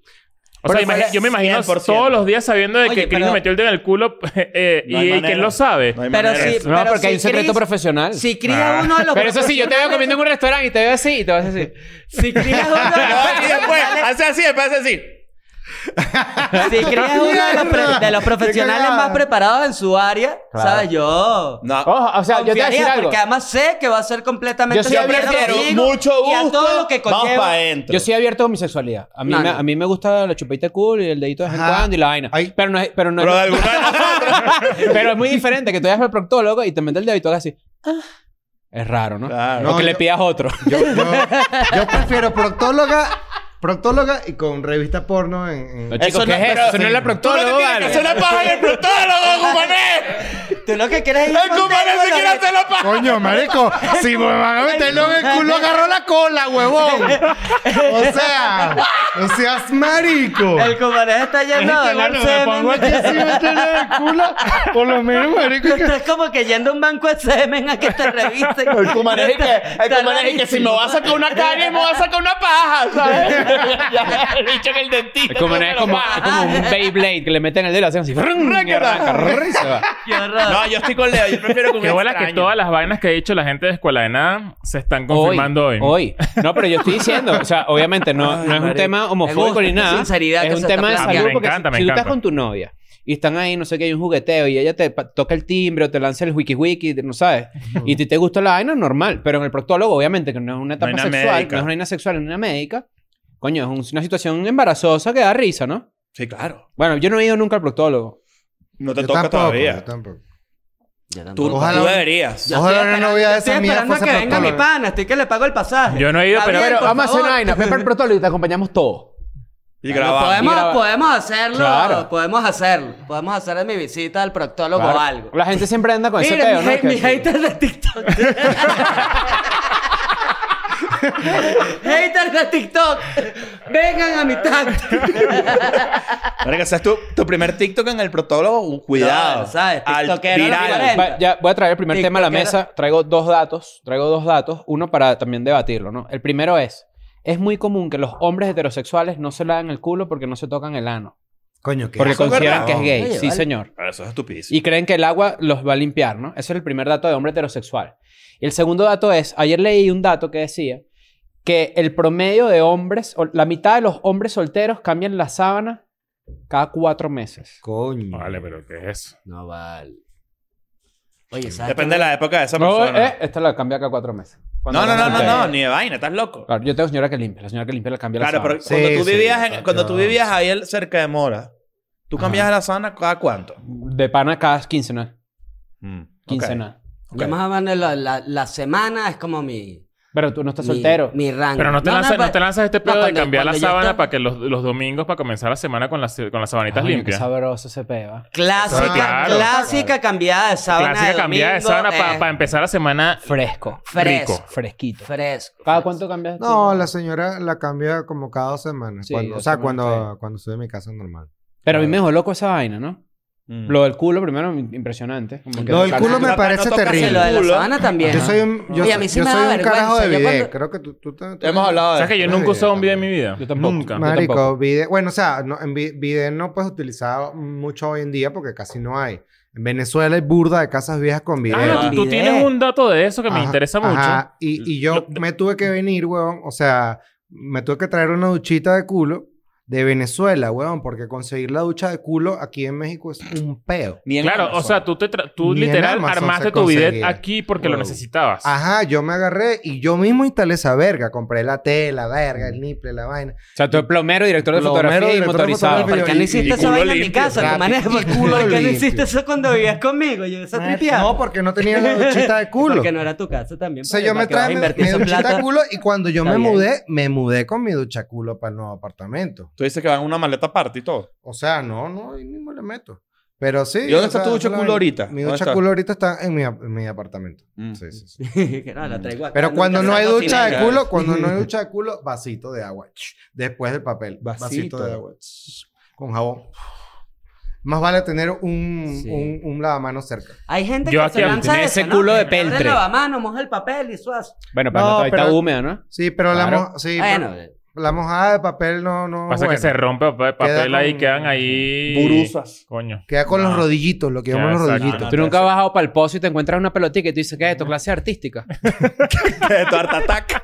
Speaker 3: O
Speaker 4: Pero
Speaker 3: sea, imagi-
Speaker 4: fuera
Speaker 3: yo me imagino
Speaker 4: 100%.
Speaker 3: todos los días sabiendo de
Speaker 6: Oye,
Speaker 3: que Chris
Speaker 6: pero-
Speaker 3: me metió el dedo en el culo eh,
Speaker 4: No hay
Speaker 3: y, y que
Speaker 4: manera.
Speaker 3: él lo sabe.
Speaker 4: No hay
Speaker 6: Pero
Speaker 4: manera.
Speaker 6: sí,
Speaker 3: No,
Speaker 6: pero
Speaker 2: porque hay un
Speaker 6: si
Speaker 2: secreto
Speaker 6: Chris-
Speaker 2: profesional.
Speaker 6: Si cría
Speaker 4: Ah.
Speaker 6: uno de los
Speaker 2: Pero eso sí, yo te veo comiendo en un restaurante y te veo así y te vas así.
Speaker 6: Si crías uno de los
Speaker 4: Y después, hace así, después hace así. pues.
Speaker 6: Si crees uno de los, pre- de los profesionales
Speaker 1: cagada.
Speaker 6: más preparados en su área, ¿sabes? Yo.
Speaker 4: No.
Speaker 2: Ojo, o sea, yo te voy a decir
Speaker 6: confiaría,
Speaker 2: algo.
Speaker 6: Porque además sé que va a ser completamente
Speaker 2: Yo sí
Speaker 6: de acuerdo
Speaker 2: prefiero
Speaker 6: contigo
Speaker 4: mucho gusto.
Speaker 6: Y a todo lo que
Speaker 4: Vamos
Speaker 6: conlleva.
Speaker 4: para adentro.
Speaker 2: Yo soy abierto con mi sexualidad. A mí,
Speaker 6: No,
Speaker 2: me,
Speaker 6: no.
Speaker 2: A mí me gusta la chupita cool y el dedito de vez en
Speaker 1: Ajá.
Speaker 2: cuando y la vaina.
Speaker 1: Ay.
Speaker 2: Pero no es... Pero, no es
Speaker 4: Pero de alguna de nosotros.
Speaker 2: pero es muy diferente que tú vayas al proctólogo y te metes el dedo y tú hagas así. Ah. Es raro, ¿no?
Speaker 4: Claro.
Speaker 2: O que
Speaker 1: No,
Speaker 2: le
Speaker 1: yo-
Speaker 2: pidas otro.
Speaker 1: Yo, yo- yo prefiero proctóloga, proctóloga y con revista porno en... en-
Speaker 2: Chicos,
Speaker 4: Eso
Speaker 2: ¿qué
Speaker 4: no-
Speaker 2: es
Speaker 4: pero-
Speaker 2: eso? Eso no es la
Speaker 4: Tú
Speaker 2: proctóloga,
Speaker 4: no te tienes que
Speaker 2: vale.
Speaker 4: hacer la paja en el proctólogo, Cumané.
Speaker 6: Tú lo que quieres es. ir
Speaker 4: El
Speaker 6: contigo,
Speaker 4: Cumané se
Speaker 6: lo
Speaker 4: quiere
Speaker 6: que-
Speaker 4: hacer la paja.
Speaker 1: Coño, marico, si me van a meterlo en el culo, agarro la cola, huevón. O sea, no seas marico.
Speaker 6: El cumarés está yendo a donar
Speaker 1: me pongo aquí
Speaker 6: semen.
Speaker 1: así, meterlo en el culo, por lo menos, marico,
Speaker 6: Tú
Speaker 1: que
Speaker 6: estás como que yendo a un banco de semen a que te revisen.
Speaker 4: El Cumané es que, el
Speaker 6: Está
Speaker 4: Cumané es que si me
Speaker 6: rarísimo.
Speaker 4: va a sacar una carie, me va a sacar una paja, ¿sabes? ya, el bicho en el dentista.
Speaker 2: Es como, es como, es como un Beyblade que le meten el dedo, hacen así. ¡brum! Y arranca, ¡rrr! y se va.
Speaker 6: Qué horror.
Speaker 4: No, yo estoy con Leo. Yo prefiero con
Speaker 3: Qué
Speaker 4: un
Speaker 3: bola que
Speaker 4: extraño.
Speaker 3: todas las vainas que ha dicho la gente de Escuela de Nada se están confirmando hoy.
Speaker 2: Hoy. No, pero yo estoy diciendo, o sea, obviamente no, no es un tema
Speaker 6: Me gusta
Speaker 2: homofóbico ni
Speaker 6: esta
Speaker 2: nada.
Speaker 6: sinceridad que
Speaker 2: es un
Speaker 6: se
Speaker 2: tema de
Speaker 6: está
Speaker 2: salud
Speaker 3: planteando. Me
Speaker 2: porque
Speaker 3: encanta,
Speaker 2: si,
Speaker 3: me
Speaker 2: si tú estás
Speaker 3: encanta.
Speaker 2: con tu novia y están ahí, no sé qué, hay un jugueteo y ella te pa- toca el timbre o te lanza el wiki wiki, no sabes. Y a ti te gusta la vaina normal, pero en el proctólogo, obviamente, que no es una etapa
Speaker 4: una
Speaker 2: sexual,
Speaker 4: médica.
Speaker 2: no es una vaina sexual, es una médica. Coño, es un- una situación embarazosa que da risa, ¿no?
Speaker 4: Sí, claro.
Speaker 2: Bueno, yo no he ido nunca al proctólogo.
Speaker 4: No te
Speaker 1: Yo
Speaker 4: toca
Speaker 1: tampoco,
Speaker 4: todavía.
Speaker 1: yo tampoco.
Speaker 6: Yo
Speaker 4: Tú,
Speaker 6: tampoco.
Speaker 4: tú
Speaker 1: Ojalá-
Speaker 4: deberías.
Speaker 6: Yo
Speaker 1: Ojalá
Speaker 6: estoy
Speaker 1: una
Speaker 6: esperando-
Speaker 1: novia de
Speaker 6: yo estoy
Speaker 1: esas mías
Speaker 6: esperando a
Speaker 1: fuese
Speaker 6: que venga mi
Speaker 1: proctóloga.
Speaker 6: pana. Estoy que le pago el pasaje.
Speaker 3: Yo no he ido,
Speaker 6: Está
Speaker 3: pero-
Speaker 6: bien,
Speaker 3: Pero
Speaker 6: por
Speaker 2: vamos a hacer
Speaker 6: favor.
Speaker 2: una vaina, ve para el proctólogo y te acompañamos todos.
Speaker 4: Y grabamos.
Speaker 6: Podemos,
Speaker 2: graba.
Speaker 6: podemos hacerlo.
Speaker 2: Claro.
Speaker 6: Podemos hacerlo. Podemos hacer en mi visita al proctólogo
Speaker 2: Claro.
Speaker 6: o algo.
Speaker 2: La gente siempre anda con ese
Speaker 6: Mira,
Speaker 2: pedo,
Speaker 6: mi,
Speaker 2: ¿no?
Speaker 6: hate-
Speaker 2: Que-
Speaker 6: mi hater de TikTok. Haters de TikTok, vengan a mi tanto.
Speaker 4: Marica, ¿sabes tu, tu primer TikTok en el protólogo? Cuidado.
Speaker 6: Claro, ¿sabes?
Speaker 4: Al
Speaker 6: TikTokero,
Speaker 4: viral.
Speaker 6: viral.
Speaker 2: Va- ya voy a traer el primer tema a la
Speaker 6: TikTokera.
Speaker 2: mesa. Traigo dos datos. Traigo dos datos. Uno para también debatirlo, ¿no? El primero es... Es muy común que los hombres heterosexuales no se laven el culo porque no se tocan el ano.
Speaker 1: Coño, ¿qué
Speaker 2: Porque
Speaker 1: asco, ¿verdad?
Speaker 2: consideran que es gay.
Speaker 6: Oye,
Speaker 2: sí,
Speaker 6: vale.
Speaker 2: señor.
Speaker 4: Pero Eso es estupidísimo.
Speaker 2: Y creen que el agua los va a limpiar, ¿no? Ese es el primer dato de hombre heterosexual. Y el segundo dato es... Ayer leí un dato que decía que el promedio de hombres... o La mitad de los hombres solteros cambian la sábana cada cuatro meses.
Speaker 1: Coño.
Speaker 3: Vale, pero ¿qué es eso?
Speaker 6: No vale. Oye, ¿sabes?
Speaker 4: Depende de la época de esa
Speaker 2: No,
Speaker 4: persona.
Speaker 2: eh, esta la cambia cada cuatro meses.
Speaker 4: no, no, no, no,
Speaker 2: Sí.
Speaker 4: no, ni de vaina, estás loco.
Speaker 2: Claro, yo tengo señora que limpia. La señora que limpia la cambia
Speaker 4: Claro,
Speaker 2: la
Speaker 4: pero
Speaker 2: sábana.
Speaker 1: Sí,
Speaker 4: cuando, tú
Speaker 1: sí,
Speaker 4: vivías en-
Speaker 1: está
Speaker 4: cuando tú
Speaker 1: claro.
Speaker 4: vivías ahí el- cerca de Mora, ¿tú cambiabas la zona cada cuánto?
Speaker 2: De pana cada quincenal.
Speaker 4: Quincenal.
Speaker 2: Quincenal.
Speaker 6: Yo más o menos la, la, la semana es como mi.
Speaker 2: Pero tú no estás
Speaker 6: mi-
Speaker 2: soltero.
Speaker 6: Mi, rango.
Speaker 3: Pero no te, lanzas, no
Speaker 6: pero-
Speaker 3: te lanzas este
Speaker 6: Ah, no,
Speaker 3: pedo de
Speaker 6: cuando-
Speaker 3: cambiar la
Speaker 6: cuando yo
Speaker 3: sábana
Speaker 6: estaba-
Speaker 3: para que los, los domingos para comenzar la semana con las, con las sabanitas
Speaker 2: Coño, Qué
Speaker 3: limpias.
Speaker 2: sabroso ese peba.
Speaker 6: Clásica,
Speaker 3: Claro.
Speaker 6: clásica cambiada de sábana.
Speaker 3: Clásica
Speaker 6: de
Speaker 3: cambiada de
Speaker 6: domingo,
Speaker 3: sábana para
Speaker 6: eh,
Speaker 3: empezar la semana
Speaker 2: Fresco.
Speaker 6: Fresco.
Speaker 3: rico.
Speaker 2: Fresquito.
Speaker 6: Fresco.
Speaker 2: ¿Cada cuánto cambias? tú?
Speaker 1: No, la señora la cambia como cada dos semanas.
Speaker 2: Sí,
Speaker 1: cuando- o
Speaker 2: dos
Speaker 1: sea,
Speaker 2: semanas está
Speaker 1: cuando, cuando estoy en mi casa normal.
Speaker 2: Pero a mí me dejó loco esa vaina, ¿no?
Speaker 4: Mm.
Speaker 2: Lo del culo primero, impresionante. Como que-
Speaker 1: Lo del culo
Speaker 4: no-
Speaker 1: me
Speaker 4: no
Speaker 1: parece
Speaker 4: tocas el
Speaker 6: Sí,
Speaker 1: terrible.
Speaker 6: lo de la
Speaker 4: Culo.
Speaker 6: sábana también.
Speaker 1: Yo soy un, yo,
Speaker 6: Oye, a mí sí
Speaker 1: yo
Speaker 6: me da
Speaker 1: soy un
Speaker 6: vergüenza,
Speaker 1: carajo de
Speaker 6: yo
Speaker 1: video.
Speaker 6: cuando-
Speaker 1: Creo que tú, tú te- tú-
Speaker 4: Hemos hablado de
Speaker 3: ¿Sabes que yo
Speaker 1: Yo
Speaker 3: nunca he usado un video
Speaker 1: también.
Speaker 3: en mi vida?
Speaker 2: Yo tampoco.
Speaker 3: Nunca.
Speaker 2: Ma-
Speaker 1: Marico,
Speaker 2: tampoco.
Speaker 1: vide- bueno, o sea, no, en vi- video no puedes utilizar mucho hoy en día porque casi no hay. En Venezuela hay burda de casas viejas con video.
Speaker 3: Ah, tú, tú
Speaker 6: Video.
Speaker 3: tienes un dato de eso que me
Speaker 1: Ajá,
Speaker 3: interesa mucho.
Speaker 1: ajá. Y, y yo me tuve que venir, huevón. O sea, me tuve que traer una duchita de culo de Venezuela, huevón, porque conseguir la ducha de culo aquí en México es un peo.
Speaker 4: Ni en
Speaker 3: Claro, o
Speaker 4: Amazon.
Speaker 3: sea, tú, te tra- tú
Speaker 1: Ni en
Speaker 3: literal
Speaker 1: Amazon
Speaker 3: armaste
Speaker 1: se
Speaker 3: tu bidet
Speaker 1: conseguía.
Speaker 3: aquí porque lo
Speaker 1: Wow. Ah,
Speaker 3: necesitabas.
Speaker 1: Ajá, yo me agarré y yo mismo instalé esa verga. Compré la tela, verga,
Speaker 3: Mm.
Speaker 1: el niple, la vaina.
Speaker 2: O sea, tú eres plomero, director de
Speaker 1: Plomero,
Speaker 2: fotografía y
Speaker 1: director de
Speaker 2: motorizado.
Speaker 1: fotografía.
Speaker 6: ¿Por qué no hiciste
Speaker 4: Y
Speaker 6: esa
Speaker 4: culo
Speaker 6: vaina en mi
Speaker 4: limpio,
Speaker 6: casa,
Speaker 1: rápido.
Speaker 6: Mané? ¿Por
Speaker 1: Y culo
Speaker 6: por qué no
Speaker 1: limpio.
Speaker 6: haciste eso cuando vivías conmigo? Yo esa tripeaba.
Speaker 1: No, porque no tenía la duchita de culo.
Speaker 6: Porque no era tu casa también.
Speaker 1: O sea,
Speaker 6: porque
Speaker 1: yo
Speaker 6: ¿para
Speaker 1: me
Speaker 6: qué vas a
Speaker 1: traje mi,
Speaker 6: invertir
Speaker 1: mi
Speaker 6: esa
Speaker 1: duchita
Speaker 6: plata?
Speaker 1: culo y cuando yo
Speaker 6: Está
Speaker 1: me
Speaker 6: bien.
Speaker 1: mudé, me mudé con mi ducha culo para el nuevo apartamento.
Speaker 4: Tú dices que van en una maleta aparte y todo.
Speaker 1: O sea, no, no, ahí mismo le meto. Pero sí.
Speaker 4: ¿Y dónde
Speaker 1: o
Speaker 4: está
Speaker 1: sea,
Speaker 4: tu ducha
Speaker 1: la-
Speaker 4: culo ahorita?
Speaker 1: Mi
Speaker 4: ¿Dónde
Speaker 1: ducha
Speaker 4: está?
Speaker 1: culo ahorita está en mi, en mi apartamento.
Speaker 4: Mm.
Speaker 1: Sí, sí, sí.
Speaker 6: Que no, la traigo acá,
Speaker 1: Pero
Speaker 6: nunca
Speaker 1: cuando no
Speaker 6: se
Speaker 1: hay
Speaker 6: cocina.
Speaker 1: ducha de
Speaker 4: cocinar.
Speaker 1: culo, cuando no hay ducha de culo, vasito de agua. Ch, Después del papel. Vasito,
Speaker 4: Vasito.
Speaker 1: de agua. Ch, Con jabón. Más vale tener un,
Speaker 6: Sí.
Speaker 1: un, un lavamanos cerca.
Speaker 6: Hay gente
Speaker 3: Yo
Speaker 6: que
Speaker 3: aquí
Speaker 6: se lanza
Speaker 2: tenía ese
Speaker 6: esa, ¿no?
Speaker 2: culo de
Speaker 6: Abre el
Speaker 2: peltre.
Speaker 6: lavamano, moja el papel y suaz.
Speaker 2: Bueno, pero
Speaker 1: No,
Speaker 2: la está
Speaker 1: pero-
Speaker 2: húmeda, ¿no?
Speaker 1: Sí, pero la,
Speaker 2: Claro.
Speaker 1: mo- sí,
Speaker 6: Bueno, eh,
Speaker 1: pero la mojada de papel no... no
Speaker 3: Pasa
Speaker 1: bueno.
Speaker 3: que se rompe pa- papel
Speaker 1: Queda
Speaker 3: ahí
Speaker 1: con-
Speaker 3: quedan ahí.
Speaker 4: Burusas.
Speaker 3: Coño.
Speaker 1: Queda con los rodillitos, lo que llamamos los
Speaker 3: exacto.
Speaker 1: rodillitos.
Speaker 2: Tú nunca has bajado para el pozo y te encuentras una pelotica y tú dices, ¿qué es esto? Clase artística.
Speaker 4: De tu Art Attack.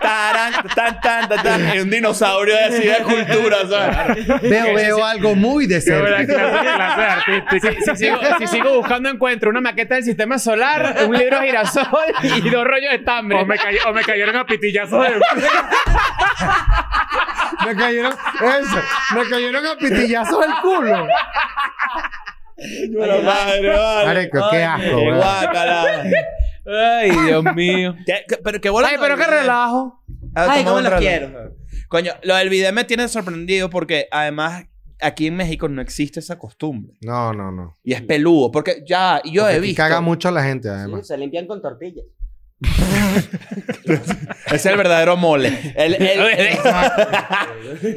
Speaker 4: Tarán, tan, tan, tan, tan. Y un dinosaurio así de cultura, ¿sabes?
Speaker 1: Veo, veo algo muy de
Speaker 3: Qué buena
Speaker 1: cerca.
Speaker 3: clase- clase de artística.
Speaker 2: Si sigo, si sigo buscando, encuentro una maqueta del sistema solar, un libro girasol y dos rollos de estambre.
Speaker 3: O me, cay- o me cayeron a pitillazos de...
Speaker 1: Me cayeron... Eso. Me cayeron a pitillazos del culo.
Speaker 4: Pero madre, madre.
Speaker 1: Marico, qué asco,
Speaker 4: Qué
Speaker 1: weón.
Speaker 4: guácala.
Speaker 2: Ay, Dios mío.
Speaker 4: Qué- qué- Pero qué bola.
Speaker 2: Ay, pero qué relajo.
Speaker 4: Ah,
Speaker 6: Ay,
Speaker 4: toma
Speaker 6: cómo
Speaker 4: un
Speaker 6: lo
Speaker 4: relajo.
Speaker 6: quiero.
Speaker 4: Coño, lo del video me tiene sorprendido porque además aquí en México no existe esa costumbre.
Speaker 1: No, no, no.
Speaker 4: Y es peludo. Porque ya, y yo
Speaker 1: Porque
Speaker 4: he
Speaker 1: aquí
Speaker 4: visto.
Speaker 1: Caga mucho la gente,
Speaker 6: sí,
Speaker 1: además.
Speaker 6: se limpian con tortillas.
Speaker 4: Ese es el verdadero mole. El- el-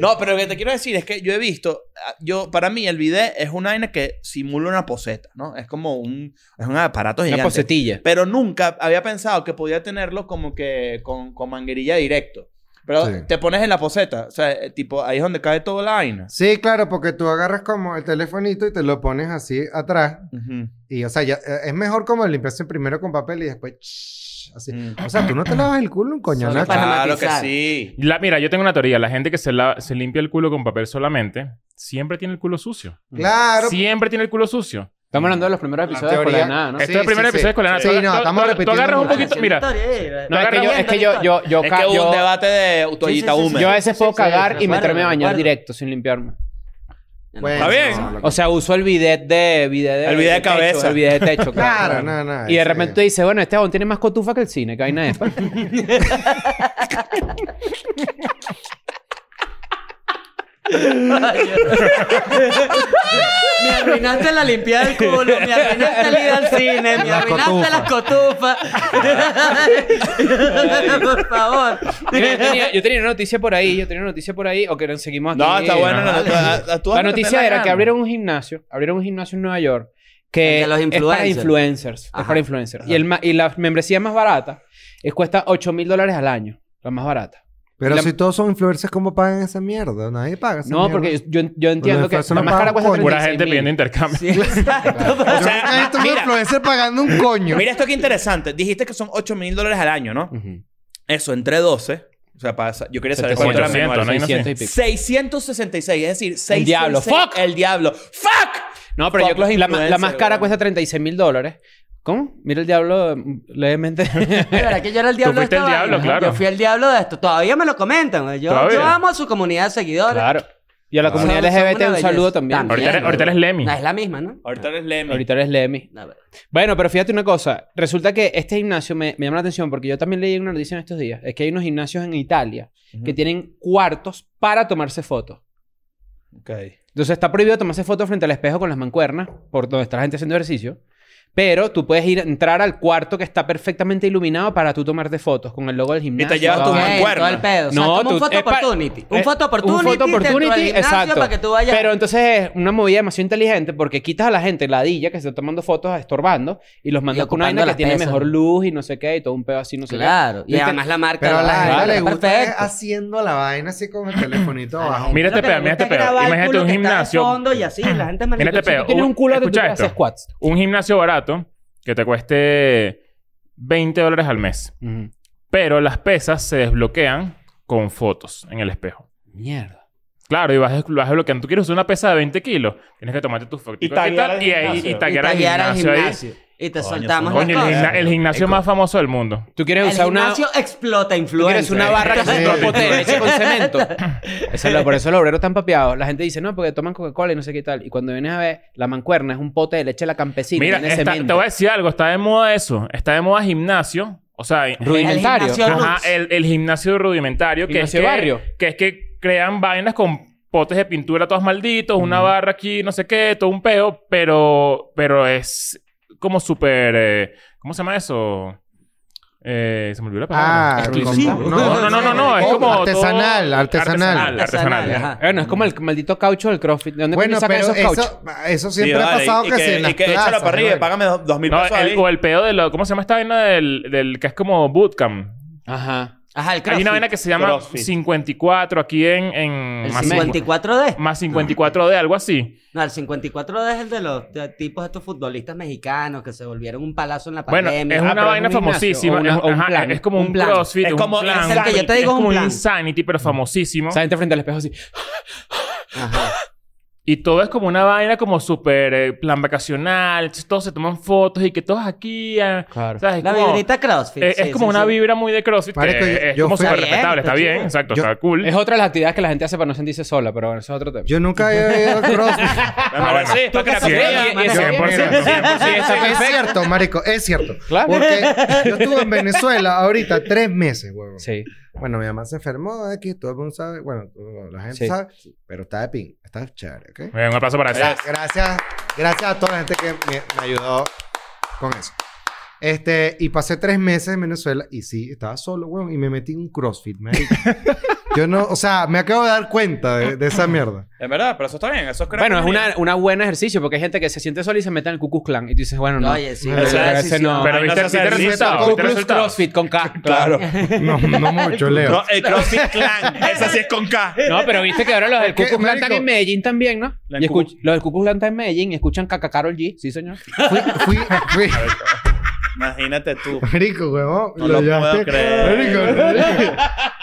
Speaker 4: no, pero lo que te quiero decir es que yo he visto, ah, yo para mí el bidet es una vaina que simula una poseta, ¿no? Es como un es un aparato
Speaker 2: Una
Speaker 4: gigante.
Speaker 2: posetilla.
Speaker 4: Pero nunca había pensado que podía tenerlo como que con, con manguerilla directo. Pero
Speaker 1: Sí.
Speaker 4: te pones en la poseta. O sea, eh, tipo, ahí es donde cae toda la vaina.
Speaker 1: Sí, claro, porque tú agarras como el telefonito y te lo pones así atrás.
Speaker 4: Ujú.
Speaker 1: Y, o sea, ya, eh, es mejor como limpiarse primero con papel y después... shhh, así.
Speaker 4: Mm.
Speaker 1: O sea, tú no te lavas el culo un coñonazo.
Speaker 6: para-
Speaker 4: Claro que
Speaker 6: matizar.
Speaker 4: sí.
Speaker 3: La- mira, yo tengo una teoría. La gente que se, la- se limpia el culo con papel solamente siempre tiene el culo sucio.
Speaker 1: Claro.
Speaker 3: Siempre tiene el culo sucio.
Speaker 2: Estamos hablando de los primeros episodios de Escuela de
Speaker 1: teoría-
Speaker 2: Nada, ¿no?
Speaker 1: Sí,
Speaker 3: Esto es el primer
Speaker 1: sí,
Speaker 3: episodio
Speaker 1: sí.
Speaker 3: de Escuela de Nada.
Speaker 1: Sí,
Speaker 3: Tú-
Speaker 1: no,
Speaker 3: tú-
Speaker 1: estamos
Speaker 3: tú
Speaker 1: repitiendo
Speaker 3: agarras un
Speaker 1: mucho.
Speaker 3: poquito... Mira,
Speaker 2: No, es que yo,
Speaker 3: agarra-
Speaker 2: es que yo, yo, yo,
Speaker 4: Es
Speaker 2: ca-
Speaker 4: que hubo
Speaker 2: yo-
Speaker 4: un debate de toallita
Speaker 6: sí, sí,
Speaker 4: húmeda.
Speaker 2: yo a veces puedo
Speaker 6: Sí, sí,
Speaker 2: cagar
Speaker 6: de
Speaker 2: y meterme a
Speaker 6: acuerdo, de
Speaker 2: bañar
Speaker 6: acuerdo.
Speaker 2: directo sin limpiarme.
Speaker 1: Bueno,
Speaker 4: bien.
Speaker 1: no, lo
Speaker 2: O sea, uso el bidet de... Bidet de
Speaker 4: El bidet de
Speaker 2: techo,
Speaker 4: cabeza.
Speaker 2: El bidet de techo, claro.
Speaker 1: Claro, no, no.
Speaker 2: Y de
Speaker 1: sí.
Speaker 2: repente tú dices, bueno, este jabón tiene más cotufa que el cine, que vaina es.
Speaker 6: me arruinaste la limpiada del culo, me arruinaste el ir al cine, me
Speaker 1: Las
Speaker 6: arruinaste las cotufas. Por favor.
Speaker 2: Yo tenía, yo tenía una noticia por ahí, yo tenía una noticia por ahí, o que nos seguimos aquí.
Speaker 4: No, está bueno.
Speaker 3: Ajá.
Speaker 4: no, no, a- a- tú
Speaker 2: La
Speaker 4: hazlo te dé
Speaker 2: noticia
Speaker 4: la
Speaker 2: era
Speaker 4: gana.
Speaker 2: que abrieron un gimnasio, abrieron un gimnasio en Nueva York que
Speaker 6: El de los
Speaker 2: es para
Speaker 6: influencers.
Speaker 2: influencers, es
Speaker 6: Ajá.
Speaker 2: para influencers. Y, el ma- y la membresía más barata es, cuesta 8 mil dólares al año, la más barata.
Speaker 1: Pero
Speaker 2: la-
Speaker 1: si todos son influencers, ¿cómo pagan esa mierda? Nadie paga esa
Speaker 2: No,
Speaker 1: mierda.
Speaker 2: porque yo, yo- yo entiendo que
Speaker 1: influencers
Speaker 2: la
Speaker 1: no
Speaker 2: más cara
Speaker 1: pagan
Speaker 2: cuesta
Speaker 1: coño.
Speaker 3: pura gente pidiendo
Speaker 2: 36
Speaker 3: intercambio.
Speaker 6: Exacto.
Speaker 1: O
Speaker 4: sea,
Speaker 1: sea, estos
Speaker 4: mira.
Speaker 1: influencers pagando un coño.
Speaker 4: Mira esto que interesante. Dijiste que son 8 mil dólares al año, ¿no?
Speaker 2: mil.
Speaker 4: Eso, entre 12. O sea, pasa. Yo quería saber
Speaker 3: Como
Speaker 4: cuánto era mensual.
Speaker 3: 800, ¿no? Hay
Speaker 2: 600 y pico.
Speaker 4: 666, es decir, 666.
Speaker 2: El diablo. ¡Fuck!
Speaker 4: El diablo. ¡Fuck!
Speaker 2: No, pero yo,
Speaker 4: Fuck los
Speaker 2: la, ma- la más
Speaker 4: influencers,
Speaker 2: cara
Speaker 4: weón.
Speaker 2: cuesta 36 mil dólares. ¿Cómo? Mira el diablo mm, levemente.
Speaker 6: Era que yo era el diablo de
Speaker 3: fuiste
Speaker 6: esta
Speaker 3: el diablo,
Speaker 6: vaina.
Speaker 3: claro.
Speaker 6: Yo fui el diablo de esto. Todavía me lo comentan. güey. Yo,
Speaker 3: Todavía.
Speaker 6: yo amo a su comunidad de seguidores.
Speaker 2: claro. Y a la comunidad
Speaker 6: Son- son
Speaker 2: LGBT
Speaker 6: una
Speaker 2: un saludo
Speaker 6: belleza.
Speaker 2: también.
Speaker 6: También.
Speaker 3: Ahorita eres- ahorita eres Lemmy.
Speaker 6: No, es la misma, ¿no?
Speaker 4: Ahorita eres Lemmy.
Speaker 2: Ahorita eres Lemmy.
Speaker 6: A ver.
Speaker 2: Bueno, pero fíjate una cosa. Resulta que este gimnasio me, me llama la atención porque yo también leí una noticia en estos días. Es que hay unos gimnasios en Italia que tienen cuartos para tomarse fotos.
Speaker 4: Ok.
Speaker 2: Entonces está prohibido tomarse fotos frente al espejo con las mancuernas, por donde está la gente haciendo ejercicio. Pero tú puedes ir, entrar al cuarto que está perfectamente iluminado para tú tomarte fotos con el logo del gimnasio.
Speaker 4: te llevas
Speaker 2: la
Speaker 4: tu
Speaker 2: vaina.
Speaker 6: Ok,
Speaker 4: mancuerna.
Speaker 6: Todo el pedo. O sea,
Speaker 2: No,
Speaker 6: como
Speaker 2: tú-
Speaker 6: un photo
Speaker 2: es pa-
Speaker 6: opportunity. un
Speaker 2: Eh,
Speaker 6: photo opportunity.
Speaker 2: Un photo
Speaker 6: dentro del
Speaker 2: opportunity,
Speaker 6: gimnasio
Speaker 2: exacto.
Speaker 6: Para que tú vayas.
Speaker 2: Pero entonces es una movida demasiado inteligente porque quitas a la gente ladilla que se está tomando fotos estorbando y los mandas
Speaker 6: Y
Speaker 2: con una
Speaker 6: ocupando
Speaker 2: vaina que
Speaker 6: las
Speaker 2: tiene
Speaker 6: pesas.
Speaker 2: mejor luz y no sé qué y todo un pedo así, no sé
Speaker 6: Claro. Y
Speaker 2: Viste-
Speaker 6: además la marca.
Speaker 1: Pero a la
Speaker 6: vale,
Speaker 1: gente le
Speaker 6: vale,
Speaker 1: gusta
Speaker 6: perfecto.
Speaker 1: haciendo la vaina así con el telefonito abajo.
Speaker 3: Mira este pedo, mira este pedo. Imagínate un gimnasio.
Speaker 6: fondo y así, la gente
Speaker 3: Mira este
Speaker 2: qué.
Speaker 3: pedo.
Speaker 2: Tú tienes un culo que tú
Speaker 3: Escucha
Speaker 2: puedes hacer
Speaker 3: esto.
Speaker 2: squats.
Speaker 3: Un gimnasio barato que te cueste 20 dólares al mes.
Speaker 2: Ujú.
Speaker 3: Pero las pesas se desbloquean con fotos en el espejo.
Speaker 2: Mierda.
Speaker 3: Claro, y vas, des- vas desbloqueando. Tú quieres usar una pesa de 20 kilos. Tienes que tomarte tus fotos.
Speaker 4: Y taguear al
Speaker 3: y, ahí-
Speaker 4: gimnasio.
Speaker 3: y
Speaker 6: Y
Speaker 3: taguear al
Speaker 6: taguear al
Speaker 3: gimnasio ahí.
Speaker 6: gimnasio. Y te
Speaker 7: Coño, son-
Speaker 6: soltamos las
Speaker 3: Coño, el,
Speaker 6: cosas.
Speaker 3: gimna- el gimnasio más famoso del mundo.
Speaker 2: ¿Tú quieres
Speaker 6: El
Speaker 2: usar una,
Speaker 6: gimnasio
Speaker 2: ¿tú
Speaker 6: explota
Speaker 2: quieres
Speaker 6: influencia.
Speaker 2: una barra que
Speaker 3: Sí.
Speaker 2: se tropo de leche con cemento? Eso es lo- por eso los obreros están papeados. La gente dice, no, porque toman Coca-Cola y no sé qué tal. Y cuando vienes a ver, la mancuerna es un pote de leche de la campesina.
Speaker 3: Mira,
Speaker 2: tiene
Speaker 3: está-
Speaker 2: cemento.
Speaker 3: te voy a decir algo. Está de moda eso. Está de moda gimnasio. O sea, en-
Speaker 2: Rudimentario.
Speaker 6: gimnasio-
Speaker 3: Ajá, el, el gimnasio rudimentario. Que es
Speaker 2: Gimnasio
Speaker 3: que,
Speaker 2: barrio.
Speaker 3: Que es que crean vainas con potes de pintura todos malditos, una barra aquí, no sé qué, todo un peo, pero, pero es como súper... eh, ¿Cómo se llama eso? Eh, se me olvidó la palabra.
Speaker 1: Ah,
Speaker 3: Exclusivo.
Speaker 1: como-
Speaker 3: No, no, no, no, no, es
Speaker 1: como
Speaker 3: como... todo-
Speaker 1: artesanal, artesanal.
Speaker 3: Artesanal, artesanal.
Speaker 6: Ajá.
Speaker 2: Bueno, es como el maldito caucho del CrossFit. ¿De dónde
Speaker 1: Bueno,
Speaker 2: coño sacan
Speaker 1: pero
Speaker 2: esos cauchos?
Speaker 1: eso, eso siempre
Speaker 4: Sí,
Speaker 1: ha
Speaker 4: vale,
Speaker 1: pasado
Speaker 4: y
Speaker 1: que, sí en
Speaker 4: y
Speaker 1: las
Speaker 4: que
Speaker 1: plazas,
Speaker 4: échalo para arriba y
Speaker 1: ¿no?
Speaker 4: págame dos, dos mil
Speaker 3: No,
Speaker 4: pesos
Speaker 3: el-
Speaker 4: ahí.
Speaker 3: o el peo de lo... ¿Cómo se llama esta vaina del, del que es como bootcamp?
Speaker 2: Ajá.
Speaker 6: Ajá, el
Speaker 3: Hay
Speaker 6: crossfit.
Speaker 3: una vaina que se llama
Speaker 4: Crossfit.
Speaker 3: 54 aquí en... en
Speaker 6: El
Speaker 3: más
Speaker 6: 54D.
Speaker 3: más 54 de algo así.
Speaker 6: No, el 54D es el de los de tipos de estos futbolistas mexicanos que se volvaron un palazo en la
Speaker 3: Bueno,
Speaker 6: pandemia.
Speaker 3: es
Speaker 2: Ah,
Speaker 3: una
Speaker 2: pero
Speaker 3: vaina
Speaker 2: es un gimnasio,
Speaker 3: famosísima.
Speaker 2: o una-
Speaker 3: es,
Speaker 2: o un
Speaker 3: ajá,
Speaker 2: plan,
Speaker 3: es como un,
Speaker 6: un plan.
Speaker 3: crossfit,
Speaker 4: Es
Speaker 3: un
Speaker 4: como-
Speaker 3: plan.
Speaker 6: es el que yo te digo, un
Speaker 3: como
Speaker 6: plan. Mm.
Speaker 3: insanity, pero famosísimo.
Speaker 2: Esa gente frente al espejo así.
Speaker 6: Ajá.
Speaker 3: Y todo es como una vaina como súper eh, plan vacacional. Todos se toman fotos y que todos aquí... ah,
Speaker 2: Claro.
Speaker 3: ¿sabes?
Speaker 6: La
Speaker 3: Como-
Speaker 6: vibrita crossfit.
Speaker 3: eh, es
Speaker 6: sí,
Speaker 3: como
Speaker 6: sí,
Speaker 3: una
Speaker 6: sí.
Speaker 3: vibra muy de crossfit. que
Speaker 1: Marico, yo-
Speaker 3: es
Speaker 1: yo
Speaker 3: como
Speaker 1: fui-
Speaker 3: súper
Speaker 6: Está bien,
Speaker 3: respetable. Está
Speaker 6: está
Speaker 3: bien,
Speaker 6: chido.
Speaker 3: exacto.
Speaker 1: Yo-
Speaker 3: está cool.
Speaker 2: Es otra de las actividades que la gente hace para no sentirse sola, pero bueno, eso es otro tema.
Speaker 1: Yo nunca había ido a CrossFit.
Speaker 3: Ah, bueno.
Speaker 4: Sí, para que la
Speaker 3: Sí,
Speaker 4: comida-
Speaker 2: y- y-
Speaker 1: Yo-
Speaker 3: 100%,
Speaker 1: mira,
Speaker 3: 100%.
Speaker 1: es cierto, marico, es cierto.
Speaker 2: Claro.
Speaker 1: Porque yo estuve en Venezuela ahorita tres meses, huevón.
Speaker 2: Sí.
Speaker 1: Bueno, mi mamá se enfermó de aquí, todo el mundo sabe. Bueno, la gente
Speaker 2: Sí.
Speaker 1: sabe. Pero está de pin, está chévere, ¿ok?
Speaker 3: Bien, Un aplauso para
Speaker 1: Gra-
Speaker 3: ella.
Speaker 1: Gracias, gracias a toda la gente que me, me ayudó con eso. Este, y pasé tres meses en Venezuela y sí, estaba solo, weón. Y me metí en un CrossFit, marico. Yo no, o sea, me acabo de dar cuenta de, de esa mierda.
Speaker 4: Es verdad, pero eso está bien. Eso es
Speaker 2: Bueno, es una, una buena ejercicio porque hay gente que se siente sola y se mete en el Ku Klux Klan. Y tú dices, bueno, no.
Speaker 6: Oye, sí.
Speaker 1: Pero
Speaker 6: es una
Speaker 2: ese
Speaker 6: decisión.
Speaker 2: no.
Speaker 3: Pero
Speaker 4: Ay, no
Speaker 3: viste,
Speaker 4: seas
Speaker 3: viste el
Speaker 4: racista.
Speaker 3: resultado.
Speaker 2: Ku
Speaker 3: viste el
Speaker 2: Klux
Speaker 3: resultado.
Speaker 2: CrossFit con K.
Speaker 4: Claro.
Speaker 1: No, no mucho, Leo.
Speaker 4: No, el CrossFit Clan. Esa sí es con K.
Speaker 2: No, pero viste que ahora los del
Speaker 1: ¿Qué,
Speaker 2: Ku Klux Klan están
Speaker 1: marico?
Speaker 2: en Medellín también, ¿no?
Speaker 4: La
Speaker 2: Y
Speaker 4: Ku-
Speaker 2: escuch- los del Ku Klux Klan están en Medellín y escuchan Caca Carol G. Sí, señor.
Speaker 1: Fui, fui, fui.
Speaker 4: Imagínate tú.
Speaker 1: Marico, weón.
Speaker 4: No lo puedo
Speaker 1: llevaste-
Speaker 4: creer.
Speaker 1: Marico.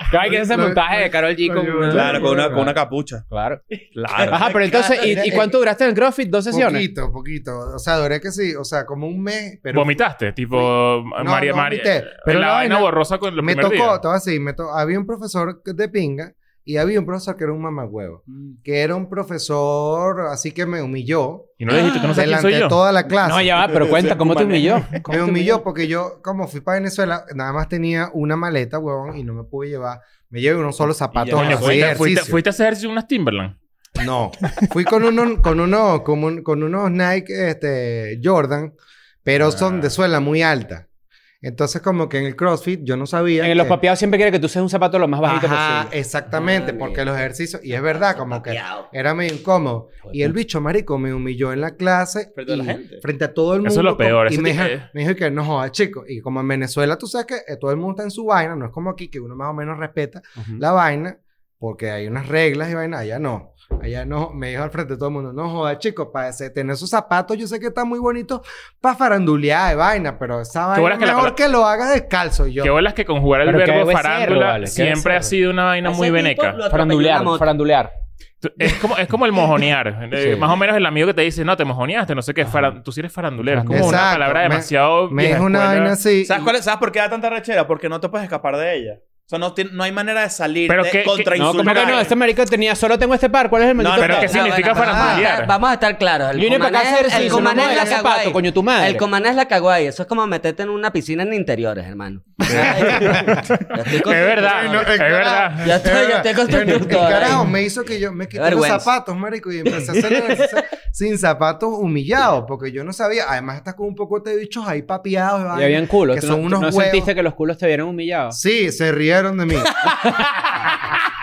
Speaker 2: Claro, hay que hacer ese
Speaker 1: Lo-
Speaker 2: montaje de Carol G con
Speaker 1: Oye,
Speaker 2: una-
Speaker 4: Claro, con una, con una capucha.
Speaker 2: Claro.
Speaker 4: Claro.
Speaker 2: Ajá, pero entonces, ¿y, y cuánto duraste en el CrossFit? ¿Dos sesiones?
Speaker 1: Poquito, poquito. O sea, duré que sí. O sea, como un mes. Pero
Speaker 3: ¿Vomitaste? Tipo, María
Speaker 1: no
Speaker 3: María. eh,
Speaker 1: vomité, pero
Speaker 3: la
Speaker 1: la
Speaker 3: vaina
Speaker 1: vaina
Speaker 3: borrosa con el
Speaker 1: me
Speaker 3: primer
Speaker 1: tocó,
Speaker 3: día.
Speaker 1: todo así. Me to- había un profesor que- de pinga y había un profesor que era un mamagüevo.
Speaker 3: Mm.
Speaker 1: Que era un profesor, así que me humilló.
Speaker 3: Y no le dijiste, tú no sabes quién
Speaker 1: delante
Speaker 3: soy
Speaker 1: de
Speaker 3: yo.
Speaker 1: toda la clase.
Speaker 2: No, ya va, pero cuenta, ¿cómo te humilló? ¿Cómo
Speaker 1: Me
Speaker 2: te
Speaker 1: humilló porque yo, como fui para Venezuela, nada más tenía una maleta, huevón, y no me pude llevar. Me llevé unos solos zapatos. así de
Speaker 3: Coño, fuiste, fuiste,
Speaker 1: ejercicio.
Speaker 3: fuiste a hacer ejercicio en unas Timberland.
Speaker 1: No. Fui con unos, con unos, con, un- con unos Nike este, Jordan, pero son
Speaker 3: Ah.
Speaker 1: de suela muy alta. Entonces, como que en el CrossFit yo no sabía.
Speaker 2: En Eh, los
Speaker 1: que-
Speaker 2: papiados siempre quiere que tú seas un zapato lo más bajito
Speaker 1: Ajá,
Speaker 2: posible.
Speaker 1: exactamente,
Speaker 6: Ah,
Speaker 1: porque
Speaker 6: mira.
Speaker 1: los ejercicios, y es verdad, como que
Speaker 6: Papeado.
Speaker 1: era medio incómodo. Y el bicho marico me humilló en la clase
Speaker 4: Frente a la
Speaker 1: y
Speaker 4: gente.
Speaker 1: frente a todo el mundo.
Speaker 3: Eso es lo
Speaker 1: como-
Speaker 3: peor,
Speaker 1: Y
Speaker 3: ese
Speaker 1: me,
Speaker 3: tipo
Speaker 1: ja-
Speaker 3: de-
Speaker 1: me dijo que no jodas, chico. Y como en Venezuela, tú sabes que eh, todo el mundo está en su vaina, no es como aquí que uno más o menos respeta
Speaker 2: Ujú.
Speaker 1: la vaina, porque hay unas reglas y vaina, allá no. Allá no, me dijo al frente de todo el mundo, no jodas, chicos, para ese- tener esos zapatos, yo sé que está muy bonito para farandulear de vaina, pero esa vaina
Speaker 3: bolas que la
Speaker 1: mejor
Speaker 3: pala-
Speaker 1: que lo hagas descalzo. Y yo,
Speaker 3: Qué bolas que conjugar el
Speaker 2: Pero qué
Speaker 3: verbo
Speaker 2: becerro,
Speaker 3: farándula
Speaker 2: vale, qué
Speaker 3: siempre
Speaker 2: becerro.
Speaker 3: ha sido una vaina
Speaker 6: Ese
Speaker 3: muy
Speaker 6: tipo
Speaker 3: veneca.
Speaker 6: lo atropelló una
Speaker 2: Farandulear,
Speaker 6: moto.
Speaker 2: farandulear.
Speaker 3: Tú- Es como, es como el mojonear. Eh,
Speaker 2: Sí.
Speaker 3: Más o menos el amigo que te dice, no, te mojoneaste, no sé qué. faran- Tú sí eres farandulero. Es como una
Speaker 1: Exacto.
Speaker 3: palabra
Speaker 1: Me-
Speaker 3: demasiado
Speaker 1: me
Speaker 3: vieja
Speaker 1: dijo una
Speaker 3: escuela.
Speaker 1: vaina así.
Speaker 4: ¿Sabes,
Speaker 1: y-
Speaker 4: cuál es- ¿Sabes por qué da tanta rechera? Porque no te puedes escapar de ella. O sea, no, tiene- no hay manera de salir
Speaker 3: Pero
Speaker 4: de
Speaker 3: que- que-
Speaker 2: No,
Speaker 4: contrainsultar.
Speaker 2: ¿cómo que no? Este marico tenía, solo tengo este par. ¿Cuál es el maldito
Speaker 4: no,
Speaker 3: Pero
Speaker 4: no,
Speaker 3: ¿qué
Speaker 4: no,
Speaker 3: significa
Speaker 6: bueno, vamos, a-
Speaker 3: farandulear?
Speaker 6: vamos a estar claros. El
Speaker 2: Yo vine para acá a hacer
Speaker 6: cumaná es- el
Speaker 2: ejercicio,
Speaker 6: cumaná
Speaker 2: no
Speaker 6: es
Speaker 2: me
Speaker 6: la
Speaker 2: dejes zapato,
Speaker 6: kawaii.
Speaker 2: coño, tu madre.
Speaker 6: El cumaná es la kawaii. Eso es como meterte en una piscina en interiores, hermano. Yo estoy
Speaker 3: Es
Speaker 6: con-
Speaker 3: verdad,
Speaker 1: no,
Speaker 3: es
Speaker 1: el carajo.
Speaker 3: verdad.
Speaker 6: Yo estoy, ¿eh? yo estoy con tu
Speaker 1: El
Speaker 6: tutor ahí.
Speaker 1: carajo me hizo que yo me quité los
Speaker 6: vergüenza.
Speaker 1: zapatos, marico, y empecé a hacer ejercicio sin zapatos humillados, porque yo no sabía. Además, estás con un poco de bichos ahí papiados.
Speaker 2: Y habían culos.
Speaker 1: Que
Speaker 2: ¿Tú
Speaker 1: son
Speaker 2: no,
Speaker 1: unos
Speaker 2: ¿no
Speaker 1: huevos.
Speaker 2: sentiste que los culos te vieron humillados?
Speaker 1: Sí, se rieron de mí.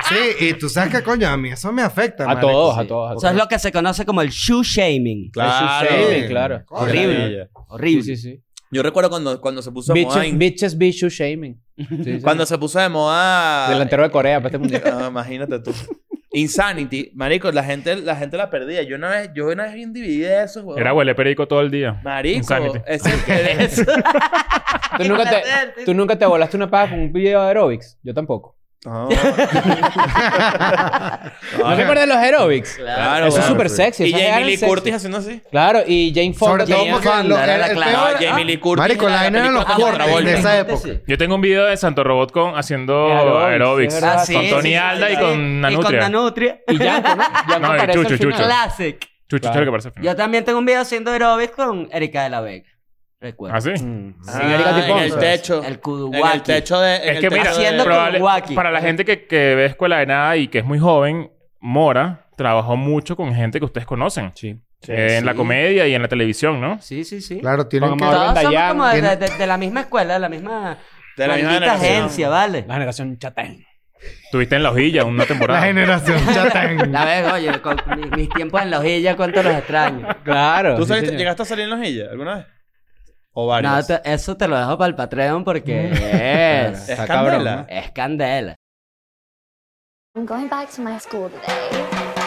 Speaker 1: sí, y tú sabes que coño, a mí eso me afecta.
Speaker 2: A
Speaker 1: marico,
Speaker 2: todos,
Speaker 1: sí.
Speaker 2: a todos, a
Speaker 1: Porque-
Speaker 6: Eso es lo que se conoce como el shoe shaming.
Speaker 2: Claro.
Speaker 1: Sí,
Speaker 2: claro.
Speaker 1: coño.
Speaker 6: Horrible.
Speaker 2: Sí,
Speaker 6: Horrible.
Speaker 2: sí, sí.
Speaker 4: Yo recuerdo cuando, cuando se puso de moda.
Speaker 2: Bitches,
Speaker 4: in-
Speaker 2: bitches be shoe shaming. Sí, sí.
Speaker 4: Cuando se puso de moda. eh,
Speaker 2: Delantero de Corea para este mundial.
Speaker 4: Ah, imagínate tú. Insanity. Marico, la gente, la gente la perdía. Yo una vez, yo una vez vi un DVD de eso, weón.
Speaker 3: Era huele perico todo el día.
Speaker 4: Marico.
Speaker 3: Insanity.
Speaker 4: Ese que es.
Speaker 2: ¿Tú nunca, te, tú nunca te volaste una paja con un video de aerobics? Yo tampoco.
Speaker 4: No.
Speaker 2: ¿No te acuerdas de los aerobics?
Speaker 4: Claro,
Speaker 2: Eso es
Speaker 4: claro,
Speaker 2: súper sexy.
Speaker 4: Y
Speaker 2: esas eran
Speaker 4: Jamie Lee
Speaker 2: sexy.
Speaker 4: Curtis haciendo así.
Speaker 2: Claro, y Jane
Speaker 1: Sobre
Speaker 2: Fonda
Speaker 1: todo
Speaker 2: tenía...
Speaker 1: porque
Speaker 6: Fonda,
Speaker 1: lo-
Speaker 6: era
Speaker 1: el-
Speaker 6: la
Speaker 1: el
Speaker 6: clave.
Speaker 4: No,
Speaker 1: peor-
Speaker 4: Jamie Lee Curtis.
Speaker 1: Marico, la vaina eran los
Speaker 6: Ah,
Speaker 1: película de
Speaker 4: cortes
Speaker 1: cortes de esa época.
Speaker 3: Yo tengo un video de Santo Robot con haciendo
Speaker 2: Aerobics,
Speaker 3: aerobics.
Speaker 2: es verdad.
Speaker 6: Ah, sí,
Speaker 3: con
Speaker 6: sí,
Speaker 3: Tony
Speaker 6: sí,
Speaker 3: Alda
Speaker 6: sí,
Speaker 3: y
Speaker 6: sí.
Speaker 3: con
Speaker 6: Y con
Speaker 3: Nanutria.
Speaker 6: Nanutria.
Speaker 2: Y Yanko, ¿no? Yanko
Speaker 3: No, y
Speaker 2: aparece al
Speaker 3: Chucho,
Speaker 2: final.
Speaker 3: Chucho.
Speaker 6: Classic.
Speaker 3: Chucho,
Speaker 2: Claro.
Speaker 3: chucho, que parece al
Speaker 6: Yo
Speaker 3: final.
Speaker 6: también tengo un video haciendo aerobics con Erika de la Vega. Recuerdo.
Speaker 3: ¿Ah, sí?
Speaker 2: Mm.
Speaker 4: Ah,
Speaker 2: Sin Erika
Speaker 4: en el
Speaker 2: Tifonso.
Speaker 4: techo.
Speaker 6: El
Speaker 4: En el
Speaker 6: Kuduwaki.
Speaker 4: techo de. en
Speaker 3: Es
Speaker 4: el
Speaker 3: que
Speaker 4: techo
Speaker 3: mira,
Speaker 4: de-
Speaker 6: Haciendo como
Speaker 3: probable-
Speaker 6: wacky.
Speaker 3: para la gente que, que ve Escuela de Nada y que es muy joven, Mora trabajó mucho con gente que ustedes conocen.
Speaker 2: Sí.
Speaker 3: Eh, En la
Speaker 6: sí.
Speaker 3: comedia y en la televisión, ¿no?
Speaker 6: Sí, sí, sí.
Speaker 1: Claro, tienen
Speaker 2: Vamos
Speaker 1: que.
Speaker 2: a ver.
Speaker 6: Todos
Speaker 2: Brenda
Speaker 6: somos
Speaker 2: Young,
Speaker 6: como de,
Speaker 1: tiene-
Speaker 6: de- de la misma escuela, de la misma...
Speaker 4: De la misma
Speaker 6: maldita
Speaker 4: generación.
Speaker 6: agencia, vale.
Speaker 2: La generación chatén.
Speaker 3: Tuviste en La Hojilla una temporada.
Speaker 1: La generación chatán.
Speaker 6: La ves, oye, con mi- mis tiempos en la hojilla, cuánto los extraño.
Speaker 2: Claro.
Speaker 4: ¿Tú
Speaker 2: sí,
Speaker 4: saliste-
Speaker 2: señor.
Speaker 4: llegaste a salir en los Hillas alguna vez? O
Speaker 6: No,
Speaker 4: varias.
Speaker 6: te- eso te lo dejo para el Patreon porque es,
Speaker 4: es
Speaker 2: Está
Speaker 4: candela.
Speaker 2: cabrón, ¿no?
Speaker 6: es candela.
Speaker 8: I'm going back to my school today.